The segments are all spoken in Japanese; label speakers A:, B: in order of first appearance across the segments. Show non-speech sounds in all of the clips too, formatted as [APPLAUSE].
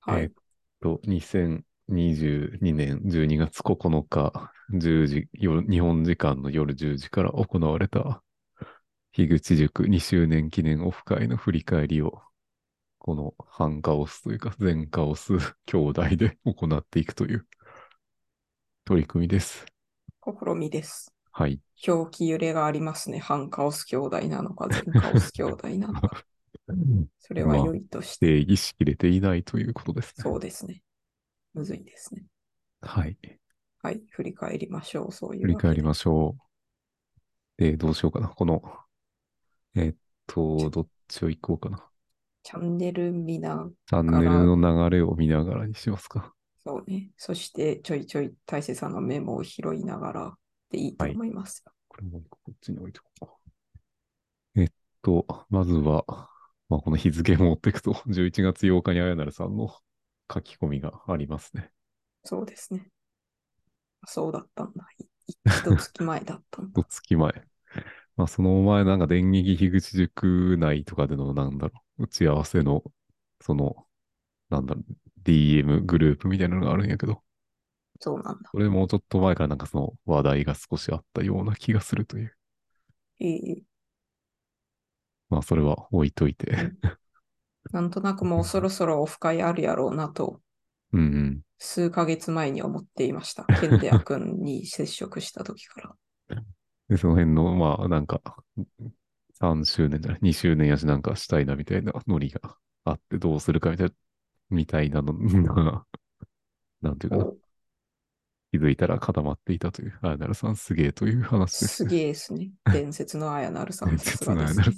A: は
B: えー
A: い
B: っ。と、2022年12月9日、10時、夜日本時間の夜10時から行われた、樋口塾2周年記念オフ会の振り返りを、この半カオスというか、全カオス [LAUGHS] 兄弟で行っていくという取り組みです。
A: 試みです。
B: はい。
A: 表記揺れがありますね。反カオス兄弟なのか、全カオス兄弟な
B: [LAUGHS]
A: のか。それは良いとして、
B: 定義しきれていないということですね。
A: そうですね。むずいですね。
B: はい。
A: はい。振り返りましょう。そういう。
B: 振り返りますしょう。で、どうしようかな。この、えーっと、どっちを行こうかな。
A: チャンネル見な、
B: チャンネルの流れを見ながらにしますか。
A: そうね。そして、ちょいちょい大勢さんのメモを拾いながらでいいと思います。
B: これもこっちに置いておこうか。えっと、まずは、まあ、この日付も持っていくと、11月8日にあやなるさんの書き込みがありますね。
A: そうですね。そうだったんだ。い一月前だったんだ。
B: と月前。まあ、その前、なんか電撃樋口塾内とかでの、なんだろう、打ち合わせの、その、なんだろう、DM グループみたいなのがあるんやけど、
A: そうなんだ。
B: それもちょっと前からなんかその話題が少しあったような気がするという。
A: ええ
B: まあ、それは置いといて。
A: なんとなくもうそろそろオフ会あるやろうなと、
B: うんうん。
A: 数ヶ月前に思っていました。ケンデア君に接触した時から。
B: で、その辺の、まあ、なんか、3周年じゃない、2周年やしなんかしたいなみたいなノリがあって、どうするかみたいな、みたいなの [LAUGHS] が、なん [LAUGHS] ていうかな、
A: お
B: 気づいたら固まっていたという、あやなるさんすげえという話ですす、ね。
A: げえですね。伝説のあやなるさん。
B: 伝
A: さす
B: 説
A: が
B: の
A: で
B: あや
A: す
B: な
A: ね
B: る。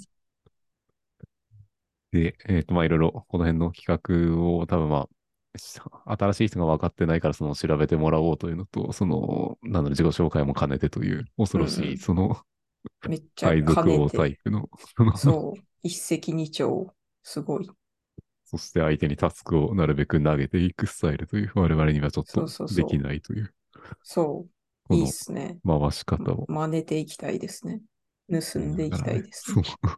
B: で、えっ、と、まあ、いろいろ、この辺の企画を多分まあ、し新しい人が分かってないから、その調べてもらおうというのと、その、なんだろう、自己紹介も兼ねてという、恐ろし
A: うんう
B: い、
A: ん
B: その、
A: めっちゃ
B: 海
A: 兼
B: 賊
A: ね
B: 王タ
A: て。
B: イプの、その
A: そう。一石二鳥。すごい。
B: そして相手にタスクをなるべく投げていくスタイルという、我々にはちょっ
A: そ
B: と
A: うそうそう
B: できないという、
A: そう。
B: こ
A: いい
B: の
A: っすね。
B: 回し方を。
A: 真似ていきたいですね。盗んでいきたいです
B: そ
A: ね。
B: う。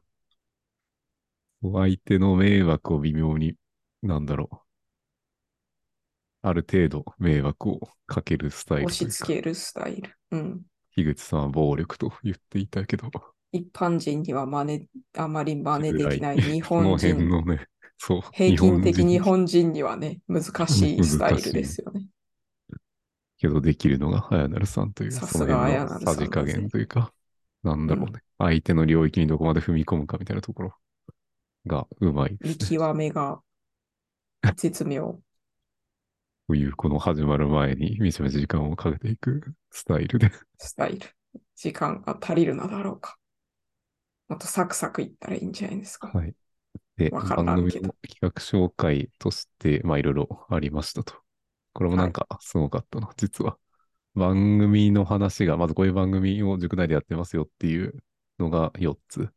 B: [LAUGHS] 相手の迷惑を微妙に、なんだろう。ある程度迷惑をかけるスタイル
A: 押
B: とい
A: し
B: うか。
A: 付けるスタイル。うん。
B: 樋口さんは暴力と言っていたけど、
A: 一般人には真似、あまり真似でき
B: [LAUGHS]
A: ない日
B: この
A: 本
B: 辺
A: 人、
B: のね、そう、
A: 平均的日
B: 日
A: 本
B: 本人
A: 人にはね、難しいスタイルですよね。
B: けどできるのが綾成さんという、
A: さす
B: その
A: が
B: 辺
A: 綾成さん
B: の
A: です
B: さ
A: ね
B: じ加減というか、なんだろうね、相手の領域にどこまで踏み込むかみたいなところがうまいで
A: 見
B: すね。
A: 極めが絶妙。
B: という、この始まる前にめちゃめちゃ時間をかけていくスタイルで、
A: スタイル。時間が足りるのだろうか。もっとサクサクいったらいいんじゃないですか。
B: はい。で、
A: わからん
B: 番組
A: けど
B: の企画紹介として、まあいろいろありましたと。これもなんかすごかったな、実は。番組の話が、まずこういう番組を塾内でやってますよっていうのが4つ。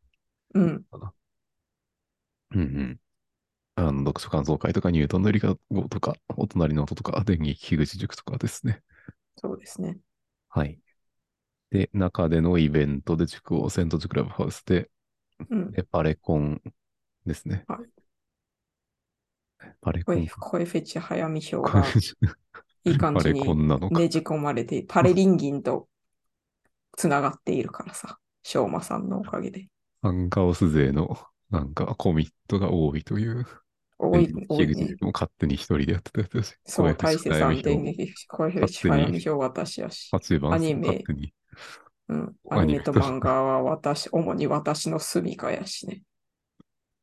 A: うん。
B: うんうん。あの、読書感想会とか、ニュートンの売り方とか、お隣の音とか、電撃樋口塾とかですね。
A: そうですね。
B: はい。で、中でのイベントで塾を、セントジクラブハウスで、
A: うん。
B: でパレコンですね。
A: はい
B: パレコ
A: 声
B: ン。
A: 声フェチ早見表
B: パ
A: がいい感じ
B: レコ
A: に
B: ンなのか。
A: ねじ込まれて、パレリンギンとつながっているからさ。しょうまさんのおかげで。
B: アンカオス勢の、なんか、コミットが多いという。
A: 多い
B: 電撃、
A: 多い
B: 樋口
A: ね。
B: 塾も勝手に一人でやってたやつだし。
A: そう、
B: 声
A: 大
B: フェチ
A: 勢さん、
B: 早見表
A: 電撃、声フェチ、
B: 勝手に
A: 早見表、私やし。
B: 8番
A: アニメ
B: 勝手に。
A: うん。
B: アニメ
A: アニメと
B: と
A: 漫画は私、 [LAUGHS] 主に私の住処やしね。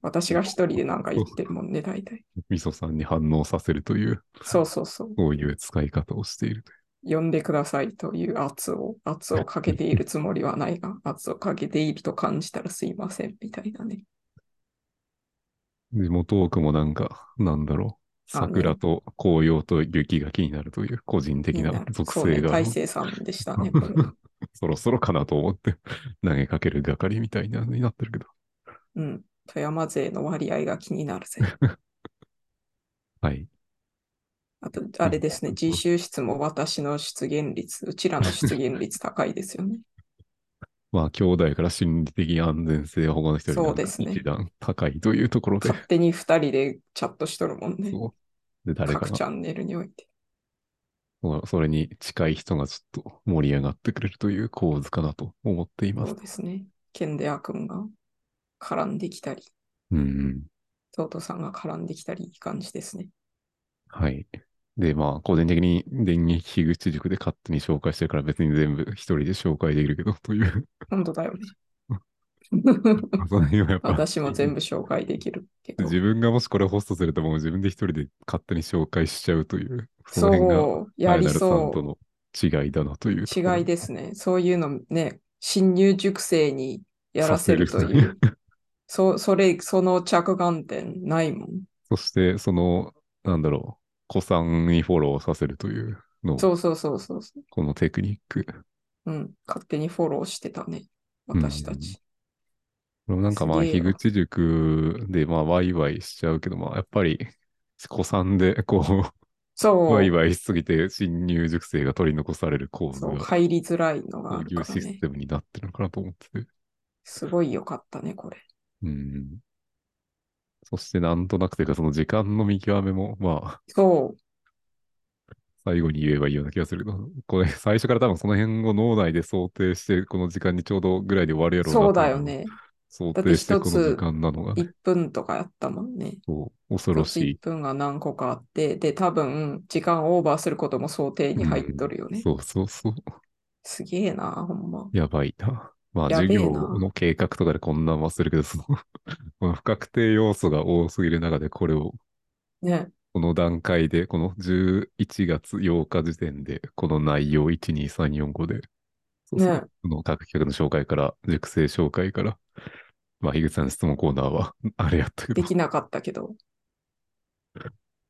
A: 私が一人でなんか言ってるもんね、大体。
B: みそさんに反応させるという、
A: そうそうそう。
B: こういう使い方をしているという。
A: 呼んでくださいという圧を、圧をかけているつもりはないが、圧をかけていると感じたらすいません、みたいなね。
B: 地元奥もなんか、なんだろう。
A: あね
B: 桜と紅葉と雪が気になるという個人的
A: みん
B: な属
A: そうね、
B: 性が、
A: 大勢さんでした
B: [LAUGHS]
A: ね、これは
B: そろそろかなと思って投げかける係みたいなのになってるけど。
A: うん。富山勢の割合が気になるぜ。
B: はい。
A: あと、あれですね、自習室も私の出現率、うちらの出現率高いですよね。
B: まあ、兄弟から心理的安全性は他の人よりなんか
A: そうですね
B: 一段高いというところで、
A: 勝手に2人でチャットしとるもんね。
B: そうで、誰か
A: 各
B: が
A: チャンネルにおいて。
B: そうそれに近い人がちょっと盛り上がってくれるという構図かなと思っていま
A: そ
B: す
A: う。ですね。ケンデア君が絡んできたり、
B: うんうん。
A: トートさんが絡んできたり、いい感じですね。
B: はい。で、まあ、個人的に電撃樋口塾で勝手に紹介してるから別に全部一人で紹介できるけど [LAUGHS] という、
A: 本当だよね。
B: [LAUGHS] その辺はやっぱ
A: 私も全部紹介できるけど。
B: 自分がもしこれホストするともう自分で一人で勝手に紹介しちゃうという、その辺が
A: そう、やり
B: ナルさん
A: そ
B: との違いだなというところ。
A: う。違いですね。そういうのね、新入塾生にやらせると
B: さ
A: い
B: せる
A: う。そそれ、その着眼点ないもん。
B: そして、その、なんだろう、子さんにフォローさせるというのを
A: そうそうそうそうそう。
B: このテクニック。
A: うん。勝手にフォローしてたね。私たち。
B: これもなんかまあ、
A: すげえ
B: 樋
A: わ
B: 口塾でまあ、ワイワイしちゃうけど、まあ、やっぱり、子さんで、こう、
A: そ
B: ワイ
A: う。
B: ワイしすぎて、新入塾生が取り残される構図
A: そう
B: が、
A: 入りづらいのが
B: そ
A: あ
B: うい
A: る
B: う
A: から
B: シス
A: ね。
B: テムになってるのかなと思ってて。
A: すごい良かったね、これ。
B: うん。そして、なんとなくというか、その時間の見極めも、まあ、
A: そう。
B: 最後に言えばいいような気がするけど、これ、最初から多分その辺を脳内で想定して、この時間にちょうどぐらいで終わるやろうな
A: そう
B: とい
A: だ
B: うのを
A: よね。
B: 想
A: だって
B: 定
A: 一
B: して、この
A: つ
B: 時間なのがね、
A: 1分とかやったもんね。
B: そう恐ろしい
A: 1分が何個かあって、で、多分、時間オーバーすることも想定に入っとるよね。
B: そうそうそう。
A: すげえな、ほんま。
B: やばいな。まあ、
A: や
B: 授
A: べえな
B: 業の計画とかでこんなんはするけど、その [LAUGHS] この不確定要素が多すぎる中で、これを、
A: ね。
B: この段階で、この11月8日時点で、この内容1、2、3、4、5で、そうそう
A: ね
B: この各企画の紹介から、塾生紹介から、まあ、樋口さんの質問コーナーは、 [LAUGHS] あれやったけど
A: で、きなかったけど。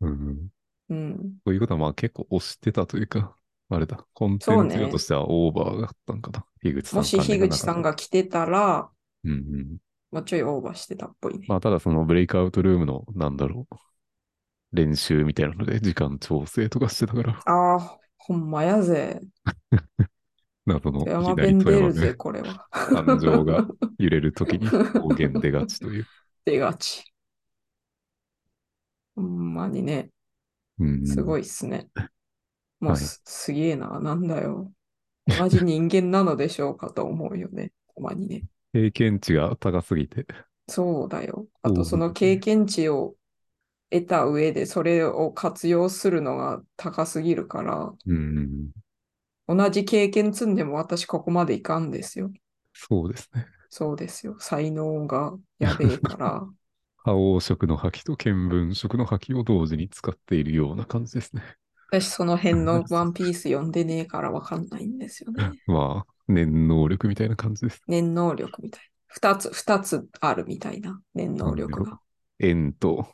B: うん、
A: うん。
B: ということは、まあ、結構押してたというか、あれだ、コンテ
A: そう
B: ン
A: ね
B: ツ量としてはオーバーだったんかな、樋口さん
A: もし、樋口さん。が来てたら、
B: 関連なかったうんうん
A: まあ、ちょいオーバーしてたっぽいね。
B: まあ、ただそのブレイクアウトルームの、なんだろう、練習みたいなので、時間調整とかしてたから、
A: ああ、ほんまやぜ。
B: 謎の
A: 富山
B: 左
A: 弁
B: 富
A: 出
B: 山
A: るぜ、
B: 弁
A: これは。
B: 感情
A: [LAUGHS]
B: が揺れるときに方言出がちという。
A: 出がち。ほんまにね、
B: うん、
A: すご
B: い。
A: いっすね。
B: [LAUGHS]
A: もう
B: はい
A: すすげえな、なんだよ。同じ人間なのでしょうかと思うよね。たまにね。
B: 経験値が高すぎて、
A: そうだよ。あ
B: そう
A: とその経験値を得た上でそれを活用するのが高すぎるから、
B: うん、
A: 同じ経験積んでも私ここまでいかんですよ。
B: そうですね。
A: そうですよ。才能がやべえ
B: [LAUGHS]
A: から。
B: 覇王色の覇気と見聞色の覇気を同時に使っているような感じですね。
A: 私その辺のワンピース読んでねえからわかんないんですよ
B: [LAUGHS]
A: ね。
B: まあ、念能力みたいな感じです。
A: 念能力みたいな。二つ、二つあるみたいな念能力が。
B: 縁と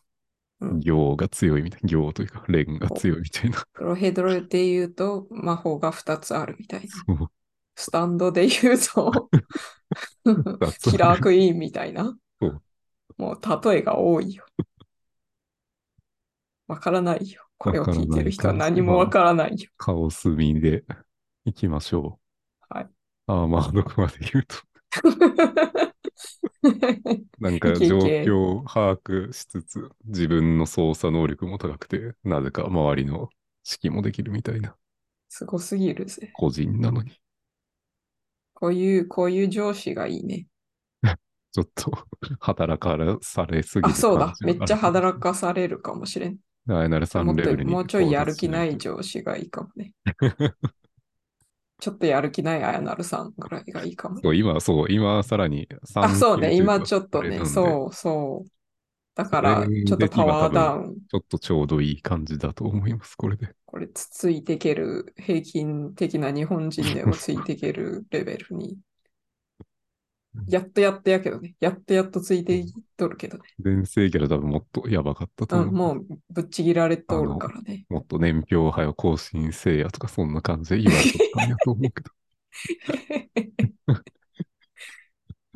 A: うん
B: 行が強いみたいな、行というか、連が強いみたいな。
A: プロヘドロで言うと魔法が2つあるみたいな。
B: そう
A: スタンドで言う [LAUGHS] と
B: つある
A: キラークイーンみたいな
B: そう。
A: もう例えが多いよ。わからないよ。これを聞いてる人は何もわからないよ。 [LAUGHS]
B: カオスミで行きましょう。
A: はい。
B: ああ、まあ、どこまで言うと、なんか
A: いけいけ
B: 状況を把握しつつ、自分の操作能力も高くて、なぜか周りの指揮もできるみたいな、
A: すごすぎるぜ。
B: 個人なのに。
A: こういう、こういう上司がいいね。
B: ちょっと [LAUGHS] 働かされすぎ
A: あ、
B: る
A: そうだ。めっちゃ
B: く。
A: 働かされるかもしれん。
B: あやなるさ
A: も
B: ん
A: っ
B: レ
A: と
B: ベルに
A: もうちょいやる気ない
B: 到
A: 上司がいいかも
B: [LAUGHS]
A: ね。ちょっとやる気ないあやなるさんぐらいがいいかも
B: 達する。。そう、今、そう、今、さらに3
A: あ、そう
B: 級
A: ね。
B: というか
A: 今ちょっと
B: あれな
A: ね、
B: んで
A: そうそう。だから
B: それ、
A: ちょっと
B: で
A: パワーダウン。
B: ちょっとちょうどいい感じだと思います、これで。
A: これ、つついてける、平均的な日本人でもついてけるレベルに。やっとやっとやけどね。やっとやっとついていっとるけどね。
B: 全盛期は多分もっとやばかったと
A: う
B: 思う。
A: ん、もうぶっちぎられとるから
B: [LAUGHS]
A: ね。
B: もっと年表早く更新せいやとか、そんな感じで言われとったんやと思うけど。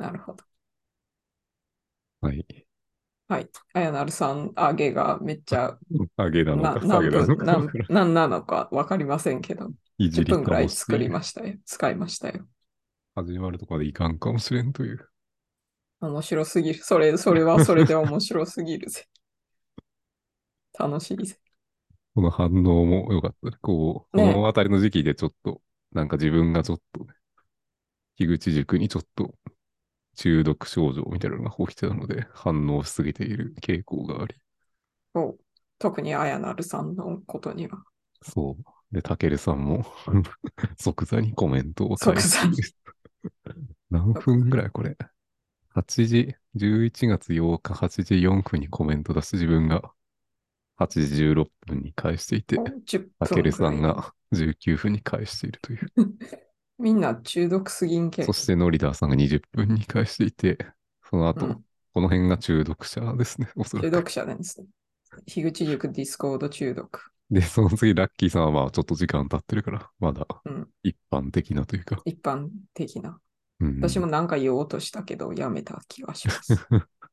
A: [LAUGHS]
B: [LAUGHS]
A: なるほど。
B: はい。
A: あやなるさん、上げがめっちゃ
B: 上げなの
A: な
B: か、下
A: 何
B: げなの
A: 分
B: か、
A: 何何なのか分かりませんけど、
B: いじ
A: 10
B: りか
A: 分ぐら
B: も
A: い
B: し
A: 作
B: れ
A: り
B: ん。
A: ましたよ。使いましたよ。
B: 始まるとこまでいかんかもしれんという。
A: 面白す [LAUGHS] ぎる。それ、それはそれで面白すぎるぜ。楽しいぜ。
B: この反応も良かったね。こう、こ
A: ね
B: のあたりの時期でちょっと、なんか自分がちょっと、ね、樋口塾にちょっと中毒症状みたいなのが起きてたので、反応しすぎている傾向があり。
A: そう特に綾成さんのことには。
B: そう。で、たけるさんも [LAUGHS] 即座にコメントを
A: 即座に。
B: [LAUGHS] 何分ぐらいこれ。8時、11月8日8時4分にコメント出して自分が8時16分に返していて、
A: 10
B: たけ
A: 分
B: る
A: くら
B: さ
A: い
B: んが19分に返しているという。
A: [LAUGHS] みんな中毒すぎんけ
B: そしてノリダーさんが20分に返していて、その後、
A: うん
B: この辺が中毒者ですね、おそら
A: 中
B: く。
A: 毒者なんですね。樋口塾ディスコード中毒。
B: で、その次、ラッキーさんはまあちょっと時間経ってるから、まだ
A: うん
B: 一般的なというか。
A: 一般的な。
B: うん
A: 私も何か言おうとしたけど、やめた気がし
B: [LAUGHS]
A: ます。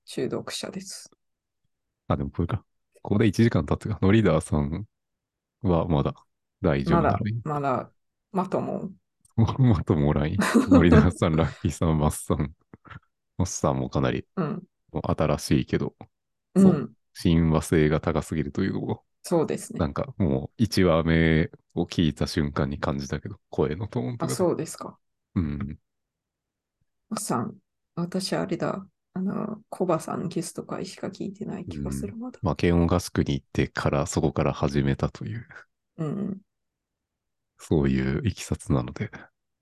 A: 中毒者です。
B: あ、でもこれか。ここで1時間経ってか、ノリダーさんはまだ大丈夫
A: ま
B: な
A: だ
B: のに、
A: まだ、まとも。
B: まともらい。ノリダーさん、ラッキーさん、マスさん。マスさんもかなり
A: うん。
B: 新しいけど、
A: う。
B: そうん親和性が高すぎるというのを、
A: そうです
B: な
A: ね。
B: んかもう1話目を聞いた瞬間に感じたけど、声のトーンと
A: あ、
B: か。
A: そうですか。
B: うん。
A: おっさん、私あれだ。あの、コバさんゲスト会しか聞いてない気がする、まだ。
B: まあ、慶音合宿に行ってから、そこから始めたという、
A: うん。
B: そういういきさつなので、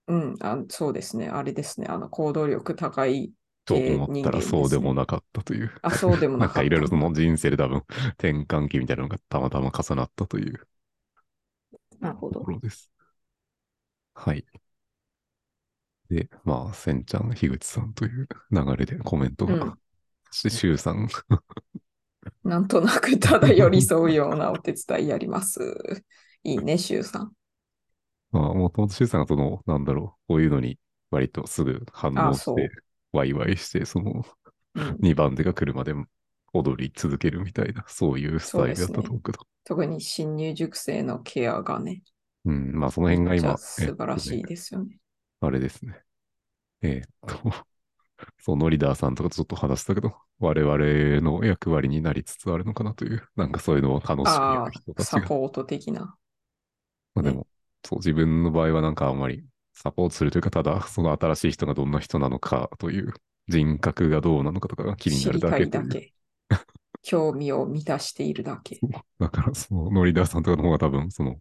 A: うん。あそうですね。あれですね。あの、行動力高い。
B: と思った
A: えー人間で
B: ら
A: すね
B: そうでもなかったという。
A: あ、そうでも
B: [LAUGHS] な
A: なんか
B: か
A: っ
B: い
A: た
B: ろいろその人生で多分 [LAUGHS] 転換期みたいなのがたまたま重なったという
A: なるほ
B: と
A: ど
B: こ。ろです。はい。で、まあ、せんちゃん、樋口さんという流れでコメントが。
A: うん
B: そして、しゅうさん、
A: なんとなくただ寄り添うようなお手伝いやります。いいね、シュウさん。
B: まあ、もともとしゅうさんがその、なんだろう、こういうのに割とすぐ反応
A: あ
B: し
A: そう
B: て、ワイワイして、その
A: うん、
B: 2番手が来るまで踊り続けるみたいな、そういうスタイルだった
A: そうです
B: と
A: ね
B: 思うけど。
A: 特に新入塾生のケアがね、
B: うん、まあ、その辺が
A: めっち
B: 今
A: ゃ、素晴らし
B: えっ
A: い
B: とね
A: ですよね。
B: あれですね。えーっと、 [LAUGHS] そう、ノリダーさんとかとちょっと話したけど、我々の役割になりつつあるのかなという、なんかそういうのを楽しみ
A: あ
B: な
A: あ
B: 人
A: ー、
B: たち
A: サ
B: が。
A: ポート的な。
B: まあ、で
A: ね
B: も、そう、自分の場合はなんかあんまりサポートするというか、ただ、その新しい人がどんな人なのかという、人格がどうなのかとかが気に
A: 知
B: なる
A: り
B: だ
A: た
B: け
A: い
B: とい
A: だ
B: う。
A: け。
B: [LAUGHS]
A: 興味を満たしているだけ。
B: だから、そのノリダーさんとかの方が多分、その、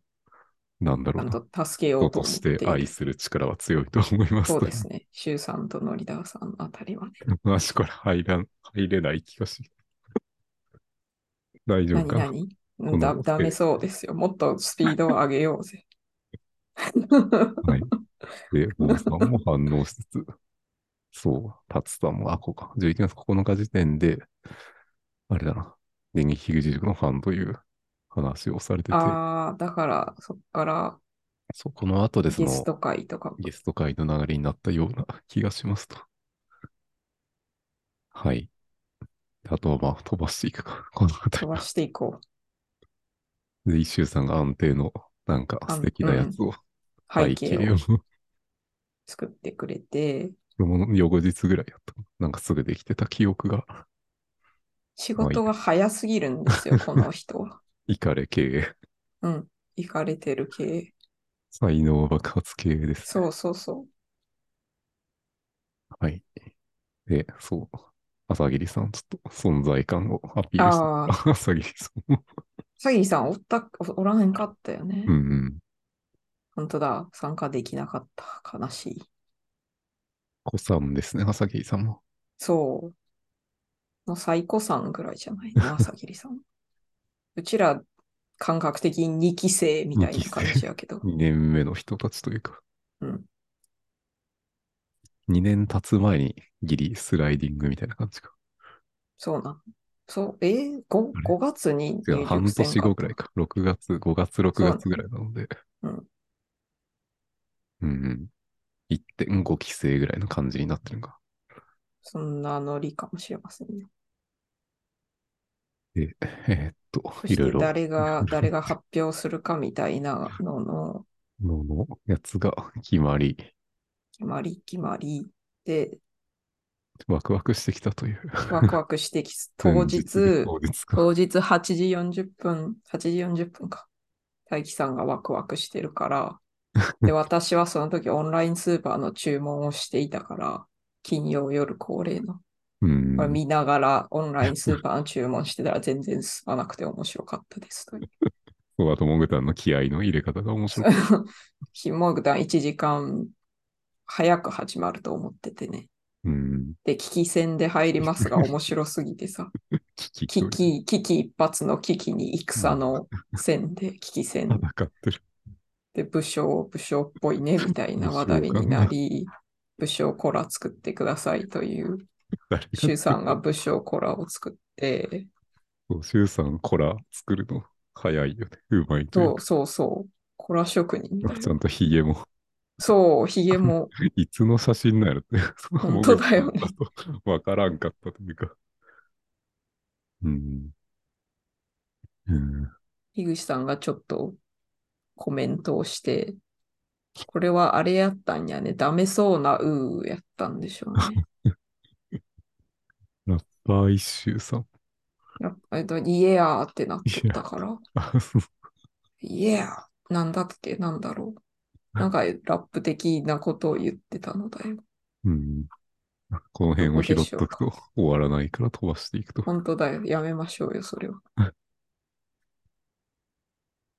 B: なんだ
A: ちゃ
B: ろうんな、
A: と助けよ
B: 人
A: うと
B: と
A: 思っ
B: して
A: いる
B: て愛する力は強いと思います。
A: そうですね。シュウさんとノリダーさんあたりはね。
B: 足から入らん、入れない気がしない。大丈夫
A: 何
B: かな
A: 何
B: この
A: だダメそうですよ。もっとスピードを上げよう
B: [LAUGHS]
A: ぜ。
B: はい。で、王さんも反応しつつ、そう、タツさんも、あ、こうか、11月9日時点で、あれだな、電撃樋口塾のファンという話をされてて、
A: ああ、だから、そっから
B: そう、この後でそ
A: ゲ
B: の
A: スト会とか。
B: ゲスト会の流れになったような [LAUGHS] 気がしますと。はい。あとはまあ飛ばしていくか。この辺
A: 飛
B: り
A: ばしていこう。
B: で、一周さんが安定の、なんか素敵なやつを、
A: 背景を
B: を
A: 作ってくれて、
B: 翌日ぐらいやった。なんかすぐできてた記憶が、
A: 仕事が早すぎるんですよ、この人は。
B: イカレ系、
A: うん。行かれてる系。
B: 才能爆発系です、ね。
A: そうそうそ
B: はい。で、そう。朝霧さん、ちょっと存在感をアピ
A: う。
B: ールして
A: ああ、
B: た。 [LAUGHS] 朝霧さん
A: [LAUGHS]
B: も。
A: さぎりさんおった、おおらへんかったよね。
B: うんうん。
A: 本当だ。参加できなかった。悲しい。
B: 子さんですね、朝霧さんも。
A: そう。の最古さんぐらいじゃ
B: [LAUGHS]
A: ないな、朝霧さん。うちら、感覚的に2期生みたいな感じやけ
B: [LAUGHS]
A: ど。
B: 2年目の人たちというか。
A: うん。
B: 2年経つ前にギリスライディングみたいな感じか。
A: そうなん。そう、えー、5,
B: あれ
A: 5月に
B: 違う、半年後ぐらい
A: か。
B: か。6月、5月、6
A: そうね
B: 月ぐらいなので。
A: うん。
B: うんうん。1.5期生ぐらいの感じになってるのか。
A: そんなノリかもしれませんね。
B: で、えーっと
A: そ、
B: い
A: し
B: ろい
A: て
B: ろ、
A: 誰が、誰が発表するかみたいなのの
B: ののやつが決まり、
A: 決まり決まり
B: [LAUGHS]
A: で、
B: ワクワクしてきたという。
A: ワクワクしてきつ、当日、
B: 当日か。
A: 当日8時40分、8時40分か。大輝さんがワクワクしてる
B: [LAUGHS]
A: から、で、私はその時オンラインスーパーの注文をしていたから、金曜夜恒例の。
B: うん。
A: まあ見ながらオンラインスーパーの注文してたら全然進まなくて面白かったですという。 [LAUGHS]
B: そう、あと、モグタンの気合の入れ方が面白い。
A: ひもぐたん1時間早く始まると思っててね。
B: うん。
A: で、危機戦で入ります
B: [LAUGHS]
A: が面白すぎてさ、
B: 危機
A: 危
B: という
A: 機、危機一発の危機に戦の戦で危機戦
B: 戦ってる。
A: で武将、武将っぽいねみたいな話題になり、武将コラ作ってくださいという、
B: 誰が
A: シュウさんが武将コラを作って、
B: そう、シュウさん、コラ作るの早いよね。うまいとい
A: そううそうそう、コラ職人みたい
B: か。
A: な
B: ちゃんとヒゲも。
A: そう、ひげも、
B: いつの写真なのって。
A: 本当だよね
B: とわからんかったというか。うん。うん。
A: 樋口さんがちょっとコメントをして、これはあれやったんやね、ダメそうなうーやったんでしょう [LAUGHS] ね。
B: ラッパー一周さん。 [LAUGHS]
A: やっぱえっと、イエアーってなってたから、
B: あそう
A: イエアーなんだっけ、なんだろう。なんかラップ的なことを言ってたのだよ。
B: うん。この辺を拾っと
A: ど
B: くと終わらないから飛ばしていくと。
A: 本当だよ。やめましょうよ、それは。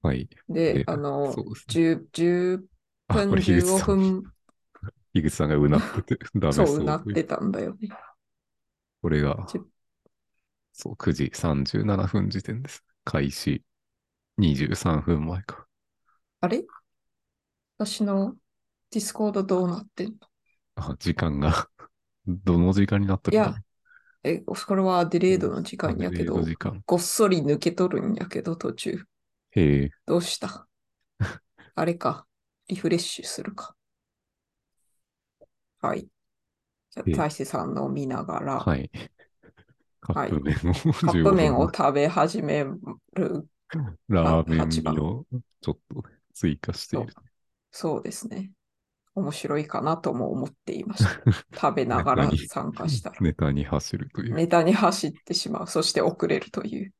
B: はい。
A: で
B: え、
A: あの
B: そ、うですね。
A: 10, 10
B: あ、
A: 分
B: これ樋口
A: 15
B: さん。
A: 分、
B: 樋口さんがうなってて、ダメ
A: そう
B: そう
A: なっ
B: という
A: てたんだよね。
B: これが
A: ちょ、
B: そう、9時37分時点です。開始23分前か。
A: あれ私のディスコードどうなってんの
B: あ、時間が、 [LAUGHS] どの時間になったか
A: い
B: な。
A: やえ、それはディレードの時間やけ
B: レー
A: ど
B: ド、時間。
A: ごっそり抜け取るんやけど、途中。
B: へえ、
A: どうした
B: [LAUGHS]
A: あれか。リフレッシュするか。はい。じゃ
B: ええ
A: あ、大志さんのを見ながら、
B: はい。カップ麺を、
A: カップ麺を
B: 15
A: 食べ始める。
B: 分ラーメン
A: 八番
B: 味をちょっと追加している。
A: そうですね。面白いかなとも思っていま
B: [LAUGHS]
A: した。食べながら参加したら。
B: ネタに走るという。
A: ネタに走ってしまう。そして遅れるという。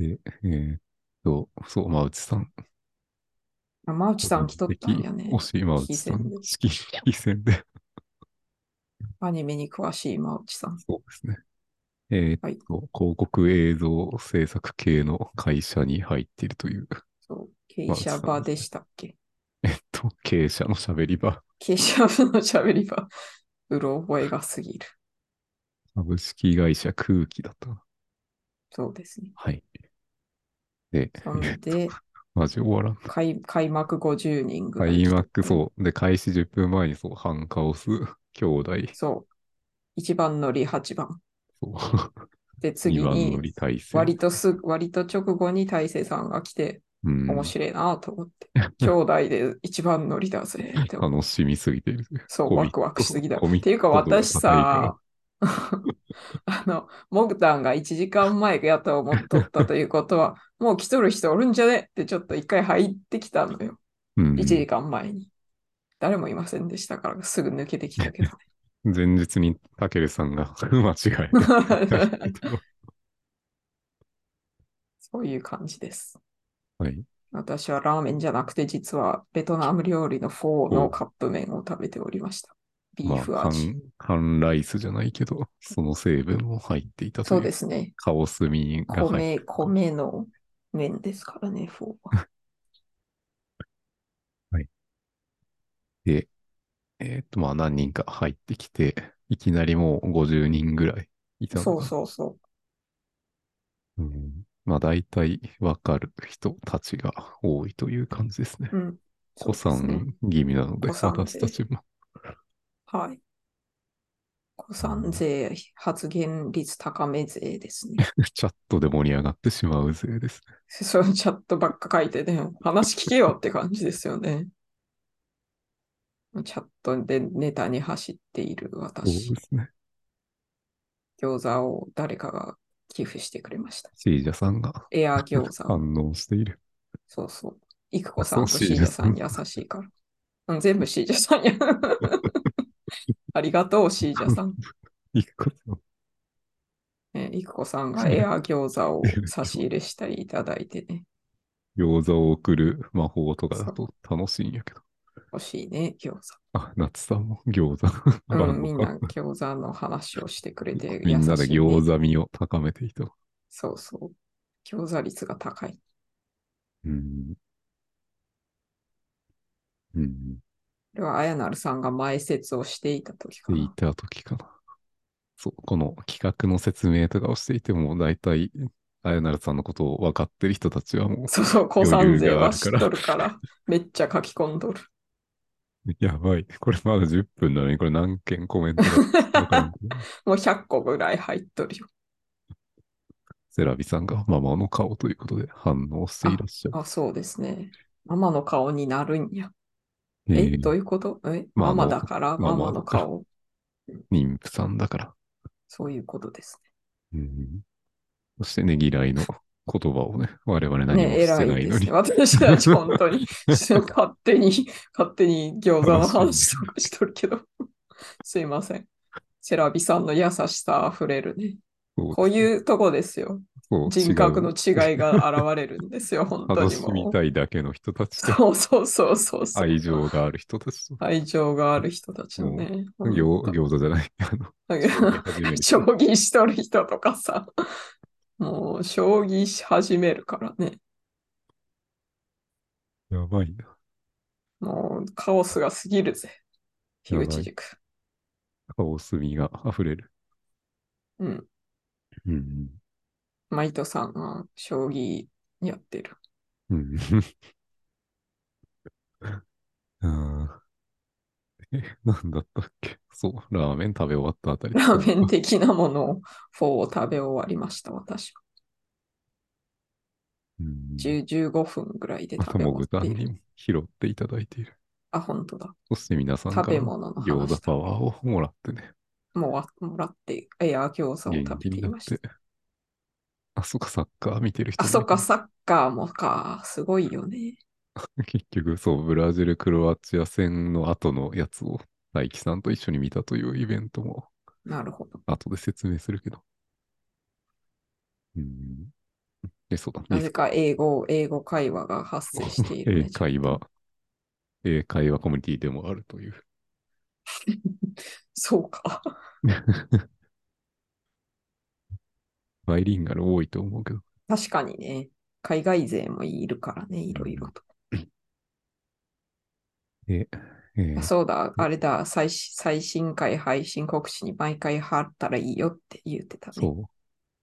B: えーっと、そう、まあ、うちさん。
A: 山内さん来とったんやね。
B: 惜しい、まあ、うちさん。
A: 引
B: 指揮戦で。
A: アニメに詳しい山内さん。
B: そうですね。えーっと、
A: はい
B: 広告映像制作系の会社に入っているという。 [LAUGHS]
A: そう、傾斜場でしたっけ
B: えっと、経営者の喋り場。
A: 傾斜場の喋り場、うろ覚えがすぎる。
B: 株式会社空気だったな。
A: そうですね。
B: はい。で、
A: そんで、
B: マジ終わらん
A: 開開幕50人ぐらい。
B: 開幕、そう。で、開始10分前に、そう、ハンカオス、 [LAUGHS] 兄弟、
A: そう。1番乗り8番。
B: そう、
A: で、次
B: 2番乗
A: に、
B: り体制。
A: 割とすぐ、割と直後に大勢さんが来て、
B: うん、
A: 面白いなと思って、兄弟で一番乗りだ
B: [LAUGHS]
A: ぜって思って
B: 楽しみすぎてる。
A: そう、
B: コ
A: ワ
B: ミット
A: クワクしすぎだ。っ
B: コミット
A: ていうか、
B: 度が高い
A: 私さ、 [LAUGHS] あの、モグタンが1時間前やと思っとったということ
B: [LAUGHS]
A: は、もう来とる人おるんじゃねってちょっと一回入ってきたのよ。
B: うん
A: 1時間前に。誰もいませんでしたから、すぐ抜けてき [LAUGHS]
B: [LAUGHS]
A: たけどね。
B: 前日に、たけるさんが [LAUGHS] 間違えた。
A: [LAUGHS] そういう感じです。
B: はい。
A: 私はラーメンじゃなくて、実はベトナム料理のフォーのカップ麺を食べておりました。ビ
B: ま
A: ー
B: あ、
A: フ
B: カ
A: 味。
B: ン、カンライスじゃないけど、その成分も入っていたとい。
A: そううですね。
B: カオスミが入って
A: 米、米の麺ですからね、フォーは。
B: で、えーっと、まあ、何人か入ってきて、いきなりもう50人ぐらいいた
A: [LAUGHS]
B: のか
A: そ
B: な
A: うそうそう。
B: うん、まあ大体わかる人たちが多いという感じですね。
A: うん。
B: 子
A: そ
B: さ
A: うですね。
B: ん気味なので、
A: 古参で
B: 私たちも。 [LAUGHS]
A: はい。子さん税、発言率高め税です [LAUGHS] ね。
B: チャットで盛り上がってしまう勢ですね。
A: そのチャットばっか書いてね、話聞けよって感じですよね。チャットでネタに走っている
B: そうで
A: 私、
B: すね。
A: 餃子を誰かが寄付してくれました。
B: シージャさんが
A: エアー餃子。
B: 反応している。
A: そうそう。イクコさんと
B: そう
A: シージャさん優しいから。うん、全部シージャさん
B: [LAUGHS]
A: や。ありがとう、シージャさん。
B: いくこと
A: ね、いくこさんがエアー餃子を差し入れしたりいただいてね。
B: 餃子を送る魔法とかだと楽しいんやけど。
A: 欲しいね、餃子。
B: あ、夏さんも餃子。
A: う
B: 晩
A: ん、みん
B: ご飯
A: な餃子の話をしてくれて、
B: [LAUGHS] みんなで
A: 優しいね
B: 餃子味を高めていた。
A: そうそう。餃子率が高い。
B: うん。うん。
A: これは、あやなるさんが前説をしていた時か
B: で、い
A: な。
B: た時かな。そう、この企画の説明とかをしていても、大体、あやなるさんのことを分かってる人たちはも
A: そうそう、高山勢は
B: 余
A: 知
B: 裕
A: っ
B: があ
A: と
B: る
A: るから、めっちゃ書き込んどる。
B: う、 [LAUGHS] やばい。これまだ10分なのに、これ何件コメントがわかんない
A: [LAUGHS] もう100個ぐらい入っとるよ。
B: セラビさんがママの顔ということで反応していらっしゃる。
A: あ、そうですね。ママの顔になるんや。
B: え
A: え、
B: ー
A: どういうことえ、
B: まあ
A: ママだから
B: まあ
A: ママの顔。
B: 妊婦さんだから。
A: そういうことです
B: うんそしてねぎらいの言葉をね、我々
A: ね。
B: [LAUGHS] 何も
A: ね、
B: して
A: 偉
B: ないい
A: で
B: の
A: す
B: に
A: ね。。私たち本当に [LAUGHS] 勝手に、勝手に餃子の話とかしとるけど、すいません。セラビさんの優しさあふれるね。こういうとこですよ。
B: そう
A: 人格の
B: 違う
A: 違いが現れるんです
B: [LAUGHS]
A: よ、本当
B: 楽
A: に
B: しみ
A: もう。
B: たいだけの人たちと
A: そうそうそうそうそう。
B: 愛情がある人たちと、
A: 愛情がある人たちのね。
B: 餃
A: 本
B: 餃子じゃない、あ
A: [LAUGHS]
B: の、
A: 当
B: 初め
A: [LAUGHS]
B: て
A: 将棋しとる人とかさ、 [LAUGHS] もう将棋し始めるからね、
B: やばいな。
A: もうカオスが過ぎるぜ、樋口塾。
B: 青墨が溢れる。
A: うん、
B: うん。
A: マイトさんが将棋やってる。
B: うん。 [LAUGHS] あーえ、なんだったっけそう、ラーメン食べ終わったあたり。
A: ラーメン的なものを4を食べ終わりました、私は。
B: うん
A: 10 15分ぐらいで
B: あ
A: 食
B: と
A: べ
B: も
A: 終
B: 具
A: わって
B: 体
A: いる。
B: に拾っていただいている。
A: あ、本当だ。
B: そして皆さんか
A: 食べ
B: ら
A: 物の
B: 餃子
A: 話
B: パ
A: だ。
B: ワーをもらってね、
A: もうわもらって、いや、餃子を
B: 元
A: 食べて
B: 気に
A: い
B: なっ
A: ましてた。。
B: あ、そっか、サッカー見てる人
A: あ、
B: もい
A: そっ
B: る
A: か、サッカーもか。すごいよね。
B: 結局、そう、ブラジル、クロアチア戦の後のやつを大輝さんと一緒に見たというイベントも
A: なるほど。
B: 後で説明するけど。うん。で、そうだ。
A: なぜか英語、英語会話が発生している、
B: 英
A: ね。
B: 会話、英会話コミュニティでもあるという。 [LAUGHS]
A: そうか。 [LAUGHS]
B: バイリンガル多いと思うけど。
A: 確かにね。海外勢もいるからね、いろいろと。
B: え、えー
A: あそうだ、あれだ最新、最新回配信告知に毎回貼ったらいいよって言ってたね。
B: そう。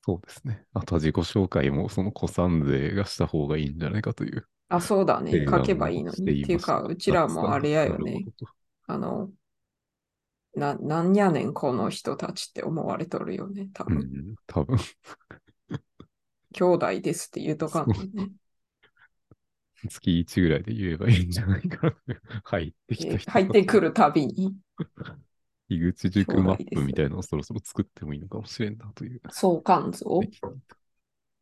B: そうですね。あとは自己紹介もその子さん勢がした方がいいんじゃないかという。
A: あ、そうだね。
B: 提案
A: 書けばいいの
B: をしてい
A: に。
B: ま
A: っていう
B: した
A: か、うちらもあれやよね。。あの、な、なんやねん、この人たちって思われとるよね、多
B: う
A: 分。
B: ん、多分
A: 兄弟ですって言うとかんとね。
B: 月1ぐらいで言えばいいんじゃないかな。 [LAUGHS] 入ってきた人
A: 入ってく。るたびに。
B: 樋口塾マップみたいなのをそろそろ作ってもいいのかもしれんなという。
A: 相関図を。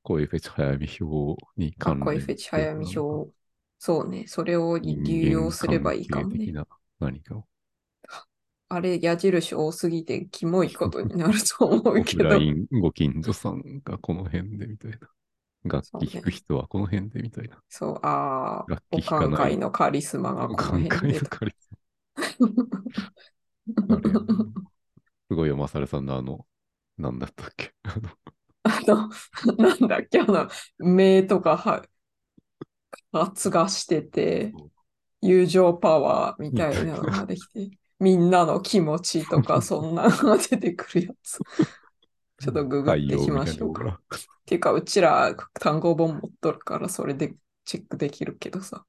B: 声フェチ早見表に
A: かっ
B: 関連
A: こいいフェチ早見表。そうね。それを流用すればいいかも
B: 人間関係的
A: ね。
B: な何かを。
A: あれ、矢印多すぎて、キモいことになると思うけど。
B: LINE ご近所さんがこの辺でみたいな。楽器弾く人はこの辺でみたいな。
A: そう、ああ、
B: 楽
A: お
B: 器弾
A: か
B: か
A: ん
B: ない
A: 会のカリスマがこの
B: 感
A: 辺で
B: 慨の
A: と。
B: カリスマあ
A: [LAUGHS]
B: れやなすごいよ、マサルさんのあの、なんだったっけ。あの、
A: あの、なんだっけ、あの、目とかは、発がしてて、友情パワーみたいなのができて、みんなの気持ちとか、そんなのが出てくるや
B: [LAUGHS]
A: つ。ちょっとググっ
B: 太
A: て
B: 陽
A: き
B: みたいな
A: ましょう
B: とこ
A: か。
B: ろ
A: ていうか、うちら単語本持っとるから、それでチェックできるけどさ。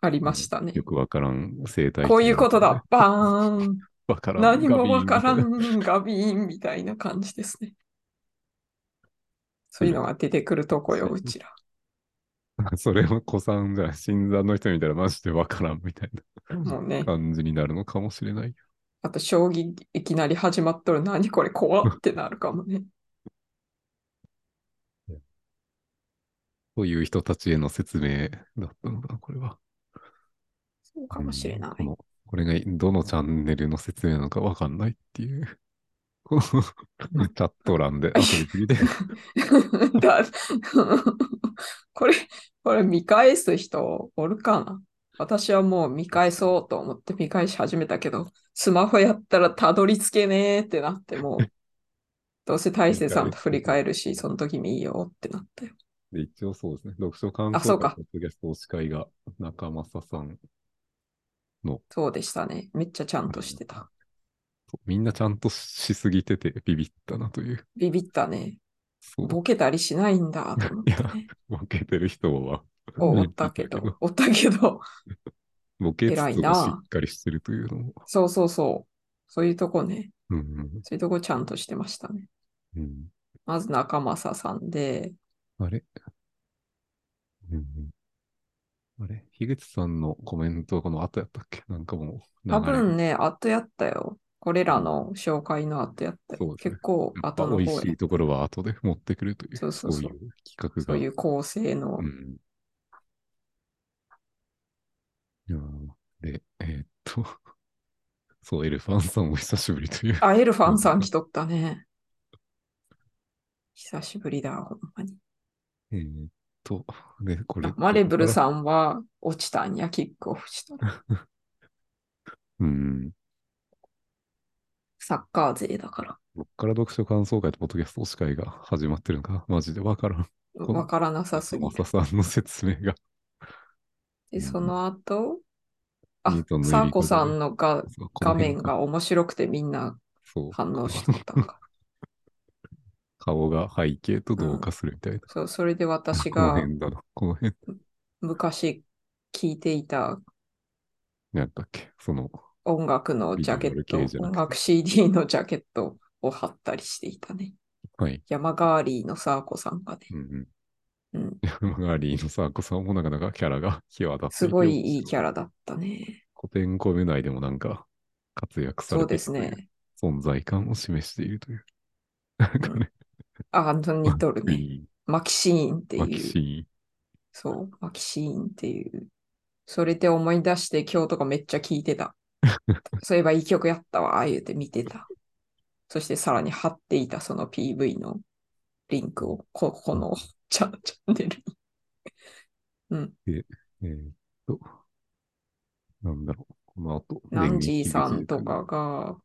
A: ありましたね。
B: よくわからん生態。
A: こういうことだ。。バーン。
B: わからん。
A: 何もわから
B: ガビーンみ
A: ん。ガビーンみたいな感じですね。そういうのが出てくるとこよ、
B: そう
A: うちら。
B: たいな。 [LAUGHS] それは子さんじゃない、新参の人みたいな、マジでわからんみたい
A: もうね
B: な。感じになるのかもしれない。
A: あと、将棋いきなり始まっとる。何これ怖ってなるかもね。
B: という人たちへの説明だったのかな、これは。
A: そうかもしれな
B: う
A: い。
B: んこのこれがどのチャンネルの説明なのかわかんないっていう。このチ
A: [LAUGHS]
B: ャット欄で遊びすぎて。
A: だこれ、これ見返す人おるかな私はもう見返そうと思って見返し始めたけど、スマホやったらたどり着けねーってなって、 [LAUGHS] もう、どうせ大勢さんと振り返るし、その時見いいよってなったよ。
B: で、一応そうですね。読書感
A: あそ
B: 想
A: うか
B: 会、ポッドキャスト、司会が中正さん。
A: そうでしたね。めっちゃちゃんとしてた。
B: みんなちゃんとしすぎててビビったなという。
A: ビビったね。
B: そう。
A: ボケたりしないんだと思ってね。
B: ボケてる人は。
A: おったけど、おったけど、
B: ボケつつ
A: 偉
B: も
A: い
B: し
A: な
B: っかりしてるというのも。
A: そうそうそう。そういうとこね。
B: うんうん
A: そういうとこちゃんとしてましたね。
B: うん、
A: まず中正さんで、
B: あれ、うんうん、あれ樋口さんのコメントはこの後やったっけなんかもう流れ
A: 多
B: が
A: 分ね、後やったよ。これらの紹介の後やったよ。
B: そうですね
A: 結構
B: やっぱ
A: 後の
B: 美味
A: 方
B: し
A: や
B: い。ところは後で持ってくるという、
A: そうそうそう
B: いう企画が。
A: そういう構成の
B: う。ん。いやーで、えーっと、 [LAUGHS] そう、エルファンさんお久しぶりと [LAUGHS] いう。
A: あ、エルファンさん来とったね。久しぶりだ、ほんまに。
B: えーっと、で、これ
A: あ。マレブルさんは落ちたんや、キックオフしたら。
B: うん。
A: サッカー勢だから。
B: こっから読書感想会とポッドキャスト司会が始まってるのか、マジでわからん。この
A: わからなさすぎ
B: マ
A: る。
B: サさんの説明が。
A: で、その後、あ
B: ニートン、の
A: サ
B: 入
A: ー
B: り口
A: コ
B: で
A: さんのが
B: そう
A: 画面、
B: この辺
A: が面白くてみんな
B: そう
A: 反応してたの
B: [LAUGHS]
A: か。
B: 顔が背景と同化するみたいな。
A: そう、それで私
B: この
A: が
B: 辺だな。この辺、
A: 昔聞いていた
B: なんだっけ、 [LAUGHS] その、
A: 音楽のジャケッ
B: ビジュアル系じゃ
A: ト、
B: なくて
A: 音楽 CD のジャケットを貼ったりしていたね。
B: はい。
A: 山ガーリーのサーコさんがね。
B: うんうん
A: うん、
B: [LAUGHS] 山川リーのサーコさんもなかなかキャラが際立って
A: すごいいいキ
B: ャラ。
A: ャラだったね。
B: 古典コメ内でもなんか活躍さ
A: そ
B: れ
A: う
B: て
A: で
B: いる
A: す
B: という
A: ね。
B: 存在感を示しているという。なんかね、
A: あ、似とるね。
B: い
A: マキシーンって
B: い、
A: い
B: マキ
A: う
B: シ。ーン。
A: そう、マキシーンっていう。それで思い出して今日とかめっちゃ聴いてた。そういえばいい曲やったわ、言うて見てた。そしてさらに貼っていたその PV のリンクを、ここのチャチャンネルに。
B: えーっと、なんだろう、この後。
A: ナンジ
B: 電
A: ー
B: 撃
A: さ
B: 美
A: ん
B: 術
A: とかが、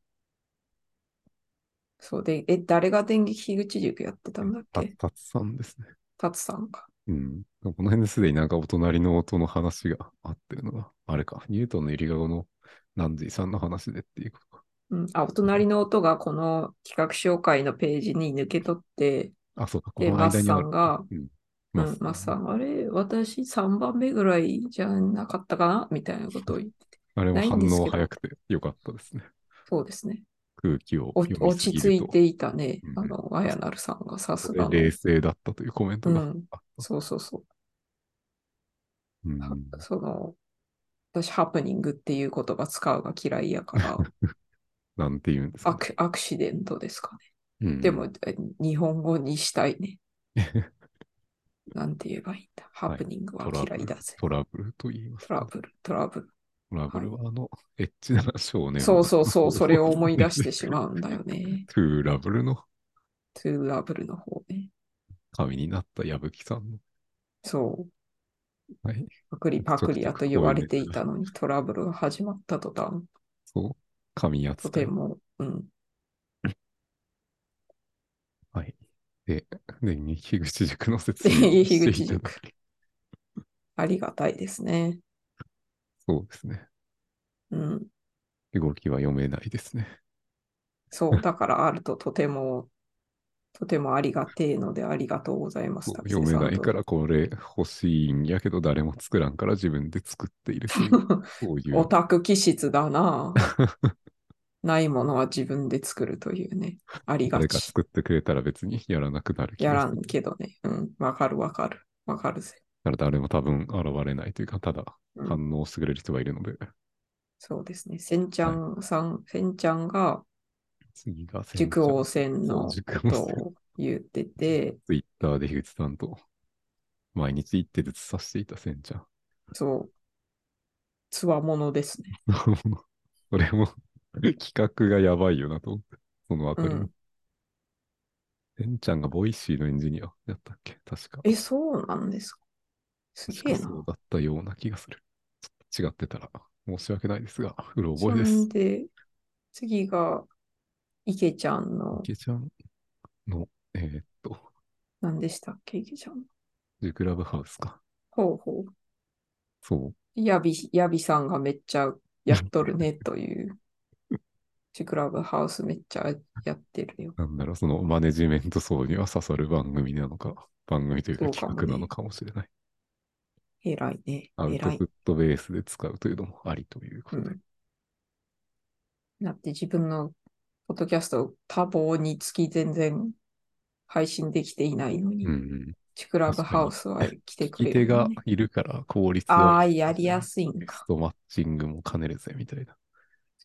A: そうで、え、誰が電撃樋口塾やってたんだっ
B: 館。
A: け
B: たつさんですね。
A: タツさんか。
B: うん。この辺ですでになんかお隣の音の話があってるのが、あれか、ニュートンの入り顔のナンジーさんの話でっていうことか。
A: うん、あ、お隣の音がこの企画紹介のページに抜け取って、
B: あ、そうか、こ
A: で、
B: の
A: マ
B: 間
A: ス
B: に
A: さ
B: ある
A: ん。が、
B: うん。
A: うん、マスさん、あれ、私3番目ぐらいじゃなかったかなみたいなことを言って、
B: あれも
A: ない
B: 反
A: んですけど
B: 応早くてよかったですね。
A: そうですね。
B: 空気を
A: お
B: 読み
A: 落
B: す
A: ち
B: ぎ
A: 着
B: る
A: い
B: と。
A: ていたね
B: う、ん
A: あの、あやなるさんがさすがの。
B: 冷静だったというコメント
A: う
B: が。
A: ん、そうそうそうう。
B: ん
A: はその、私、ハプニングっていう言葉使うが嫌いや
B: [LAUGHS]
A: から、
B: なんて言うんですか、
A: アクアクシデントですかね。
B: うん
A: でも、え日本語にしたい
B: [LAUGHS]
A: ね。なんて言えばいいんだ。ハプニングは
B: トラブ
A: 嫌い
B: ル
A: だぜ。
B: トラブルと言いま
A: ト
B: すか
A: ラブル、トラブル。
B: トラブルはあの、エッチな少年。
A: そうそう
B: [LAUGHS]
A: そう、それを思い出して
B: し
A: しまうんだよね。
B: トゥーラブルの
A: トゥーラブルの方ね。
B: 神になった矢吹さんの。
A: そう。
B: はい。
A: パクリパクリやと言われていたのにトラブルが始まった途端、
B: そう。神や
A: と
B: つ
A: ても、うん、
B: はい。で、で、
A: [LAUGHS]
B: 樋口塾の説明を
A: で
B: していただき
A: 樋口塾ありがたいですね。
B: そうですね。
A: うん。
B: 動きは読めないですね。
A: そう、だからあるととても、とてもありがてえのでありがとうございます。
B: そう
A: た
B: 読めないか
A: ら。
B: らこれ欲しいんやけど誰も作らんから自分で作っている
A: [LAUGHS]
B: というそうい
A: オ
B: う
A: タク気質だ
B: [LAUGHS]
A: な。ないものは自分で作るというね。ありが
B: 誰か
A: ち。
B: 作ってくれたら別にやらなくなる気
A: や
B: が
A: ら
B: する
A: んけどね。うん。わかるわかる。わかるぜ。
B: だから誰も多分現れないというかただ
A: うん
B: 反応してくれる人がいるので、
A: そうですね。せんちゃんさん、せんちゃんが
B: 次が先
A: 塾
B: 生
A: 王戦の
B: そう塾
A: こ
B: 王
A: と
B: 戦
A: を言ってて、
B: ツイッターで樋口さんと毎日一手ずつさしていたせんちゃん
A: そう、つわものですね。
B: [LAUGHS] それも企画がやばいよなと思ってそのあたり
A: う
B: の
A: ん
B: せんちゃんがボイシーのエンジニアやったっけ確か
A: え、そうなんですかす
B: 確
A: げえ
B: か
A: な。
B: そうだったような気がする。ちょっと違ってたら申し訳ないですが、うろ覚
A: ちな
B: えで
A: み
B: す
A: に。で、次が、池ちゃんの、
B: 池ちゃんの、えーっと、
A: 何でしたっけ、池ちゃんの。
B: ジクラブハウスか。
A: ほうほう。
B: そう。
A: ヤビ、ヤビさんがめっちゃやっとるねと
B: [LAUGHS]
A: いう。シクラブハウスめっちゃやってるよ。
B: なんだろう、そのマネジメント層には刺さる番組なのか、番組というか
A: そうかも
B: 企
A: ね
B: 画なのかもしれない。
A: 偉いね。
B: アウト
A: 偉い
B: プッ。トベースで使うというのもありというこ
A: う
B: とで。
A: ん。だって自分のポッドキャスト多忙につき全然配信できていないのに、
B: うんうん。
A: シクラブハウスは来てく
B: 聞
A: れ
B: き手
A: る
B: が
A: のね、
B: いるから効率
A: あ
B: は
A: あ、
B: いい
A: やりやすいん
B: ベス
A: か。
B: トマッチングも兼ねるぜみたいな。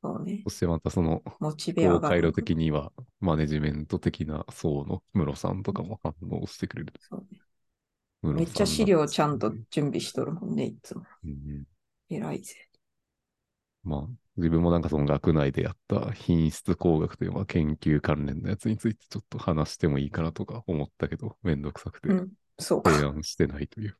A: そうね
B: そ。してまたその
A: モチベ
B: こ
A: 上
B: う
A: が
B: 回
A: る
B: 路。的にはマネジメント的な層のムロさんとかも反応してくれる。
A: そうね
B: ムロ
A: めっちゃ
B: さん
A: 資料ちゃんと
B: うん
A: 準備しとるもんね、いつも。
B: うん
A: 偉いぜ。
B: まあ自分もなんかその学内でやった品質工学というまあ研究関連のやつについてちょっと話してもいいかなとか思ったけどめんどくさくて
A: うん、そうか。
B: 提案してないという。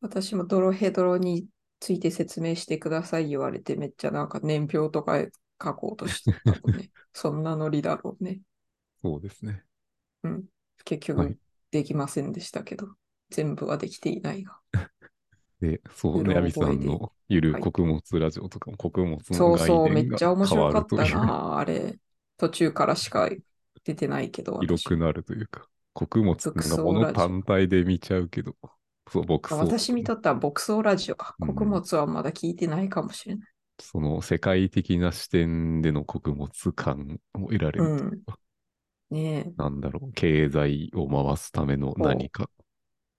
A: 私もドロヘドロについて説明してください言われて、めっちゃなんか年表とか書こうとしてたもん
B: [LAUGHS]
A: ね。そんなノリだろうね。
B: そうですね。
A: 結
B: はい
A: 局できませんでしたけど、全部はできていないが。
B: で、そう、
A: うろ
B: ね、
A: 覚えで
B: ヤビさんのゆる
A: はい
B: 穀物ラジオとかも穀物
A: そ
B: の
A: うそう、
B: 概
A: め
B: 念
A: っ
B: が
A: ちゃ
B: 変
A: 面白
B: わ
A: か
B: る
A: っ
B: と
A: た
B: いう、
A: な、あれ。途中からしか出てないけど、
B: 広くなるというか、穀物ってのが
A: 牧草
B: 物
A: ラジオ
B: 単体で見ちゃうけど、そう、牧
A: 私
B: 草とか
A: 私にとっては牧草ラジオか。
B: うん
A: 穀物はまだ聞いてないかもしれない。
B: その世界的な視点での穀物感を得られる。
A: うん。ねえ、
B: なんだろう、経済を回すための何か。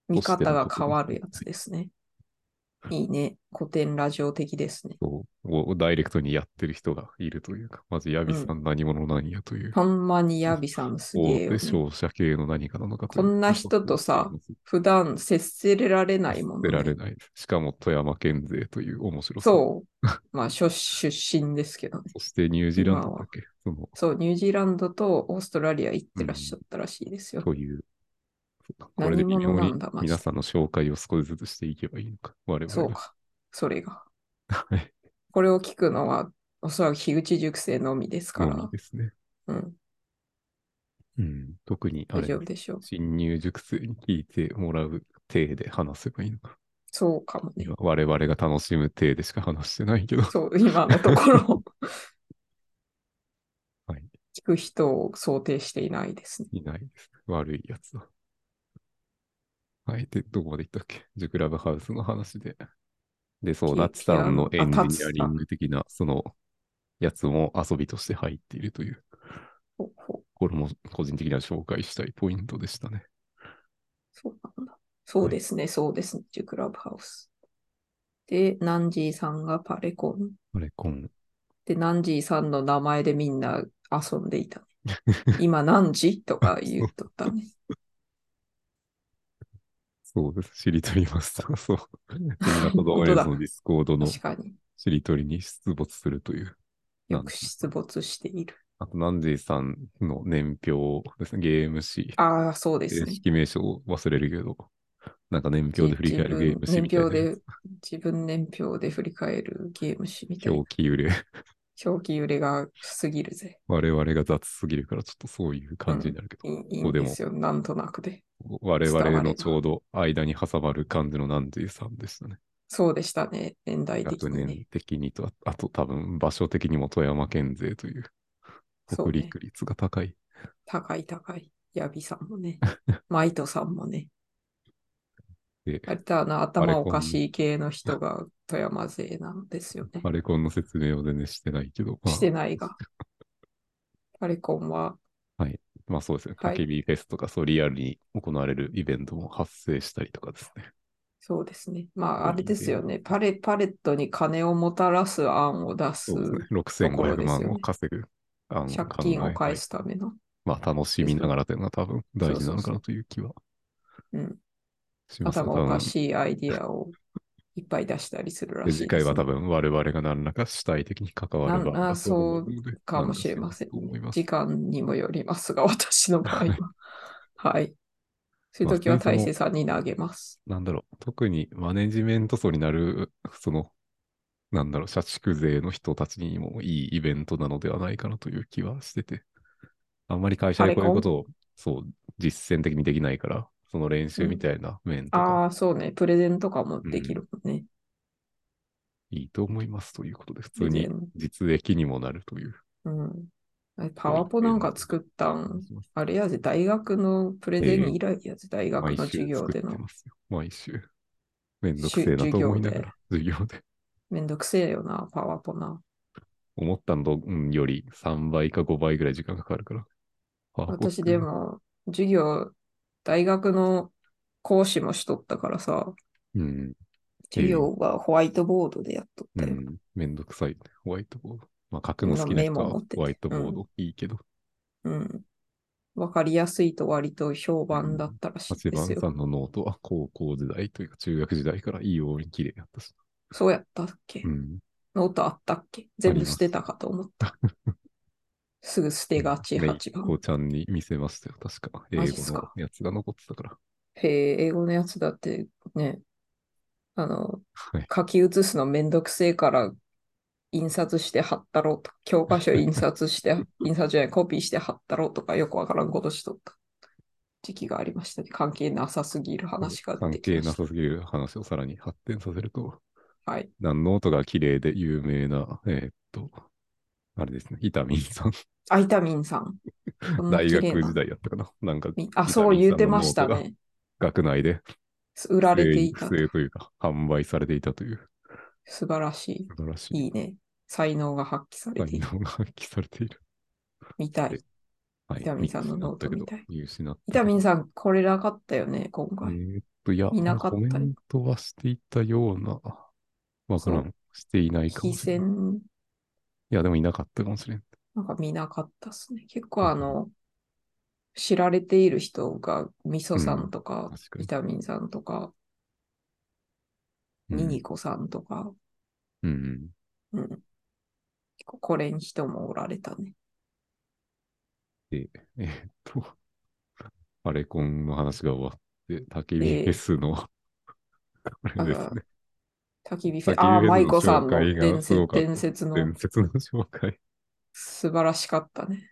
A: 見方が変わるやつですね。いいね。古典ラジオ的ですね。
B: そうをダイレクトにやってる人がいるというか、まずヤビさん何者なんやという、
A: ほんまにヤビさんすげえ
B: 大
A: よ、
B: 手
A: ね。
B: 商社系の何かなのかという
A: こんな人とさ、普段接せられないもの、
B: 捨てられ
A: ね。
B: ないです。しかも富山県勢という面白さ。
A: そう。まあ、しょ出身ですけどね。
B: そしてニュージーランドだっけその、
A: そう、ニュージーランドとオーストラリア行ってらっしゃったらしいですよ。
B: と
A: [LAUGHS]
B: いう。そうこれで
A: 何
B: 微
A: 者
B: 妙
A: な
B: に
A: んだマジで
B: 皆さんの紹介を少しずつしていけばいいのか。我々
A: そう
B: が。
A: か。それが。
B: はい。
A: これを聞くのは、おそらく樋口塾生のみですか
B: のみ
A: ら。
B: ですね。
A: うん、
B: うん。特にあ
A: 大
B: れ
A: 丈夫
B: です、
A: でしょう。
B: 新入塾生に聞いてもらう体で話せばいいのか。
A: そうかもね。
B: 今我々が楽しむ体でしか話してないけど。 [LAUGHS]
A: そう、今のところ、 [LAUGHS]
B: はい。
A: 聞く人を想定していないですね。
B: いないです。悪いやつは。はい。で、どこまで行ったっけジュクラブハウスの話で。で、そう、
A: ピ
B: ダッチさんの
A: ピ
B: エ
A: ア
B: ン
A: ノ
B: ジ
A: あ
B: ニアリング的な、その、やつも遊びとして入っているという、
A: ほうほう
B: これも個人的には紹介したいポイントでしたね。
A: そうなんだ。そうですね、そうですね。塾クラブハウス。で、ナンジーさんがパレコン。
B: あれ、コン。
A: で、ナンジーさんの名前でみんな遊んでいた
B: [LAUGHS]
A: ね。今何時とか言っとったね。
B: そうです。知りとりま [LAUGHS] した。そう。みんなとどまれずのディスコードの
A: 確かに。
B: 知りとりに出没するという。
A: よく出没している。
B: あと、ナンジーさんの年表ですね。ゲーム誌。
A: ああ、そうです
B: 正
A: ね。
B: 式名称を忘れるけど、なんか年表で振り返るゲーム誌みた
A: 自分年
B: いな。
A: 表で、自分年表で振り返るゲーム誌みたいな
B: 狂。気揺れ。
A: 表記揺れがすぎるぜ。
B: 我々が雑すぎるから、ちょっとそういう感じになるけど。
A: いいいい
B: こうんでも
A: ですよ、なんとなくで。
B: 我
A: 伝われ
B: 々
A: ば
B: のちょうど間に挟まる感じのナンジーさんでしたね。
A: そうでしたね、年代的
B: 学
A: に
B: 年
A: ね。
B: 的にと、ああと多分場所的にも富山県勢という
A: そう
B: 北
A: ね
B: 陸、率が高い。
A: 高い高い。ヤビさんもね、 [LAUGHS] マイトさんもね、
B: で、
A: あれだな、
B: あれ
A: 頭
B: こん
A: おかしい系の人が富山勢なんですよね。
B: パレコンの説明を全然してないけど、まあ、
A: してないが。パレコンは、
B: まあそうですね。
A: は
B: 焚
A: い
B: き火フェスとか、そうリアルに行われるイベントも発生したりとかですね。
A: そうですね。まあ、あれですよね。パレ、パレットに金をもたらす案を出す、
B: そうです [LAUGHS] ね。
A: ところ
B: 6500
A: ですよね
B: 万を稼ぐ案を考え
A: 借金を
B: た
A: 返
B: い
A: すための。
B: まあ楽しみながらというのは多分大事なのかなという気は
A: うん。
B: しますね。
A: 頭お
B: 多
A: か
B: 分
A: しいアイディアをいっぱい出したりするら
B: で
A: しいで
B: 次回
A: す、
B: は多
A: ね。
B: 分我々が何らか主体的に関わる場合
A: なんあ
B: だと思ので
A: かもしれません
B: 何かしようと思
A: ね。
B: います [LAUGHS]
A: 時間にもよりますが、私の場合は。はい。そういう時は大勢さんに投げます。
B: なんだろう、特にマネジメント層になる、 [LAUGHS] その、なんだろう、社畜税の人たちにもいいイベントなのではないかなという気はしてて、あんまり会社でこういうことを、そう、実践的にできないから、その練習みたいな面とか、
A: ああ、そうね。プレゼンとかもできるもんね。
B: いいと思いますということで、普通
A: プレゼ
B: に
A: ン
B: 実益にもなるという。
A: うん。あれパワポなんか作ったん、あれやぜ、大学のプレゼン以来やぜ、大学
B: 毎
A: の
B: 週
A: 授業
B: 作
A: で
B: って
A: の。
B: ますよ。毎週。めんどくせえなと思いながら、授業で。
A: めんどくせえよな、パワポな。
B: 思ったのとうんより3倍か5倍ぐらい時間かかるから。パワポ
A: 私で。も、授業、大学の講師もしとったからさ、
B: うん。
A: 授業はホワイトボードでやっとっ
B: う
A: たよ。
B: ん。めんどくさいね。ホワイトボード。まあ、書くの好きな
A: メ
B: 人
A: モ持
B: は
A: ってて
B: ホワイトボー
A: う
B: ドいいけど、
A: うん。わかりやすいと割と評判だったらしい
B: 八
A: で
B: 番
A: すよ。
B: さんのノートは高校時代というか中学時代からいいように綺麗やったし。
A: そうやったっけ、
B: うん。
A: ノートあったっけ全部捨てたかと思った。すぐ捨てがち、
B: ね
A: 8番。
B: こうちゃんに見せましたよ、確か。英
A: マ
B: 語
A: ジっす
B: の
A: か
B: やつが残ってたから。
A: へえ、英語のやつだってね、あの、
B: はい。
A: 書き写すのめんどくせえから、印刷して貼ったろうと、教科書印刷
B: [LAUGHS]
A: して、印刷じゃない、コピーして貼ったろうとか、よくわからんことしとった時期がありましたね。関係なさすぎる話が
B: 関
A: 出てき
B: 係
A: ま
B: な
A: し
B: さすぎる話をさらに発展させると、
A: た。はい。
B: なんノートが綺麗で有名な、えーっと、あれですね、伊丹さん。
A: アイタミンさん。こんな
B: 大
A: 綺麗な
B: 学時代やったかな。なんか、
A: みあ、そう言うてました
B: 伊丹さんのノー
A: ね。
B: 学内で
A: 売ら
B: 不
A: れて
B: 正
A: いた
B: 不。正というか、販売されていたという、
A: 素晴らし
B: 素晴らし
A: い。い
B: い
A: いね。才能が発揮されて
B: [LAUGHS] 才
A: いる
B: 能が発揮さ
A: [LAUGHS]
B: れている。
A: みたい。
B: はい、
A: 伊丹さんのノートみたい
B: 見失ったけど。見
A: 伊丹
B: 失ったん
A: さん、これなかったよね、今回。
B: えーっと、いや、
A: いなかった
B: コメントはしていたような、わから
A: そ
B: ん。していないか
A: 非
B: もしれない。
A: 戦
B: いや、でもいなかったかもしれん。
A: なんか見なかったっすね。結構あの、知られている人が、みそさんとか、
B: 確かに
A: ビタミンさんとか、
B: うん
A: ニニコさんとか、
B: うん。
A: うん。結構これに人もおられたね。
B: えーっと、アレコンの話が終わって、焚き火フェスの、 [LAUGHS] これですね。
A: 焚き火フェ
B: 焚き火フェス
A: ス。ああ、
B: の
A: マイコさんの
B: 紹介が
A: 伝
B: す
A: 説
B: ごかった
A: 伝説の
B: 伝説の紹介、
A: 素晴らしかったね。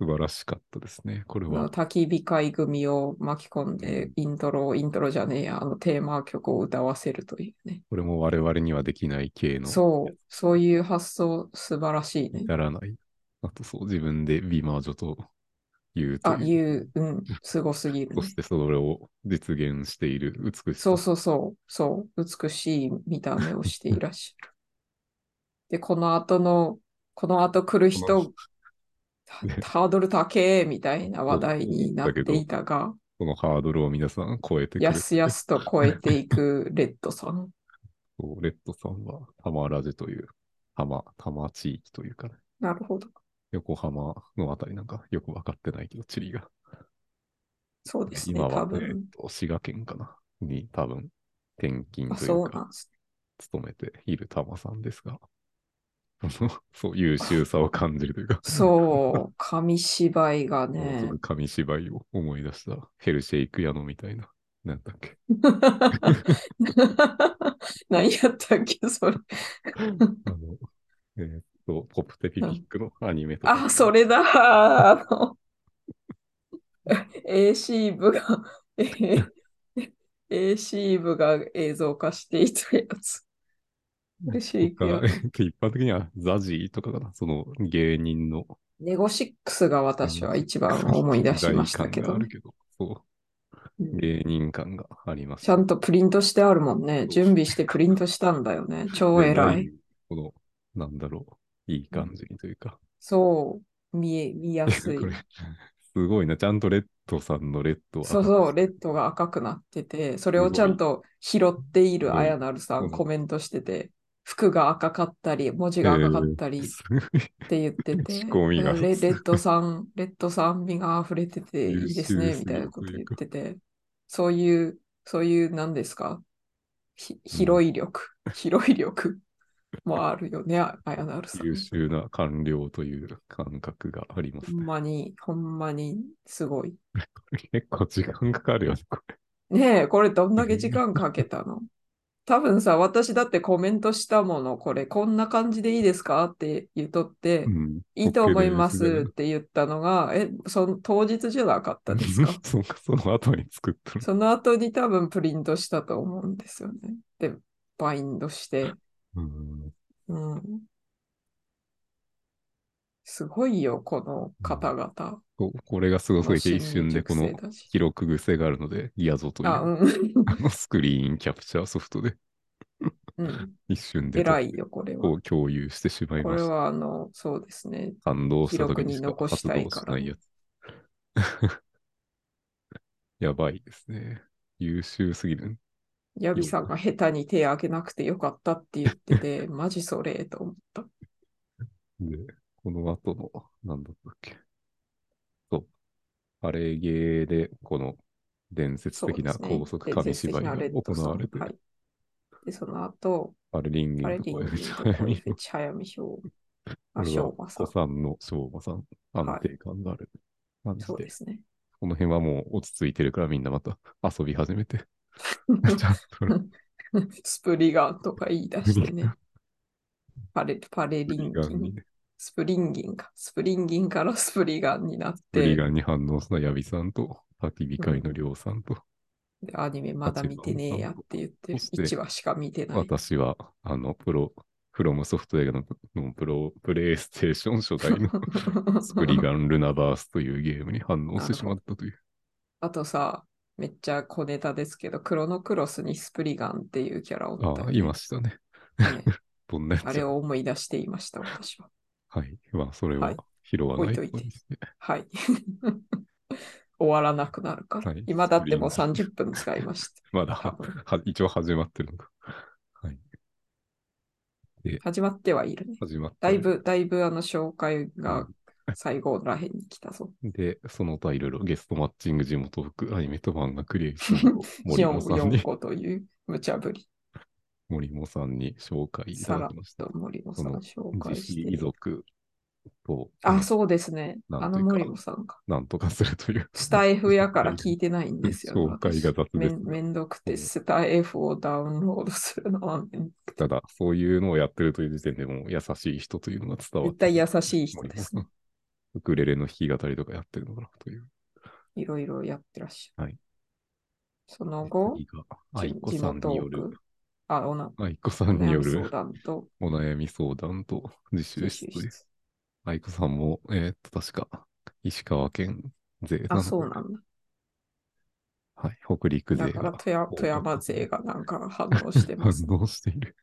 B: 素晴らしかったですね。これ
A: あの
B: は、
A: 焚き火会組を巻き込んで、イントロ、イントロじゃねえや、あのテーマ曲を歌わせるというね。
B: これも我々にはできない系の、
A: そう、そういう発想、素晴らしいね。
B: やらない。あと、そう、自分で美魔女と言う
A: あ、
B: という。
A: 言う、うん、すごすぎる、
B: そ
A: ね
B: し。て、それを実現している美し
A: そ
B: さ
A: う。そうそう、そう、美しい見た目をしていらっし [LAUGHS] ゃる。で、この後の、この後来る人、
B: の人
A: ハハードル高えみたいな話題になっていたが、
B: このハードルを皆さん超えてくれ
A: や
B: て
A: すやすと超えていくレッドさん。
B: そうレッドさんは、たまらじという、たま、たま地域というかね、
A: なるほど。
B: 横浜のあたりなんかよくわかってないけど、地理が。
A: そうですね、
B: 今
A: 多
B: は、えっ
A: 分。
B: と、滋賀県かなに多分、転勤
A: あ、
B: とい
A: そうう
B: か
A: な、んですね。
B: 勤めている玉さんですが、 [LAUGHS] そのそう、優秀さを感じるというか、
A: [LAUGHS] そう、紙芝居が
B: [LAUGHS] もうちょ
A: ね
B: っと、紙芝居を思い出した、ヘルシェイク屋のみたいな、なんだっけ。
A: [LAUGHS] 何やったっけ、それ。
B: あの、えーっと、ポップテピピックのアニメとか。
A: あ、それだ [LAUGHS] あの、AC 部が、えー AC 部が映像化していたやつ。嬉しいけど
B: とかえーっと一般的にはザジーとかかな、その芸人の。
A: ネゴシックスが私は一番思い出しましたけ
B: 時代感が
A: ど
B: あ
A: ね、
B: るけど、そうう、
A: ん
B: 芸人感がありまし
A: ちゃ
B: た。
A: んとプリントしてあるもんね。準備してプリントしたんだよね。超偉い。。
B: この、なんだろう、いい感じにというか。
A: そう、見え、見やすい
B: [LAUGHS] こ。れ、すごいな、ちゃんとレッドさんのレッドは
A: そうそう、レッドが赤くなってて、それをちゃんと拾っているあやなるさ
B: うん
A: んコメントしてて、服が赤かったり、文字が赤かったりっ
B: すごい
A: て言ってて、
B: 仕込みが
A: うんレレッドさん、レッドさん味が溢れてていいです
B: 優秀
A: ね、
B: すぎる
A: みたいなこと言ってて、そういう、そういう、何ですかひ拾い力、拾い力もあるよね、あやなるさん。
B: 優秀な官僚という感覚がありま
A: ほ
B: す
A: ん
B: ね。
A: まに、ほんまにすごい。
B: 結構時間かかるよね、これ。
A: ねえ、これどんだけ時間かけたの多分さ、私だってコメントしたもの、これこんな感じでいいですかって言っとって、
B: うん
A: いいと思いま
B: OK
A: す
B: で
A: って言ったのが、え、その当日じゃなかったですか
B: [LAUGHS] そうか、その後に作ったの。
A: その後に多分プリントしたと思うんですよね。で、バインドして。
B: うん
A: うん。すごいよ、この方々。
B: ここれがすごすぎて
A: まあ
B: 一瞬でこ
A: 新入
B: の
A: 塾生だし
B: 記録癖があるので、ギヤゾという
A: あ、
B: [LAUGHS] あ
A: うん。
B: のスクリーンキャプチャーソフトで [LAUGHS]
A: うん。
B: 一瞬で
A: 偉いよ、これは。
B: こう共有してしまい
A: こ
B: ま
A: れ
B: した。
A: は、あの、そうですね。
B: 感動した時にし
A: 記録に
B: か
A: 残
B: 発
A: したい
B: 動
A: か
B: し
A: ら
B: ないやつ。 [LAUGHS] やばいですね。優秀すぎる。
A: ヤビさんが下手に手挙げなくてよかったって言って
B: [LAUGHS]
A: て、マジそれと思った。
B: で、この後の、なんだったっけ。そう。あれゲーで、この伝説
A: そう
B: 的
A: で
B: な
A: すね。
B: 高速
A: 伝
B: 紙
A: 説的
B: 芝居
A: な
B: が
A: レッ
B: 行
A: ドソン
B: われて、
A: はい。で、その後、
B: あれ人
A: あ
B: 間
A: れ
B: と
A: リンリ
B: かや
A: ン
B: めち
A: と
B: ゃ
A: 小
B: い
A: 泉茶やみひょう。
B: こ
A: あ、
B: れ
A: しょ
B: は
A: うまさ
B: 子
A: ん。
B: さんのしょうまさん、安定感がある感じ
A: そう
B: で、
A: ですね。
B: この辺はもう落ち着いてるからみんなまた遊び始
A: [LAUGHS]
B: めて、ちゃんと
A: スプリガンとか言い出して
B: [LAUGHS]
A: ね。パレ、パレリン
B: ガ
A: ギ
B: ンに
A: ン。
B: ね、
A: スプリンギンか。スプリンギンからスプリガンになっ
B: ブリ
A: て、
B: ガンに反応したヤビさんと、焚き火会のりょうさんと、
A: でアニメまだ見てねえやって言って、
B: そして
A: 1話しか見てない。
B: 私は、あの、プロ、フロムソフトウェアののプロ、プレイステーション初代のスプリガン・ルナバースというゲームに反応してしまったという。
A: あとさ、めっちゃ小ネタですけど、クロノクロスにスプリガンっていうキャラを
B: ああ、いましたね。 [LAUGHS] どんなや
A: あ
B: つ
A: れ
B: や
A: を思い出していました、私は。
B: はい。まあ、それ
A: は
B: はい拾わな
A: 置
B: い
A: いといて
B: ことにして
A: はい。 [LAUGHS] 終わらなくなるから。
B: はい
A: 今だってもう
B: スプリン
A: 30分使いました。
B: まだ
A: 多分
B: [LAUGHS] は一応始まってるのか。はい。
A: 始まってはいるね。
B: 始まった
A: だ
B: ね
A: いぶ、だいぶあの紹介
B: う
A: が
B: ん [LAUGHS]
A: 最後らへんに来たぞ。
B: で、その他いろいろゲストマッチング地元服アニメと漫画クリエイションを
A: [LAUGHS]
B: 森
A: 4
B: もさんに、
A: 個という無茶ぶり
B: 森もさんに紹介いただきました
A: と。森本さん紹
B: 自
A: 介し
B: 費遺
A: て。
B: 族と、
A: あ、そうですね。
B: な
A: あ
B: んと
A: の
B: いうか
A: 森本さんが。
B: なんとかするという。
A: スタイフやから聞いてないんですよ、ね。
B: 紹介が雑
A: め
B: です
A: んめんどく
B: う
A: て、
B: ん
A: スタイフをダウンロードするのはめん
B: ただ、そういうのをやってるという時点でもう優しい人というのが伝わっ
A: 絶
B: て。
A: 対優しい人ですね。
B: 森もさんウクレレの弾き語りとかやってるのかなという。
A: いろいろやってらっしゃる。
B: はい
A: その後、
B: 次が
A: 地
B: 愛子さんによ
A: 地
B: る
A: 元、あ、おな
B: 愛子さ
A: お
B: んによ
A: 悩み相
B: る
A: 談と
B: お悩み相談と自習
A: 自
B: 室
A: 習
B: という。
A: 室。
B: 愛子さんも、えーっと、確か、石川県勢なの
A: あ、
B: か
A: そうなんだ。
B: はい、北陸勢
A: だから
B: が
A: 富山富山勢がなんか反応して
B: [LAUGHS] 反
A: ます。
B: 応している。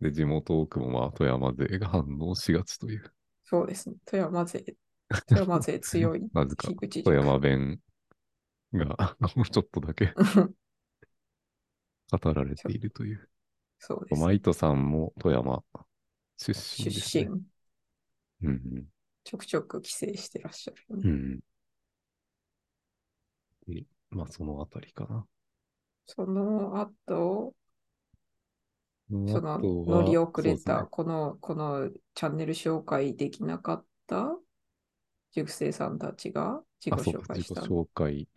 B: で、地元奥もまあ富山勢が反応しがちという。。
A: そうですね。富山勢、富山勢強い
B: なぜか
A: 樋口塾
B: 富山弁がもうちょっとだけ語られているという。
A: [LAUGHS] そうです。
B: マイトさんも富山出
A: 出
B: 身です、
A: 身
B: ね。、うん
A: ちょくちょく帰省してらっしゃるよ
B: うん。う
A: ね。
B: ん。でまあ、そのあたりかな。
A: その後、その
B: 後
A: 乗
B: は
A: り遅れ
B: そう
A: た、この、このチャンネル紹介できなかった塾生さんたちが自己
B: あ、そう
A: 紹
B: か、
A: 介
B: 自己
A: した
B: 紹介。自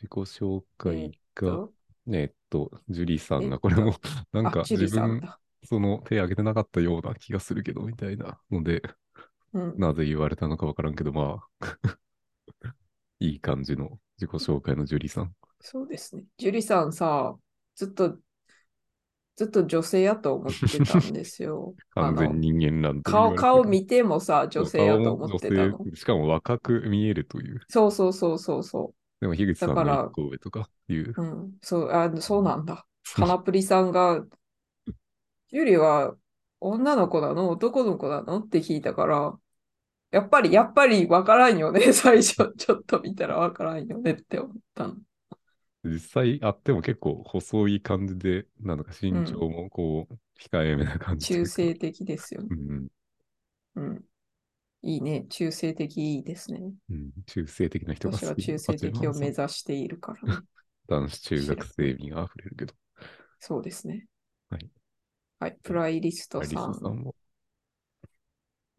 B: 己紹介が、
A: と。
B: ねえっと、ジュリーさん
A: え
B: が、
A: っ
B: これも、なんか
A: あ、ジュ
B: 自
A: リさん
B: 分、
A: だ。
B: その手挙げてなかったような気がするけど、みたいなので、
A: うん、
B: なぜ言われたのかわからんけど、まあ、 [LAUGHS] いい感じの自己紹介のジュリーさん。
A: そうですね。ジュリさんさ、ずっと、ずっと女性やと思ってたんです
B: [LAUGHS]
A: よ。あ
B: 完全
A: の
B: 人間なんて言われ
A: 顔、
B: て
A: 顔見てもさ、女性やと思ってた
B: 顔
A: の
B: も。女性しかも若く見えるという。
A: そうそうそうそうそ
B: でも、樋口さんの
A: だから
B: 一個上とかいう
A: う。。うん。そう、あ、そうなんだ。カナプリさんが、ジュリは女の子なの男の子なのって聞いたから、やっぱり、やっぱりわからんよね。 [LAUGHS] 最初、ちょっと見たらわからんよねって思ったの。
B: [LAUGHS] 実際あっても結構細い感じで、なんだか身長もこう、控えめな感じという
A: 中
B: か
A: 性的ですよね。
B: うん
A: うん。いいね。中性的いいですね。
B: うん、中性的な人が好
A: 私
B: き
A: は中性的を目
B: 指
A: 指しているからね。
B: 男子中学生味が溢れるけど。
A: そうですね。
B: はい
A: はい、プライリスト
B: ラリス
A: さ
B: さ
A: ん。
B: んも。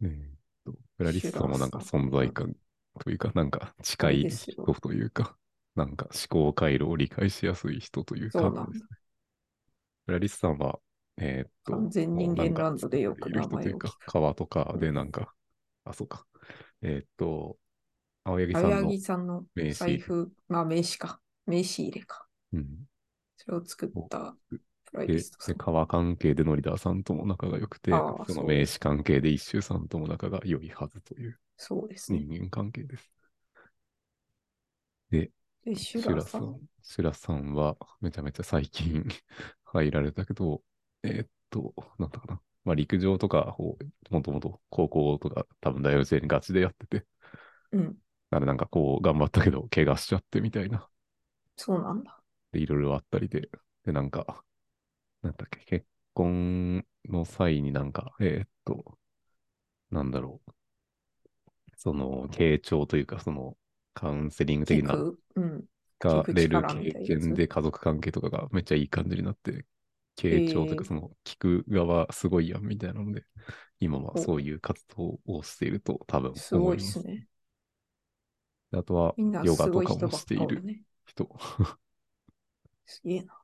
B: えーっと、プラリストさんもなんか存在感というか、なんか近
A: いい
B: い
A: ですよ
B: 人というか、なんか思考回路を理解しやすい人という
A: そ
B: 感
A: うなん
B: じですね。プラリストさんは、えーっと、
A: 完全人間ランドでよ
B: い
A: く
B: る
A: 名
B: 人と
A: 前
B: いう
A: を聞
B: か
A: く、。
B: 川とかでなんか、あ、そうか。えーっと、青柳さ
A: 青
B: んの、
A: 柳さんの
B: 名刺
A: 財布、まあ名刺か。名刺入れか。
B: うん、
A: それを作ったプライ
B: で、
A: リ
B: で
A: ストさん。
B: 川関係でノリダーさんとも仲が良くて、
A: あ
B: そ
A: ー
B: の
A: そう
B: 名刺関係で一周さんとも仲が良いはずという
A: そうですね
B: 人。間関係です。
A: で、
B: シ
A: シュ
B: ュ
A: ラ
B: ラ
A: さ
B: さ
A: ん
B: ん。、シュラさんはめちゃめちゃ最近 [LAUGHS] 入られたけど、えーっと、なんだかな。まあ陸上とかを、もともと高校とか多分大学生にガチでやってて、
A: うん、
B: なのでなんかこう頑張ったけど怪我しちゃってみたいな。
A: そうなんだ。
B: で、いろいろあったりで、で、なんか、なんだっけ、結婚の際になんか、えーっと、なんだろう。その、傾聴というか、その、カウンセリング的
A: 聞
B: な
A: く。うん。
B: がれる
A: 聞く力みた
B: 経
A: いなやつ
B: 験で家族関係とかがめっちゃいい感じになって、傾聴というか
A: へえ
B: その聞く側すごいやんみたいなので、今はそういう活動をしていると多分
A: す
B: 思
A: ごい
B: い
A: で
B: ます。
A: すね。
B: あとは
A: みんな
B: ヨ
A: す
B: ガと
A: ごい
B: か
A: 人
B: も
A: ばっ
B: してい
A: かだ
B: る
A: ね。
B: 人。
A: すげえな。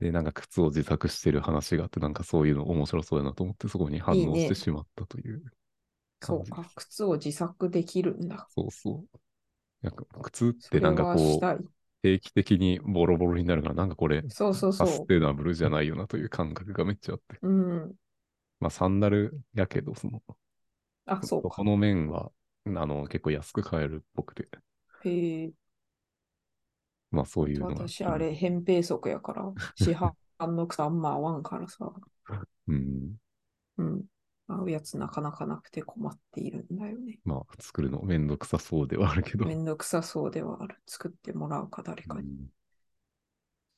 B: で、なんか靴を自作してる話があって、なんかそういうの面白そうだなと思ってそこに反
A: いい
B: 応
A: ね
B: してしまったという
A: そ
B: 感
A: う
B: じです。
A: か。靴を自作できるんだ。
B: そうそう。なんか靴っ
A: そ
B: て
A: れ
B: なんか
A: はし
B: こう、
A: たい。
B: 定期的にボロボロになるから、なんかこれ、
A: そうそう
B: サス
A: そ
B: テナブルじゃないよなという感覚がめっちゃあって。
A: う。うん。
B: まあ、サンダルやけど、その、
A: あ、 [LAUGHS] そ
B: そう
A: か。
B: この面は、あの、結構安く買えるっぽくて、
A: へえ。
B: まあ、そういうのが。
A: 私、あれ、扁平足やから、市販の靴あんま合わんからさ。
B: うん。
A: うん。合うやつなかなかなくて困っているんだよね。
B: まあ、作るのめんどくさそうではあるけど。
A: めんどくさそうではある。作ってもらうか、誰か
B: う
A: に。
B: ん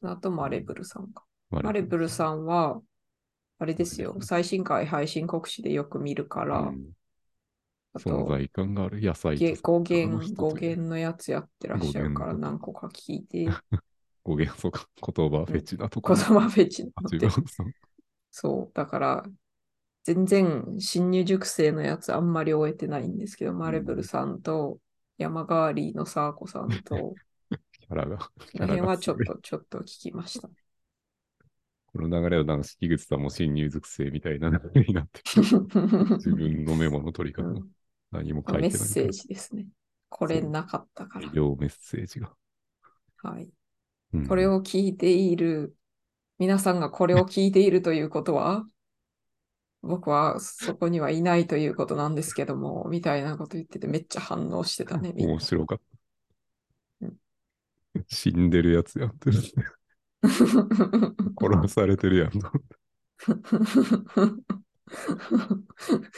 A: あと、マレブルさんか。
B: ま
A: マレブルさんは、あれです
B: そう
A: よ。
B: ですね
A: 最新回配信告知でよく見るか
B: う
A: ら、
B: ん
A: あ
B: 存
A: と、
B: 在感がある野菜
A: げ
B: と
A: 語
B: 魚の
A: 源、
B: 人
A: 語
B: という。
A: 源のやつやってらっしゃるから
B: 語
A: 何
B: 源
A: 個か聞い
B: [LAUGHS]
A: て、
B: 語源、そうか、言葉フェチなとこ
A: 言
B: ろ。
A: 葉フェチにな
B: あ
A: っ
B: 違
A: て
B: う。そう
A: そう、だから、全然新入塾生のやつあんまり終えてないんですけど、マレブルさんと、山ガーリーのサーコさんと、
B: キャ
A: [LAUGHS]
B: ラが、
A: そ
B: [LAUGHS] キ
A: の
B: ャラ
A: 辺
B: が
A: は
B: す
A: ちょっ
B: ごい。
A: と、ちょっと聞きました。
B: この流れをなんか、木口さんも新入属性みたいな流れに
A: [LAUGHS]
B: なってる、 [LAUGHS] 自分のメモの取り方
A: う
B: も
A: ん
B: 何も書い
A: メッ
B: てない
A: セ
B: け
A: ー
B: ど。
A: ジですね。これなかったから
B: 医。療メッセージが。
A: はい。
B: うん
A: これを聞いている、皆さんがこれを聞いているということは、僕はそこにはいないということなんですけども、みたいなこと言っててめっちゃ反応してたね、みんな
B: 面白かっ
A: うん
B: た。死んでるやつやんと。
A: [LAUGHS]
B: 殺されてるやんと。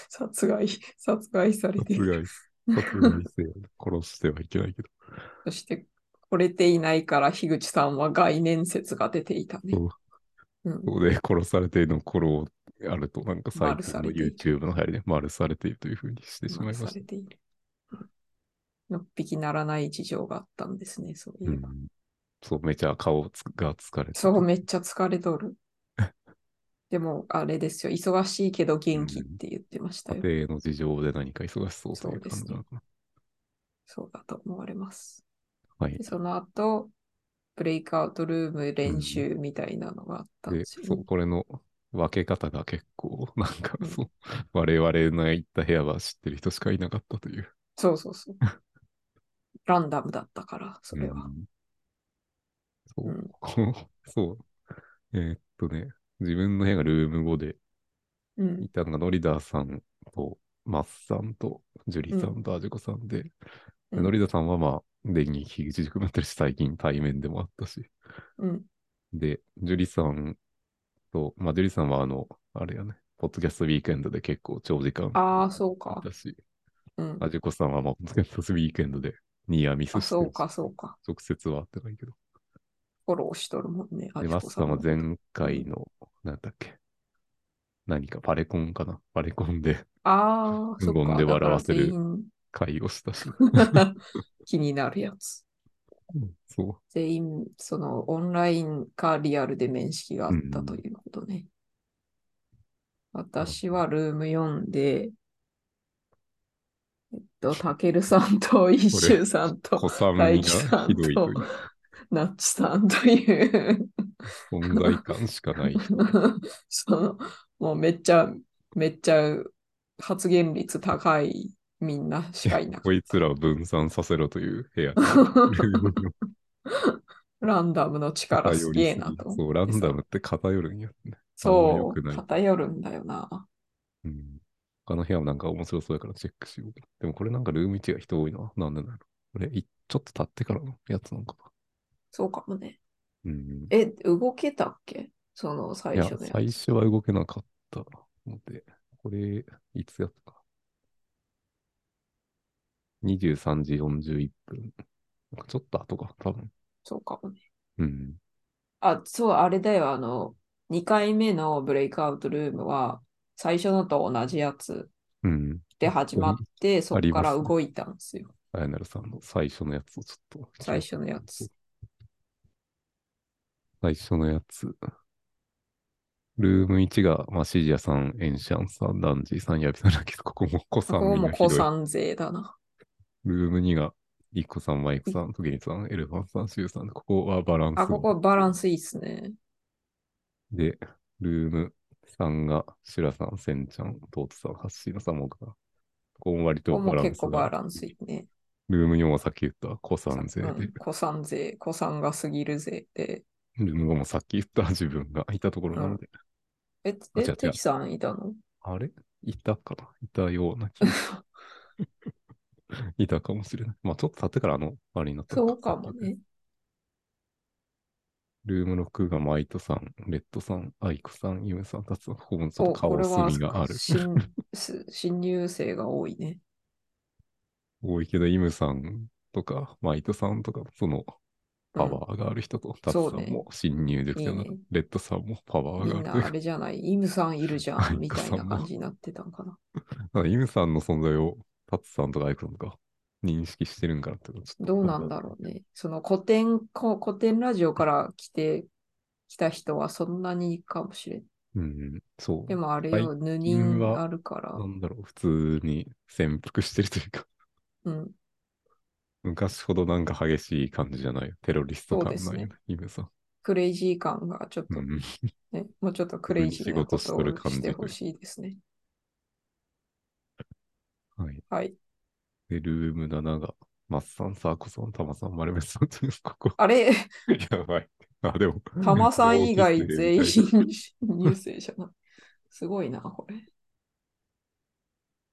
A: 殺害、殺害されてい
B: 殺
A: る。 [LAUGHS]
B: 害、殺害せよ。殺してはいけないけど。
A: そして、惚れていないから、樋口さんは概念説が出ていたね。
B: そう
A: うん
B: そこで殺されての頃あると、なんか最
A: 丸
B: 近
A: さ
B: の
A: れている
B: YouTube の流れで丸されているというふうにしてしまいま
A: さ
B: し
A: れ
B: た。
A: ている。うんのっぴきならない事情があったんですね、そう
B: う
A: いえば。
B: ん、そう、めちゃ顔つが疲れてる
A: そう、めっちゃ疲れとる。 [LAUGHS] でも、あれですよ、忙しいけど元気って言ってましたよ。
B: 家庭の事情で何か忙しそうという感
A: そうですね
B: じなのかな。
A: そうだと思われます。
B: はい
A: で、。その後、ブレイクアウトルーム練習みたいなのがあったん
B: で、
A: ですよね、
B: そう、これの分け方が結構、なんか
A: うん
B: そう、我々の行った部屋は知ってる人しかいなかったという。
A: そうそう
B: [LAUGHS]
A: そう。ランダムだったから、それ
B: う
A: は。
B: んそうう、 [LAUGHS]
A: ん
B: このそう。えーっとね、自分の部屋がルーム5で、
A: うん
B: い。たのがノリダーさんと、マッさんと、ジュリーさんと、アジコさんで、
A: うん
B: ノリダーさんはまあ、電撃、口塾もやってるし、最近対面でもあったし、
A: うん。
B: で、ジュリさんと、まあ、ジュリさんはあの、あれやね、ポッドキャストウィークエンドで結構長時間
A: ああ、そうか。
B: だし、
A: うん。
B: アジコさんはまあ、ポッドキャストウィークエンドでニアミス
A: あ、
B: して
A: そ
B: る
A: うか、そうか。
B: 直接は会ってないけど。
A: フォローしとるもんね。
B: で、
A: あ
B: マ
A: ちこ
B: スさんは
A: の
B: 前回の、なんだっけ、何かパレコンかなパレコンで [LAUGHS]
A: ああ、そ
B: 無
A: っか。
B: 言で笑わせる
A: だ
B: 会をしたし、
A: から全員 [LAUGHS] 気になるやつ。
B: そう。
A: [LAUGHS] 全員、そのオンラインかリアルで面識があったというこどね。私はルーム4で、えっと、たけるさんと一周さんと
B: 小さ
A: 大
B: み
A: 樹さ
B: が
A: ん
B: ひどいという
A: となっちさんという、
B: 存在感しか
A: [LAUGHS]
B: ない。
A: その、もうめっちゃ、めっちゃ発言率高いみんなしかいなく
B: こ
A: て、
B: いつらを分散させろという部
A: [LAUGHS]
B: 屋。 [LAUGHS]
A: ランダムの力す
B: 偏
A: げ
B: り
A: え
B: す
A: な
B: ぎ
A: と思って
B: そう、ランダムって偏るんやってね。あんま良
A: そ
B: く
A: う、
B: ない
A: 偏るんだよな。
B: うん。他の部屋もなんか面白そうやからチェックしよう。でもこれなんかルーム1が人多いな。なんでなのこれ、いちょっと経ってからのやつなのか
A: そうかもね。
B: な。うん。
A: え、動けたっけその最
B: いや
A: 初の、や
B: 最
A: つ。
B: 初は動けなかったので、これ、いつやったか。23時41分。なんかちょっと後か、多分。
A: そうかもね。
B: うん。
A: あ、そう、あれだよ。あの、2回目のブレイクアウトルームは、最初のと同じやつ
B: うん。
A: で始まって、そこから
B: ありますね
A: 動いたんですよ。
B: あやなるさんの最初のやつをちょっと。
A: 最初のやつ。
B: 最初のやつ。ルーム1が、まあ、シジアさん、エンシャンさん、ランジーさん、ヤビさんだけど、ここもコさ
A: こ
B: ん
A: こ
B: みん
A: も
B: なひ
A: 子
B: どい。
A: さん勢だな。
B: ルーム2が、イコさん、マイクさん、トゲニさん、エルファンさん、シュウさん。ここはバランス。
A: あ、ここバランスいいっすね。
B: で、ルーム3が、シュラさん、センちゃん、トートさん、ハッシーナさん、僕が。ここも割
A: ことこ
B: バ
A: も
B: ランスが。
A: 結構バランスいいね。
B: ルーム4はさっき言った、コさん勢で。
A: うん、子さん勢、子さんが過ぎる勢で。
B: ルーム5もさっき言った自分がいたところなので。
A: え、え、
B: あ違う違う
A: テキさんいたの
B: あれいたかないたような気が。
A: [LAUGHS]
B: いたかもしれない。まあちょっと経ってからあの、あれになった
A: そうかも。ね。
B: ルーム6がマイトさん、レッドさん、アイクさん、ユメさん、タツさん、ここもちょっと
A: おこ
B: 顔
A: れは
B: 隅がある。
A: 新す新入生が多い
B: [LAUGHS]
A: ね。
B: 多いけど、イムさんとか、マイトさんとか、そのパワーがある人と、タツさ
A: そうんね
B: も新入できたようない
A: いね
B: レッドさんもパワ
A: みん
B: ーがあ
A: なあ
B: る。
A: れじゃない、イムさんいるじゃ
B: はい
A: んみたい
B: [LAUGHS] イムさ
A: なん
B: も
A: 感じになってたんかな。
B: なんかイムさんの存在をタツさんとかアイクさんとか認識してるんかなってことちょっと
A: どうなんだろうね。その古典、こ古典ラジオから来て、来た人はそんなにかもしれん。
B: うん、そう。
A: でもあれ
B: は
A: よ、ヌニ
B: 最近
A: ン
B: は
A: あるから
B: な。んだろう、普通に潜伏してるというか、 [LAUGHS]
A: うん。
B: 昔ほどなんか激しい感じじゃないよ。テロリスト感ない
A: そう
B: よ
A: です
B: ね、イムさん。
A: クレイジー感がちょっと
B: う
A: ね、
B: ん
A: もうちょっとクレイジーなこ
B: 仕事し
A: と
B: とる
A: を
B: 感じ
A: し
B: とい
A: て
B: う
A: ほしいですね。
B: はい。
A: はい。
B: で、ルーム7が、マッサン、サーコさん、タマさん、丸めさんという、ここ。 [LAUGHS]
A: あれ、
B: やばい。あ、でも。
A: タマさん以外全員
B: 同期生みたい
A: 新入生じゃない。すごいな、これ。 [LAUGHS]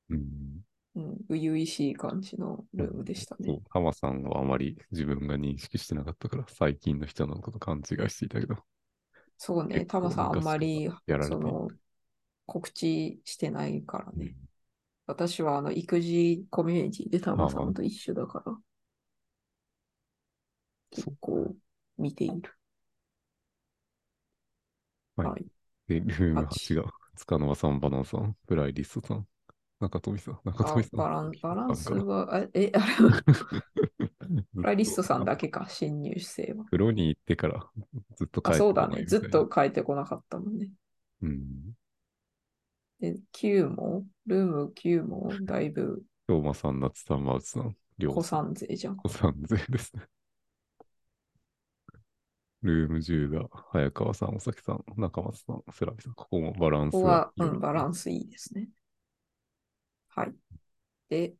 B: うん
A: うん、初々しい感じのルームでした
B: そ
A: ね。
B: う、タマさんはあまり自分が認識してなかったから、最近の人なのかと勘違いしていたけど。
A: そうね、
B: 結構
A: タマさんあんまり
B: 昔からやられて
A: そ
B: いた
A: の告知してないからね。私はあの育児コミュニティでタマさんと一緒だから、結構見ている。
B: はい
A: はい。
B: で、ルーム8
A: 八
B: が、つかのわさん、バナナさん、プライリストさん、中富さん、中
A: あ
B: 富さん。
A: バランバランス
B: なんか
A: は、え、えあれ、プライリストさんだけか、新入生は。
B: 風呂に行ってから [LAUGHS] ずっと帰
A: あ、
B: って
A: そう
B: こ
A: だ
B: ない
A: ね。
B: みたい
A: ず
B: な
A: っと。変えてこなかったもんね。
B: うん。
A: で、9も、ルーム9も、だいぶ
B: 京馬さん、夏さん、マウスさん、両
A: 子さん勢じゃん。
B: 子さん勢ですね。 [LAUGHS] ルーム10が、早川さん、おさきさん、中松さん、セラビさん、ここもバランス
A: ここは、うん、バラ
B: ン
A: ンスいいですね。はい。で、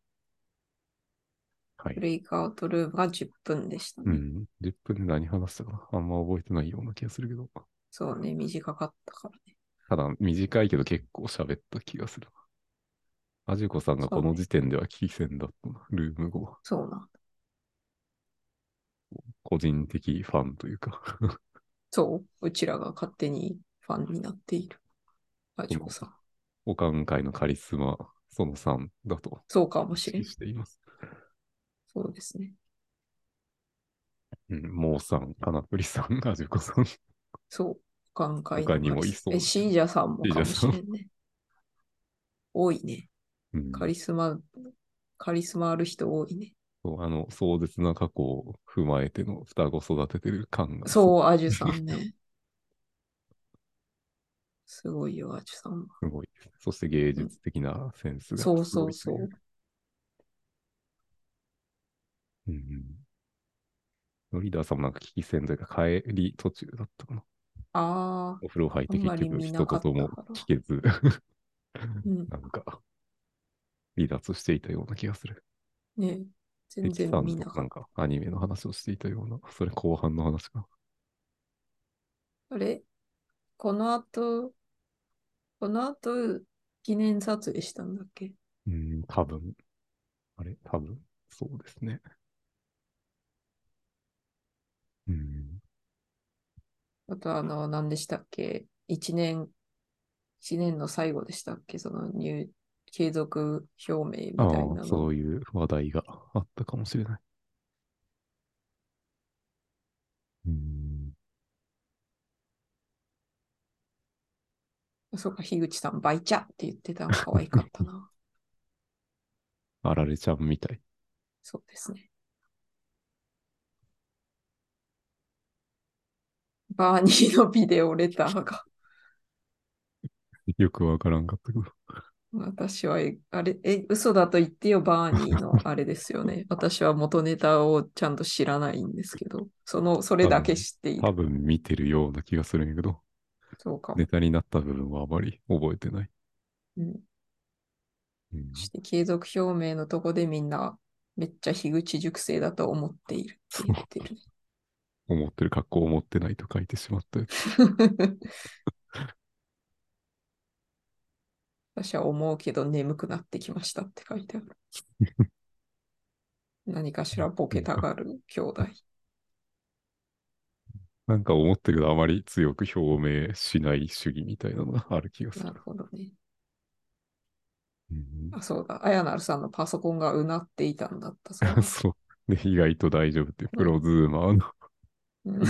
B: ス。は
A: ブ
B: い。
A: レイクアウトルームが10分でした
B: う
A: ね。
B: ん。10分で何話したかなあんま覚えてないような気がするけど。
A: そうね、短かったからね。
B: ただ、短いけど結構喋った気がするな。アジコさんがこの時点では危険だったな。ルーム後、
A: そうなんだ。
B: 個人的ファンというか。
A: そう、うちらが勝手にファンになっている。あ、ジョコさん。
B: お考えのカリスマ、その3だと
A: そうかも
B: 意
A: しれん
B: 識。しています。
A: そうですね。
B: うん、モーさん、カナプリさん、アジコさん、
A: そう、眼界
B: 他にもいそう
A: え、シージャさんもかもしれ
B: シ
A: んね。多いね。
B: うん
A: カリスマ、カリスマある人多いね。
B: そうあの壮絶な過去を踏まえての双子育ててる感が。 [LAUGHS]
A: そう、アジュさんね。すごいよ、アチさんは。
B: すごいですね。そして芸術的なセンスがす
A: そ
B: ご
A: う
B: い
A: そうそ
B: というう。。うんうん。のリーダーさんもなんか危機戦というか帰り途中だったかな。
A: ああ、
B: お風呂入って
A: あんま
B: 結
A: り
B: 局
A: 見な
B: 一
A: かった
B: 言も
A: から
B: 聞けず、
A: うん、
B: なんか離脱していたような気がする。
A: ね、全
B: エキ
A: 然
B: さん
A: 見な
B: とな
A: かっ
B: んかアニメの話をしていたような、 [LAUGHS] それ後半の話かな。
A: た。あれこの後、この後、記念撮影したんだっけ
B: うん、多分。あれ多分。そうですね。うん。
A: あと、あの、何でしたっけ一年、一年の最後でしたっけその入、継続表明み
B: あ
A: たいな
B: あ、
A: の。
B: そういう話題があったかもしれない。うん。
A: そっか、樋口さん、バイチャって言ってたの可愛かった
B: [LAUGHS]
A: な。
B: あられちゃんみたい。 [LAUGHS]
A: そうですね。バーニーのビデオレターが、
B: よくわからんかったけど。
A: 私は、えあれ、え、嘘だと言ってよ、バーニーのあれですよ
B: [LAUGHS]
A: ね。私は元ネタをちゃんと知らないんですけど、その、それだけ知ってい
B: 多
A: る。
B: 分見てるような気がするんやけど、
A: そうかも。
B: ネタになった部分はあまり覚えてない。
A: うん
B: うん
A: そして継続表明のとこでみんなめっちゃ樋口塾生だと思っているって言ってる
B: 思ってる格好を持ってないと書いてしまったやつ。
A: ね。
B: [LAUGHS]
A: 私は思うけど眠くなってきましたって書いて
B: [LAUGHS]
A: ある。何かしらボケたがる兄
B: [LAUGHS]
A: 弟。
B: なんか思ったけど、あまり強く表明しない主義みたいなのがある気がす
A: な
B: る
A: る。ほどね。
B: うん
A: あ、そうだ。あやなるさんのパソコンがうなっていたんだ [LAUGHS] ったそうだ
B: [LAUGHS] そう。で、意外と大丈夫って、プロズーマーの。 [LAUGHS]
A: うん [LAUGHS]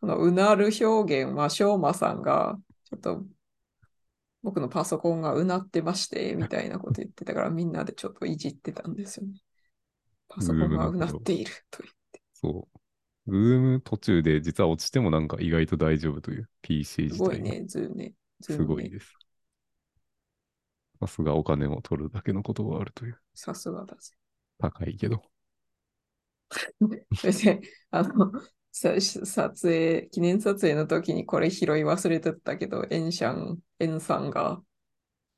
A: このうなる表現は、しょうまさんが、ちょっと、僕のパソコンがうなってまして、みたいなこと言ってたから、みんなでちょっといじってたんですよね。パソコンがうなっているという。
B: そう。ズーム途中で実は落ちてもなんか意外と大丈夫という PC
A: す
B: 自
A: ごい
B: 体が
A: ね、ズームね。ズー
B: す
A: ムね
B: ごいです。さすがお金を取るだけのことがあるという。
A: さすがだぜ。
B: 高いけど。
A: そして、あの、さ撮影、記念撮影の時にこれ拾い忘れてたけど、エンシャン、エンさんが、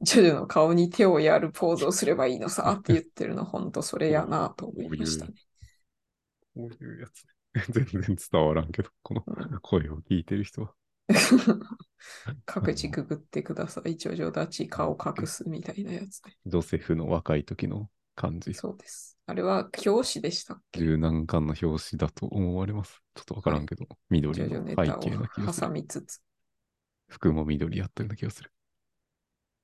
A: ジョジョの顔に手をやるポーズをすればいいのさって言ってるの、本当それやなと思いましたね。
B: こういうやつ。 [LAUGHS] 全然伝わらんけど、この
A: うん
B: 声を聞いてる人は。
A: 各自ググってください。ジョジョ立ち、顔隠すみたいなやつね。
B: ジョセフの若い時の感じ。
A: そうです。あれは教師でしたっけ
B: 柔軟感の表紙だと思われます。ちょっとわからんけど、
A: ジ
B: 緑
A: ョ
B: の
A: ジョ
B: 背
A: ネタ
B: 景な気が
A: を
B: する
A: 挟。みつつ。
B: 服も緑やったような気がする。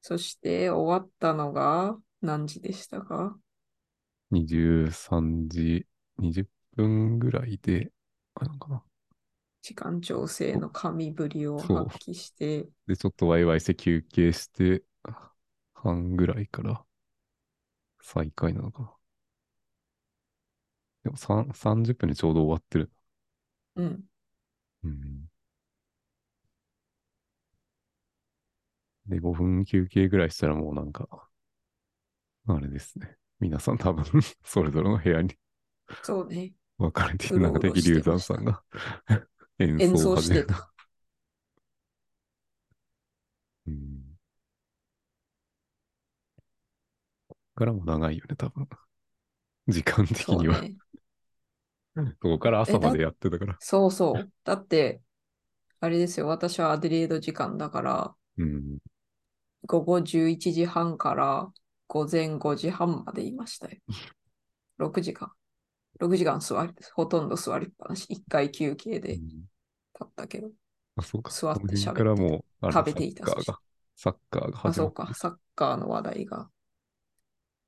A: そして終わったのが何時でしたか
B: 23時20分ぐらいで、あれなんかな。
A: 時間調整の神ぶりを
B: そう
A: 発揮して、
B: で、ちょっとワイワイして休憩して、半ぐらいから再開なのかな。でも3 30分でちょうど終わってる。
A: うん。
B: うん。で、5分休憩ぐらいしたらもうなんか、あれですね。皆さん多分、 [LAUGHS] それぞれの部屋に
A: そうね。
B: 分かれていて、
A: うろ
B: な
A: うんろ
B: か敵流山さんが演
A: 演
B: 奏
A: 奏
B: を始
A: し
B: め
A: て
B: る。
A: た。
B: うん。こっからも長いよね、多分。時間的
A: そう
B: には。
A: ね。
B: そこから朝
A: えだ
B: までやってたから。
A: そうそう。だって、あれですよ。私はアデレード時間だから、
B: うん。
A: 午後11時半から午前5時半までいましたよ。6時間。6時間座り、ほとんど座りっぱなし。1回休憩で立ったけど。
B: あ、そうか。
A: 座って
B: この辺
A: 喋
B: から
A: ってた
B: もう、あれ
A: 食べていた
B: サッカーが、サッカーが
A: あ、
B: 始
A: そ
B: ま
A: う
B: って
A: か。サッカーの話題が。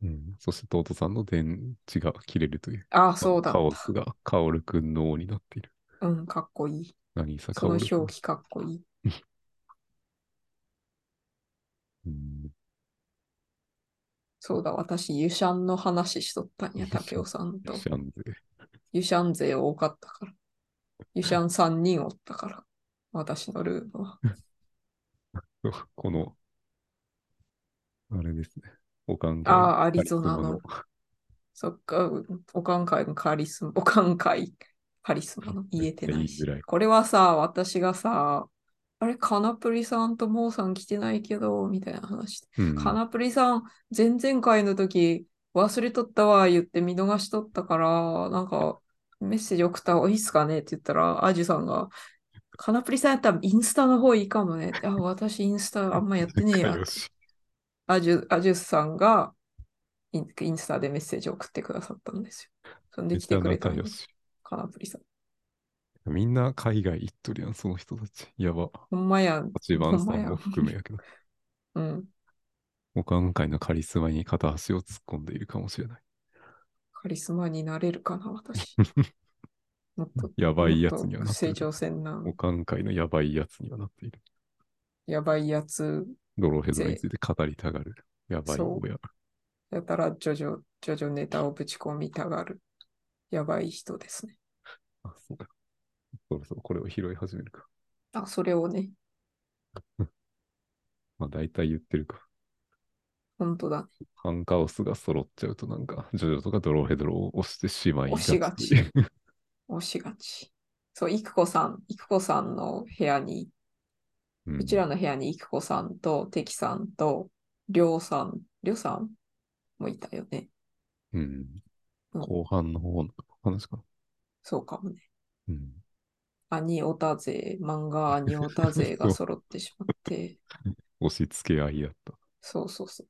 B: うん、そして、弟さんの電池が切れるという。
A: あ、そうだ
B: カ。オスが、カオルくんの王になっている。
A: うん、かっこいい。
B: 何さ、カ
A: そ
B: オ
A: の
B: ルくん。
A: 表記かっこいい。
B: うん
A: そうだ、私、ユシャンの話しとった
B: [LAUGHS]
A: んや、竹雄さんと。
B: シャンズ。
A: ユシャン勢多かったから。ユシャン3人おったから。私のルームは。
B: [LAUGHS] [LAUGHS] この、あれですね。おかん会
A: あーアリゾナの
B: カリスマ
A: そっか、おかん会のカリスマ、おかん会カリスマの言えてない
B: めっちゃ
A: し
B: 言いづらい。
A: これはさ、私がさ、あれ、カナプリさんとモーさん来てないけど、みたいな話して。
B: うん
A: カナプリさん、前々回の時、忘れとったわ、言って見逃しとったから、なんか、メッセージ送った方がいいっすかねって言ったら、アジさんが、カナプリさんやったらインスタの方いいかもねって。あ、私インスタあんまやってねえや
B: 仲。良し
A: アジュ、アジュスさんがインインスタでメッセージを送ってくださったんですよ。そん
B: め
A: で
B: っ
A: 来
B: ち
A: て
B: ゃ
A: くれた
B: 仲
A: ん
B: 良
A: です、
B: し。
A: カナプリさん。
B: みんな海外行っとるやん、その人たち。やば。
A: ほんまやん。
B: 八番
A: ほ
B: さ
A: んま
B: ん
A: や
B: も含めやけど。
A: うん。
B: おかん会のカリスマに片足を突っ込んでいるかもしれない。
A: カリスマになれるかな、
B: [LAUGHS]
A: 私。もっと、
B: やばいやつには
A: もっと
B: なっ
A: 成
B: てる。
A: 長戦な、
B: おかん会のやばいやつにはなっている。
A: やばいやつ
B: ドロヘドロについて語りたがる。やばい
A: そう
B: 親。
A: やたら徐々、徐々ネタをぶち込みたがる。やばい人ですね。
B: あ、そうか。そろそろこれを拾い始めるか。
A: あ、それをね、
B: まあ大体言ってるか。
A: 本当だ。
B: ハンカオスが揃っちゃうとなんか、ジョジョとかドロヘドロを押してしまい
A: 押しがち
B: という
A: 押しがち。そう、いくこさん、いくこさんの部屋に
B: [LAUGHS] うん
A: うちらの部屋にいくこさんと、てきさんと、りょうさん、りょうさんもいたよね。
B: うん。
A: うん
B: 後半の方の話かな。
A: そうかもね。
B: うん。
A: アニオタ勢、漫画アニオタ勢が揃ってしまって、
B: 押し付け合いやった。
A: そうそうそう。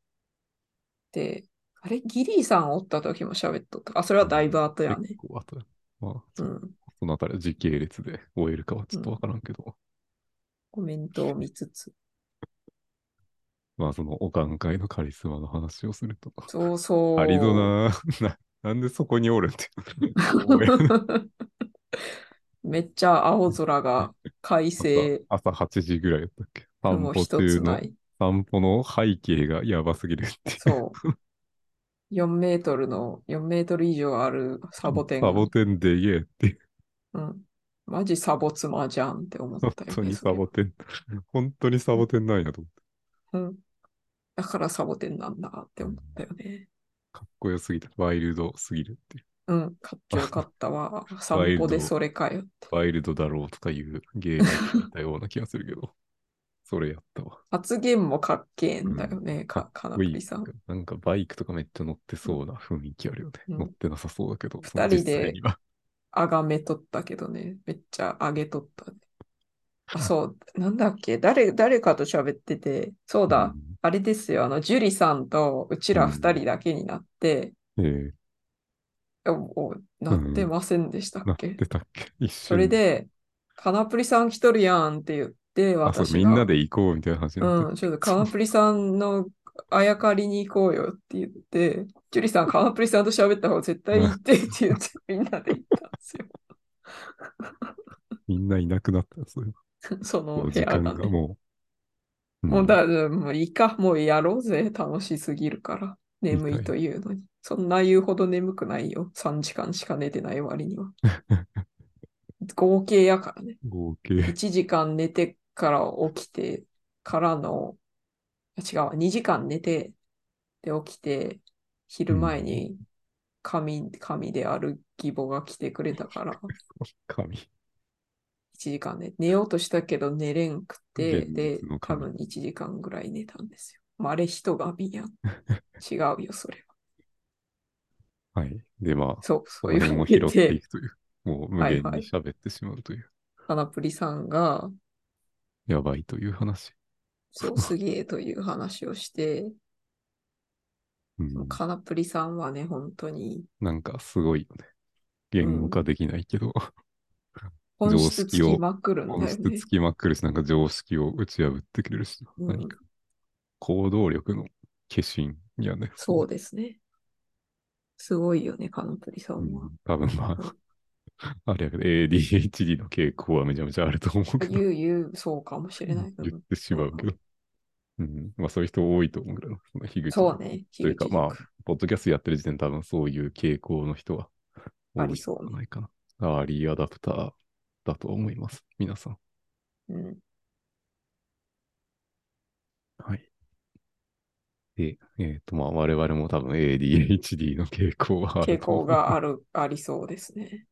A: で、あれ、ギリーさんおった時も喋っとった。あ、それはだいぶ後やね
B: 結。構後や。まあ、
A: う
B: そ
A: ん。
B: そのあたりは時系列で終えるかはちょっとわからんけど、
A: コメントを見つつ。
B: まあそのお考えのカリスマの話をすると。
A: そうそう。
B: ありどなー [LAUGHS] な。なんでそこにおるんって。
A: めっちゃ青空が快晴、
B: 朝朝8時ぐらいやったっけ散
A: 雲
B: 歩
A: 一
B: 中
A: つ
B: の
A: な、い。
B: 散歩の背景がやばすぎるっていう。
A: そう。4メートルの、4メートル以上あるサボテン。
B: サボテンで言えっていう。
A: うん。マジサボ妻じゃんって思ったよ、
B: 本
A: ね。
B: 当に
A: それ
B: サボテン。本当にサボテンなんやと思って。
A: うん。だからサボテンなんだって思ったよね。
B: かっこよすぎた。ワイルドすぎるっていう。
A: うん。買ってよかったわ。散
B: ワイル
A: 歩
B: ド
A: でそれかよって。
B: ワイルドだろうとかいうゲームだったような気がするけど。それやったわ。
A: 発言もかっけえんだよね、か、かな
B: ウ
A: ぷ
B: ィ
A: りさん
B: ー。なんかバイクとかめっちゃ乗ってそうな雰囲気あるよね。
A: うん
B: 乗ってなさそうだけど、その
A: 二人で
B: 実際には。
A: あがめとったけどね。めっちゃあげとった
B: [LAUGHS]
A: ね。あ、そう。なんだっけ誰、誰かと喋ってて。そうだ。
B: うん
A: あれですよ。あの、ジュリさんとうちら
B: うん
A: 二人だけになって、
B: ええ
A: おおなってませんでしたっ
B: なっ
A: け、
B: てたっけ一緒
A: それ、で、カナプリさん来とるやんって言って、
B: あ、そう、
A: 私が、
B: みんなで行こうみたいな話になって
A: うん、ちょっとカナプリさんのあやかりに行こうよって言って、ジュリさん、カナプリさんと喋った方が絶対行ってって言
B: [LAUGHS]
A: って、みんなで行ったんですよ。
B: みんないなくなったよそういう
A: その部
B: 時
A: 屋
B: 間
A: が
B: が
A: ね。
B: もう。
A: もう
B: っ
A: だ、もういいか、もうやろうぜ、楽しすぎるから。眠いというのに。そんな言うほど眠くないよ。3時間しか寝てない割には。合計やからね。
B: 合計。
A: 1時間寝てから起きてからの、あ違うわ、2時間寝て、で起きて、昼前に神、神である義母が来てくれたから、
B: 神。
A: 1時間寝、寝ようとしたけど寝れんくて、
B: 現
A: で
B: 実の、
A: 多
B: 神
A: 分1時間ぐらい寝たんですよ。まあ、あれ人がやん。違うよ、それは。
B: はい。で、 [LAUGHS] まあ、
A: そう、そ
B: そう
A: い
B: の
A: う
B: 辺
A: の
B: を
A: を
B: 拾
A: 言
B: っていくという。もう無
A: はい
B: 限
A: はい
B: に喋ってしまうという。
A: アナプリさんが、
B: やばいという話。
A: そうすげえという話をして、
B: うん、
A: カナプリさんはね、本当に
B: なんかすごいよね。言語化できないけど、
A: 本質
B: 常
A: つ
B: 識を
A: きまくるんだよ
B: 本質
A: ね
B: つ。きまくるし、なんか常識を打ち破ってくれるし、
A: うん
B: 何か行動力の化身やね。
A: そうですね。すごいよね、カナプリさん
B: うん
A: は。
B: 多分まあ、あれやけど、ADHD の傾向はめちゃめちゃあると思うけど、
A: 言う言う、そうかもしれない。うん
B: 言ってしまうけど。うん、まあそういう人多いと思うけど、その樋口
A: そうね、
B: というか
A: 樋口
B: まあ
A: 塾
B: ポッドキャストやってる時点で多分そういう傾向の人は
A: あ
B: 多いん
A: り
B: じ
A: そうね
B: ゃないかな。アーリーアダプターだと思います。皆さん。
A: うん
B: で、えっ、と、まあ、我々も多分 ADHD の傾向はある
A: 傾
B: と思
A: 向
B: う。
A: がある、ありそうです
B: [LAUGHS]
A: ね。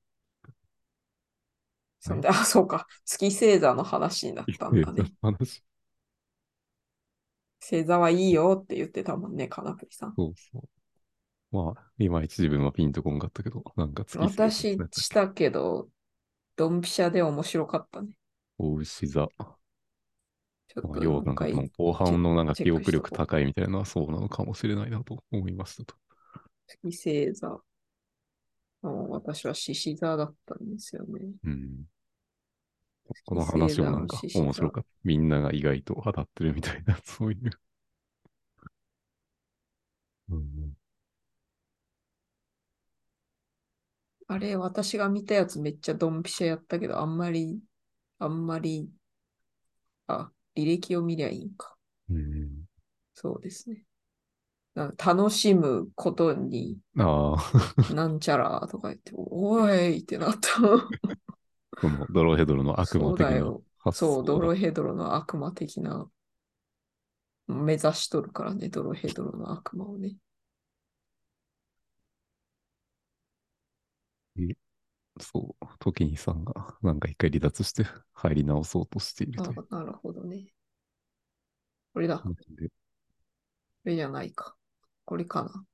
A: そんで、あ、そうか。月星座の話になったんだ
B: え
A: ね
B: [LAUGHS] ー。と話、
A: 星座はいいよって言ってたもんね、金栗さん。
B: そうそう。まあ、いまいち自分はピンとこんかったけど、なんか月星座
A: 私したけど、ドンピシャで面白かったね。
B: お牛座。
A: ちょ
B: ま
A: っ
B: あ、
A: と
B: 要は
A: な
B: なんんか
A: か
B: そ
A: い
B: の後半のなんか
A: チェ
B: 記
A: ックしとこう
B: 憶力高いみたいなのはそうなのかもしれないなと思いましたと。
A: 月星座。うん私は獅子座だったんですよね。
B: うん。この話もなんか
A: 月星座の獅子座
B: 面白かった。みんなが意外と当たってるみたいな、そういう。うん、
A: あれ、私が見たやつめっちゃドンピシャやったけど、あんまり、あんまり、あ、履歴を見りゃいいんか。
B: うん、
A: そうですね。なんか楽しむことに、
B: ああ、
A: なんちゃらとか言って、 [LAUGHS] おいってなった。
B: このドロヘドロの悪
A: そ
B: 魔
A: う
B: 的
A: だ
B: な
A: よ。
B: 発想
A: そう、ド
B: だ
A: ロヘドロの悪魔的な、目指しとるからね、ドロヘドロの悪魔をね。
B: そう、時にさんがなんか一回離脱して入り直そうとしている
A: あ
B: という。
A: なるほどね。これだ。こ
B: で
A: れじゃないか。これかな。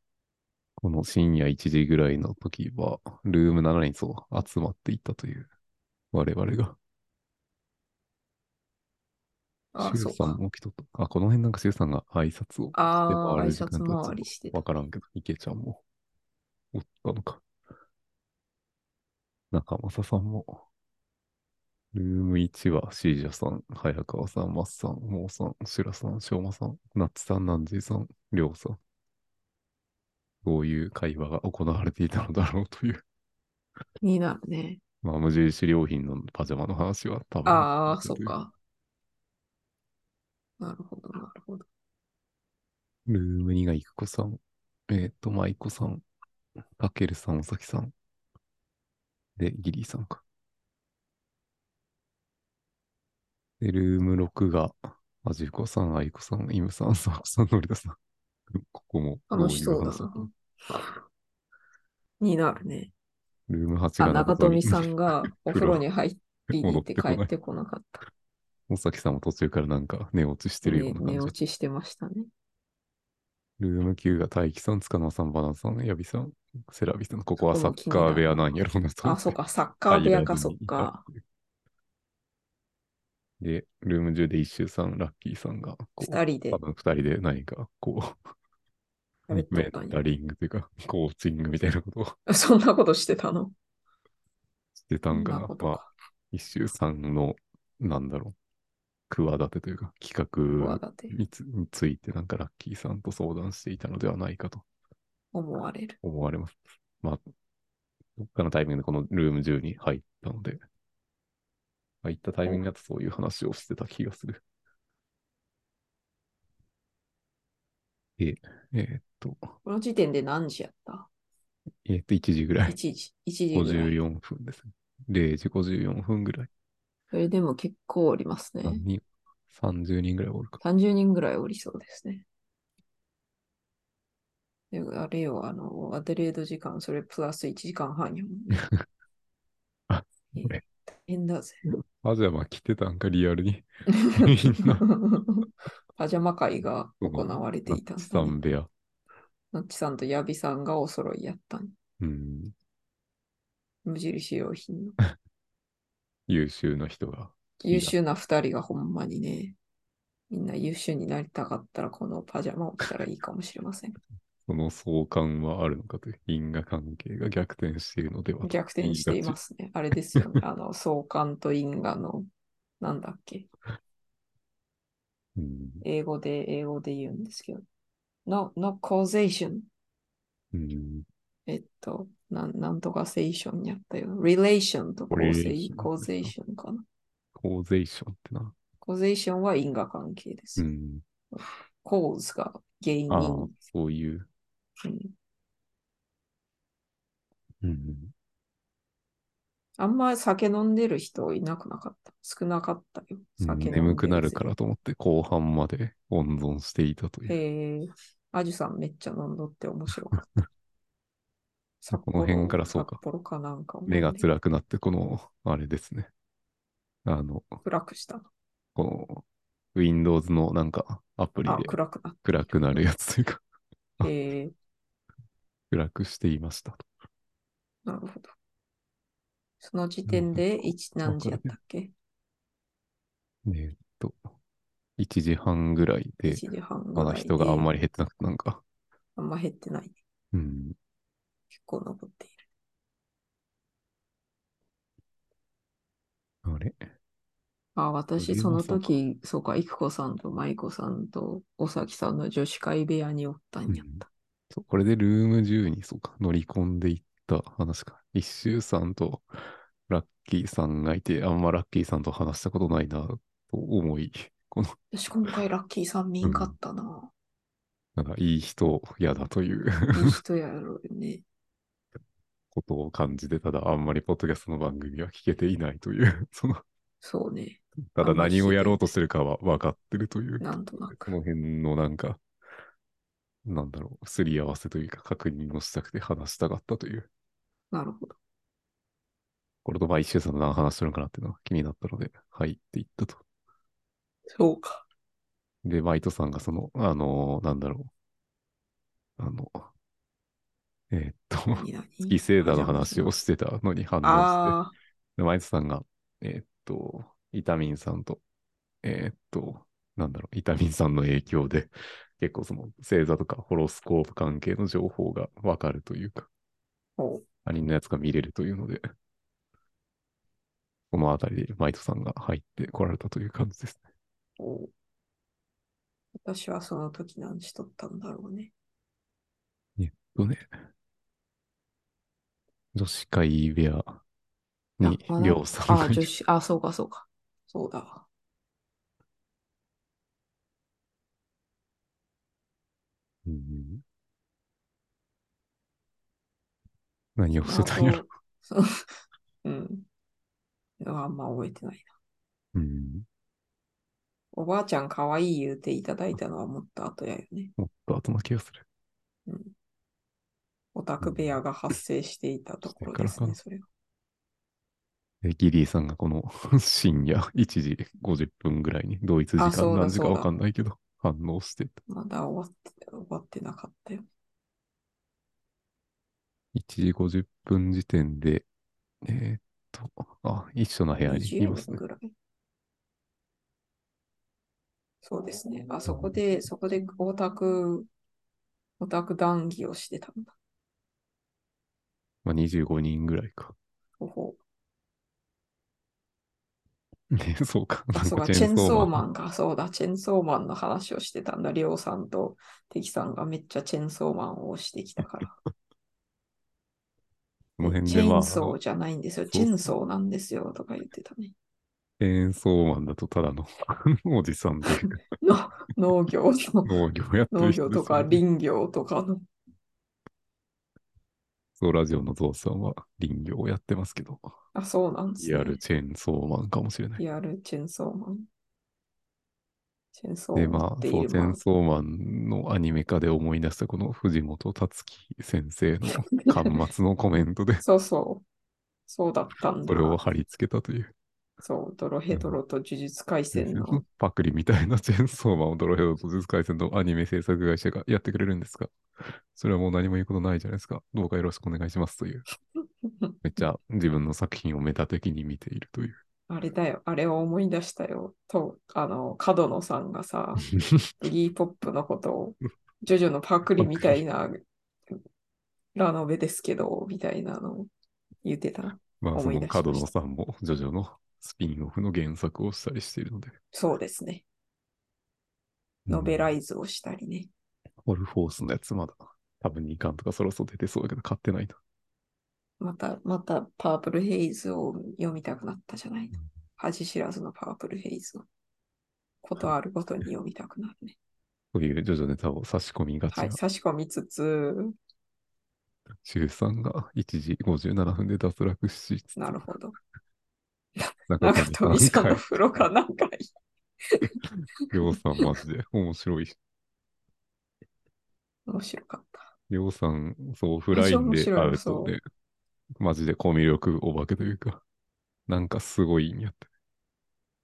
B: この深夜1時ぐらいの時は、ルーム7にそう集まっていったという、我々が。
A: あ、
B: シュ
A: そう
B: ウさん
A: か。
B: も来とった。あ、この辺なんかシュウさんが挨拶を
A: あ
B: して
A: あ、挨
B: 回る時間
A: 拶
B: と
A: 回
B: ち
A: り
B: ょっ
A: して
B: と
A: た
B: わ。からんけど、池ちゃんもおったのか。中正さんも。ルーム1はシージャさん、早川さん、マスさん、モーさん、シュラさん、ショウマさん、ナッツさん、ナンジーさん、リョウさん。こういう会話が行われていたのだろうという。
A: 気になるね。
B: まあ、無印良品のパジャマの話は多分。
A: ああ、そう。か。なるほど、なるほど。
B: ルーム2がイクコさん、えっ、と、マイコさん、タケルさん、おさきさん。で、ギリーさんか。で、ルーム6が、アジフコさん、アイコさん、イムさん、サーコさん、ノリダさん。 [LAUGHS] ここも、
A: 楽しそうだ
B: どい話
A: な。になるね。
B: ルーム8
A: あ、
B: が
A: 長富
B: に
A: さん
B: [LAUGHS]
A: がお風呂に入りに行って帰
B: 戻ってこな
A: っ
B: い
A: てこなかった。
B: おさきさんも途中からなんか寝落ちしてるよう
A: ね
B: な感じ
A: 寝
B: だっ
A: 落ち
B: た。
A: してましたね。
B: ルーム9が大輝さん、塚野さん、バナナさん、ヤビさん、セラビさん。ここはサッカー部屋なんやろうなと思
A: あ、
B: って
A: そうか、サッカー部屋か、そっ
B: 入ら
A: か。
B: ずにいたっていう。で、ルーム中で一周さん、ラッキーさんが、こう
A: 二人で
B: 多分二人で何か、こう、
A: 喋っと
B: メ
A: ったん
B: ン
A: や
B: タリングというか、コーチングみたいなことを
A: [LAUGHS] そんなことしてたの
B: してた
A: そん
B: んか
A: な
B: な。
A: こと
B: まあ、
A: か。
B: 一周さんの、なんだろう、企てというか、企
A: わ
B: 画
A: だて
B: につについて、なんかラッキーさんと相談していたのではないかと
A: 思われる。
B: 思われます。まあ、どっかのタイミングでこのルーム中に入ったので、入ったタイミングだとそういう話をしてた気がする。で、えーっと、
A: この時点で何時やった
B: えーっと、1時ぐら
A: ?1
B: い。
A: 時、1時ぐらい。
B: 54分ですね。0時54分ぐらい。
A: それでも結構おりますね。
B: 何人 ?30 人ぐらいおるか。
A: 30人ぐらいおりそうですね。であれよ、あの、アデレード時間、それプラス1時間半やもんね
B: [LAUGHS] あ
A: え
B: これ
A: 大変だぜ。
B: パジャマ着てたんか、リア
A: [LAUGHS]
B: ルに。
A: パジャマ会が行われて
B: ナ
A: い
B: ッ
A: たん
B: チ
A: だ
B: さ
A: ね、
B: ん部屋。
A: なっちさんとヤビさんがお揃いやったん
B: うん。
A: 無印良 [LAUGHS] 品の。
B: 優秀な人が。
A: 優秀な2人がほんまにね、みんな優秀になりたかったら、このパジャマを着たらいいかもしれませ [LAUGHS] ん。
B: その相関はあるのかという因果関係が逆転しているのではと
A: 逆転していますね。あれです [LAUGHS] よね。あの、相関と因果の、なんだっけ。
B: 言いがち。
A: 英語で、英語で言うんですけど。No, no causation.
B: うん。うん。
A: えっと、なんなんとかセーションやったよ。relation と causation
B: Relation
A: causation かな。
B: コーゼーションってな。
A: causation は因果関係で
B: う
A: す。
B: ん。
A: cause が原因。
B: ああ、そういう。
A: うん
B: うん。
A: あんま酒飲んでる人いなくなかった。少なかったよ。酒飲んで。
B: 眠くなるかららと思って後半まで温存していたという。
A: えー、アジさんめっちゃ飲んどって面白かった。札
B: この辺から [LAUGHS] そうか
A: 札幌かなんかを飲んで
B: 目が辛くなって、この、あれですね。あの、
A: 暗くした。
B: この、Windows のなんかアプリ
A: あ、
B: で
A: 暗くなっ
B: 暗くなるやつというか、 [LAUGHS]
A: て。えー
B: 暗くしていましたと。
A: なるほど。その時点で一何時やったっけ
B: えーっと、1時半ぐらいで
A: ?1、時半ぐ
B: ま
A: ら
B: だ
A: いで。
B: 人があんまり減ってなくて、なんか、
A: あんま減ってない。
B: うん、
A: 結構残っている。
B: あれ
A: あ、
B: そ
A: 私、
B: れは
A: その
B: そうか
A: 時、そうか、いくこさんとまいこさんとおさきさんの女子会部屋におったんやった。
B: そう、これでルーム10にそうか乗り込んでいった話か。一周さんとラッキーさんがいて、あんまラッキーさんと話したことないなと思い、 [LAUGHS] この、
A: 私、今回ラッキーさん見んかったな。
B: なんかいい人嫌だという [LAUGHS]
A: いい人やろうね。
B: ことを感じて、ただあんまりポッドキャストの番組は聞けていないという、 [LAUGHS] その、
A: [LAUGHS] そうね。
B: ただ
A: あんまり
B: 何をやろうとしてるかは分かってるという、
A: なんとな
B: こ
A: く。
B: の辺のなんか、なんだろう、すり合わせというか確認をしたくて話したかったという、
A: なるほど。
B: これとまあ一周さんと何話してるのかなっていうのが気になったので、はいって言ったと。
A: そうか。
B: で、バイトさんがその、あのーなんだろう。あの、えーっと、
A: 何々
B: [LAUGHS] 犠牲だの話をしてたのに反応して、
A: ああ、
B: で、バイトさんが、えーっと、イタミンさんと、えーっと、なんだろう、イタミンさんの影響で、 [LAUGHS] 結構その星座とかホロスコープ関係の情報がわかるというか、
A: ほう
B: 他人のやつが見れるというので、このあたりでマイトさんが入ってこられたという感じですね。
A: ほう。私はその時何しとったんだろうね。
B: とね、女子会部屋に
A: あまだ
B: りょうさん
A: あ
B: が
A: あ、
B: いて
A: 女子、あ、そうか、そうか。そうだわ。
B: うん何をしてたんやろ。
A: あとそう [LAUGHS] うん。あんま覚えてないな。
B: うん。
A: おばあちゃんかわいい言うていただいたのはもっと後やよね。
B: もっと後の気がする。
A: オタク部屋が発生していたところですね、それが。
B: でギリーさんがこの [LAUGHS] 深夜1時50分ぐらいに、同一時
A: あそう
B: 間
A: だ
B: 何時か
A: そうだ
B: わかんないけど、反応してた、
A: まだ終わって、終わってなかったよ。
B: 1時50分時点で、えーっと、あ、一緒の部屋にい
A: 20
B: ます
A: 人
B: ね。
A: ぐらい。そうですね。あそこで、そこでオタク、オタク談義をしてたんだ。
B: まあ、25人ぐらいか。
A: ほほ
B: ね、そうか。
A: あ、そう
B: なん
A: か、
B: か
A: チェンソーマ
B: ン。
A: ンか、そうだ、チェンソーマンの話をしてたんだ、りょうさんとテキさんがめっちゃチェンソーマンをしてきたから。
B: この辺
A: チ
B: でま
A: ェ
B: あ、
A: ンソーじゃないんですよ、
B: そう
A: チェンソーなんですよ、とか言ってたね。
B: チェーンソーマンだとただの [LAUGHS] おじさ
A: [LAUGHS]
B: んで
A: の農業の、
B: [LAUGHS] 農業やって
A: 農
B: る人
A: 業
B: です
A: とか
B: よね。
A: 林業とかの、
B: そう、ラジオのゾウさんは林業をやってますけど、
A: あ、そうなんです、
B: リ
A: ね。
B: アルチェーンソーマンかもしれない。
A: リアルチェンソーマン。チェンソー
B: で、
A: マン
B: ま
A: っ
B: あ、
A: て
B: そ、
A: いうる
B: チェーンソーマンのアニメ化で思い出したこの藤本達樹先生
A: [LAUGHS]
B: の巻末のコメントで、
A: そうそう。そうだったん
B: そ
A: だ
B: れ。を貼り付けたという、
A: そう、ドロヘドロと呪術廻戦
B: [LAUGHS]
A: の。
B: パクリみたいなチェーンソーマンをドロヘドロと呪術廻戦のアニメ制作会社がやってくれるんですが、それはもう何も言うことないじゃないですか。どうかよろしくお願いしますという、めっちゃ自分の作品をメタ的に見ているという。
A: あれだよ、あれを思い出したよ。と、あの、角野さんが
B: [LAUGHS]
A: さ、ブギーポップのことを、ジョジョのパクリみたいな、ラノベですけど、みたいなのを言ってた。
B: まあ、そ
A: 思い出
B: の
A: しました
B: 角野さんも、ジョジョのスピンオフの原作をしたりしているので。
A: そうですね。ノベラ
B: イ
A: イズをしたりね。
B: オルフォースのやつ、まだ、多分2巻とかそろそろ出てそうだけど、買ってないな。
A: また、また、パープルヘイズを読みたくなったじゃないの。恥知らずのパープルヘイズを。ことあるごとに読みたくなるね。
B: というジョジョネタを差し込みがち
A: は、。
B: ない
A: 差し込みつつ、
B: 周、さんが1時57分で脱落し、
A: なるほど。
B: なん
A: な
B: か
A: んか、
B: この
A: 富さんの
B: 回、
A: 風呂かなんかに
B: りょうさんマジで面白い。
A: 面白かった。
B: りょうさん、そう、オフラインで会うとね、マジでコミュ力お化けというか、 [LAUGHS] なんかすごいんやって。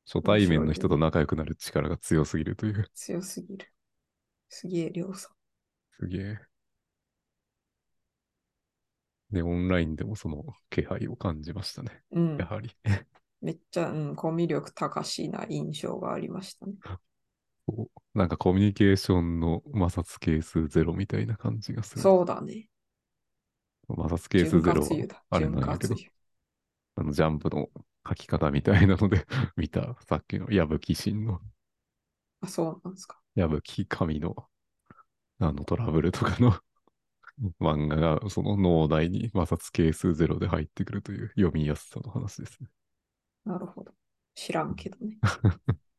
B: 初対面の人と仲良くなる力が強すぎるという。
A: 強すぎる。すげえ、りょうさん。
B: すげえ。で、オンラインでもその気配を感じましたね。
A: うん
B: や、はり。
A: めっちゃ、うん、コミュ力高しな印象がありましたね。
B: こうなんかコミュニケーションの摩擦係数ゼロみたいな感じがする。
A: そうだね。
B: 摩擦係数ゼ
A: 潤
B: ロ
A: 滑油
B: は
A: だ。
B: あれ
A: 潤
B: なんや
A: 滑
B: けど
A: 油。
B: あのジャンプの書き方みたいなので [LAUGHS] 見た、さっきの矢吹真の、
A: あ、そうなんですか。
B: 矢吹神の、あのトラブルとかの [LAUGHS] 漫画がその脳内に摩擦係数ゼロで入ってくるという読みやすさの話ですね。
A: なるほど。知らんけど
B: [LAUGHS]
A: ね。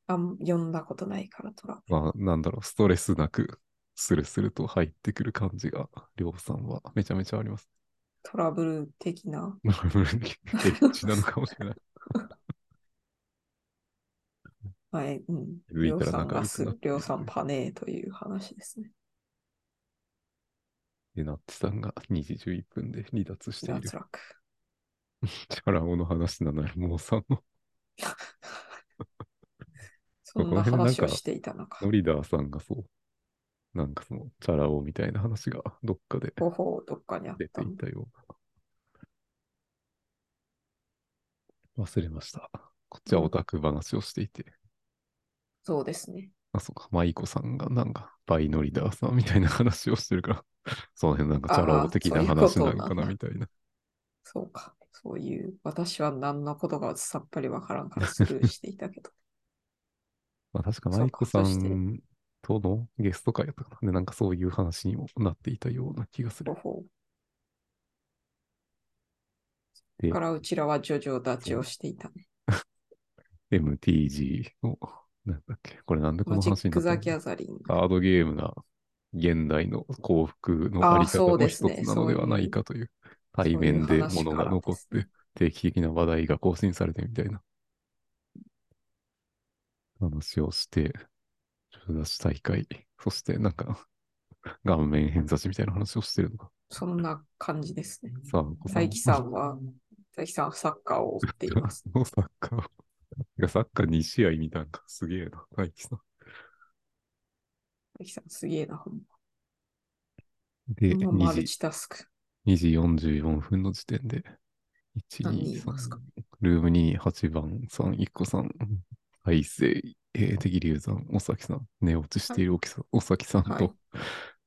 A: あん読んだことないからトラブル。
B: まあ、なんだろう、ストレスなく、スルスルと入ってくる感じが、りょうさんはめちゃめちゃあります。 [LAUGHS]
A: トラブル的な。
B: なるほどね。エッチなのかもしれない。
A: はい、うん。
B: 気づい
A: りょう
B: たら
A: さん
B: 仲
A: が
B: 良くなって
A: す
B: る
A: る、りょうさんパネーという話ですね。
B: で、ナッチさんが2時11分で離脱している
A: 脱。落。
B: チャラ男の話ならもうさんの、
A: そんな話をしていたのか
B: ノ。リダーさんがそう、なんかその、チャラ男みたいな話がどっかで
A: 方法どっかにあっ
B: 出て
A: たの
B: いたような。忘れました。こっちはオタク話をしていて、
A: そうですね。
B: あ、そうか、舞子さんがなんか、バイノリダーさんみたいな話をしてるから、 [LAUGHS] その辺なんかチャラ男的な話なのかなみたいな。
A: そうか。そういう、私は何のことがさっぱりわからんからスルーしていたけ
B: [LAUGHS]
A: ど。
B: まあ確
A: そ
B: か
A: うか
B: 舞子さ
A: そして
B: んとのゲスト会やったかな。で、なんかそういう話にもなっていたような気がす
A: 方
B: る。
A: 法。
B: で
A: からうちらは徐々立ちをしていたね。
B: MTG の、なんだっけ、これなんでこ
A: マ
B: の
A: ジ
B: 話
A: ッ
B: にな
A: ク・
B: った
A: ザ・
B: の
A: ギャザリング。
B: カードゲームが現代の幸福のあ
A: あ
B: り方
A: ーそう
B: の
A: です
B: 一
A: ね
B: つなのではないかという、
A: うい
B: 対
A: う
B: 面で
A: そういう話
B: 物が
A: から
B: 残っ
A: です
B: て、定期的な話題が更新されてみたいな話をして、出し大会、そしてなんか、 [LAUGHS] 顔面偏差値みたいな話をしてるのか。
A: そんな感じですね。
B: さあ、お子さん
A: 大輝さんは、大輝さんはサッカーを追っています。
B: [LAUGHS] もうサッカーを。てかサッカー2試合見たんか。すげえな、大輝さん。
A: 大輝さんすげえな、ほん
B: で、
A: ま。ほんまマル
B: 2時、
A: チタスク。
B: 2時44分の時点で、1、
A: 何人
B: 2、
A: います
B: 3
A: か、
B: ルーム2、8番、3、1個3、大勢、えー、敵流さん、おさきさん、寝落ちしているおきさんおさきさんと、
A: はい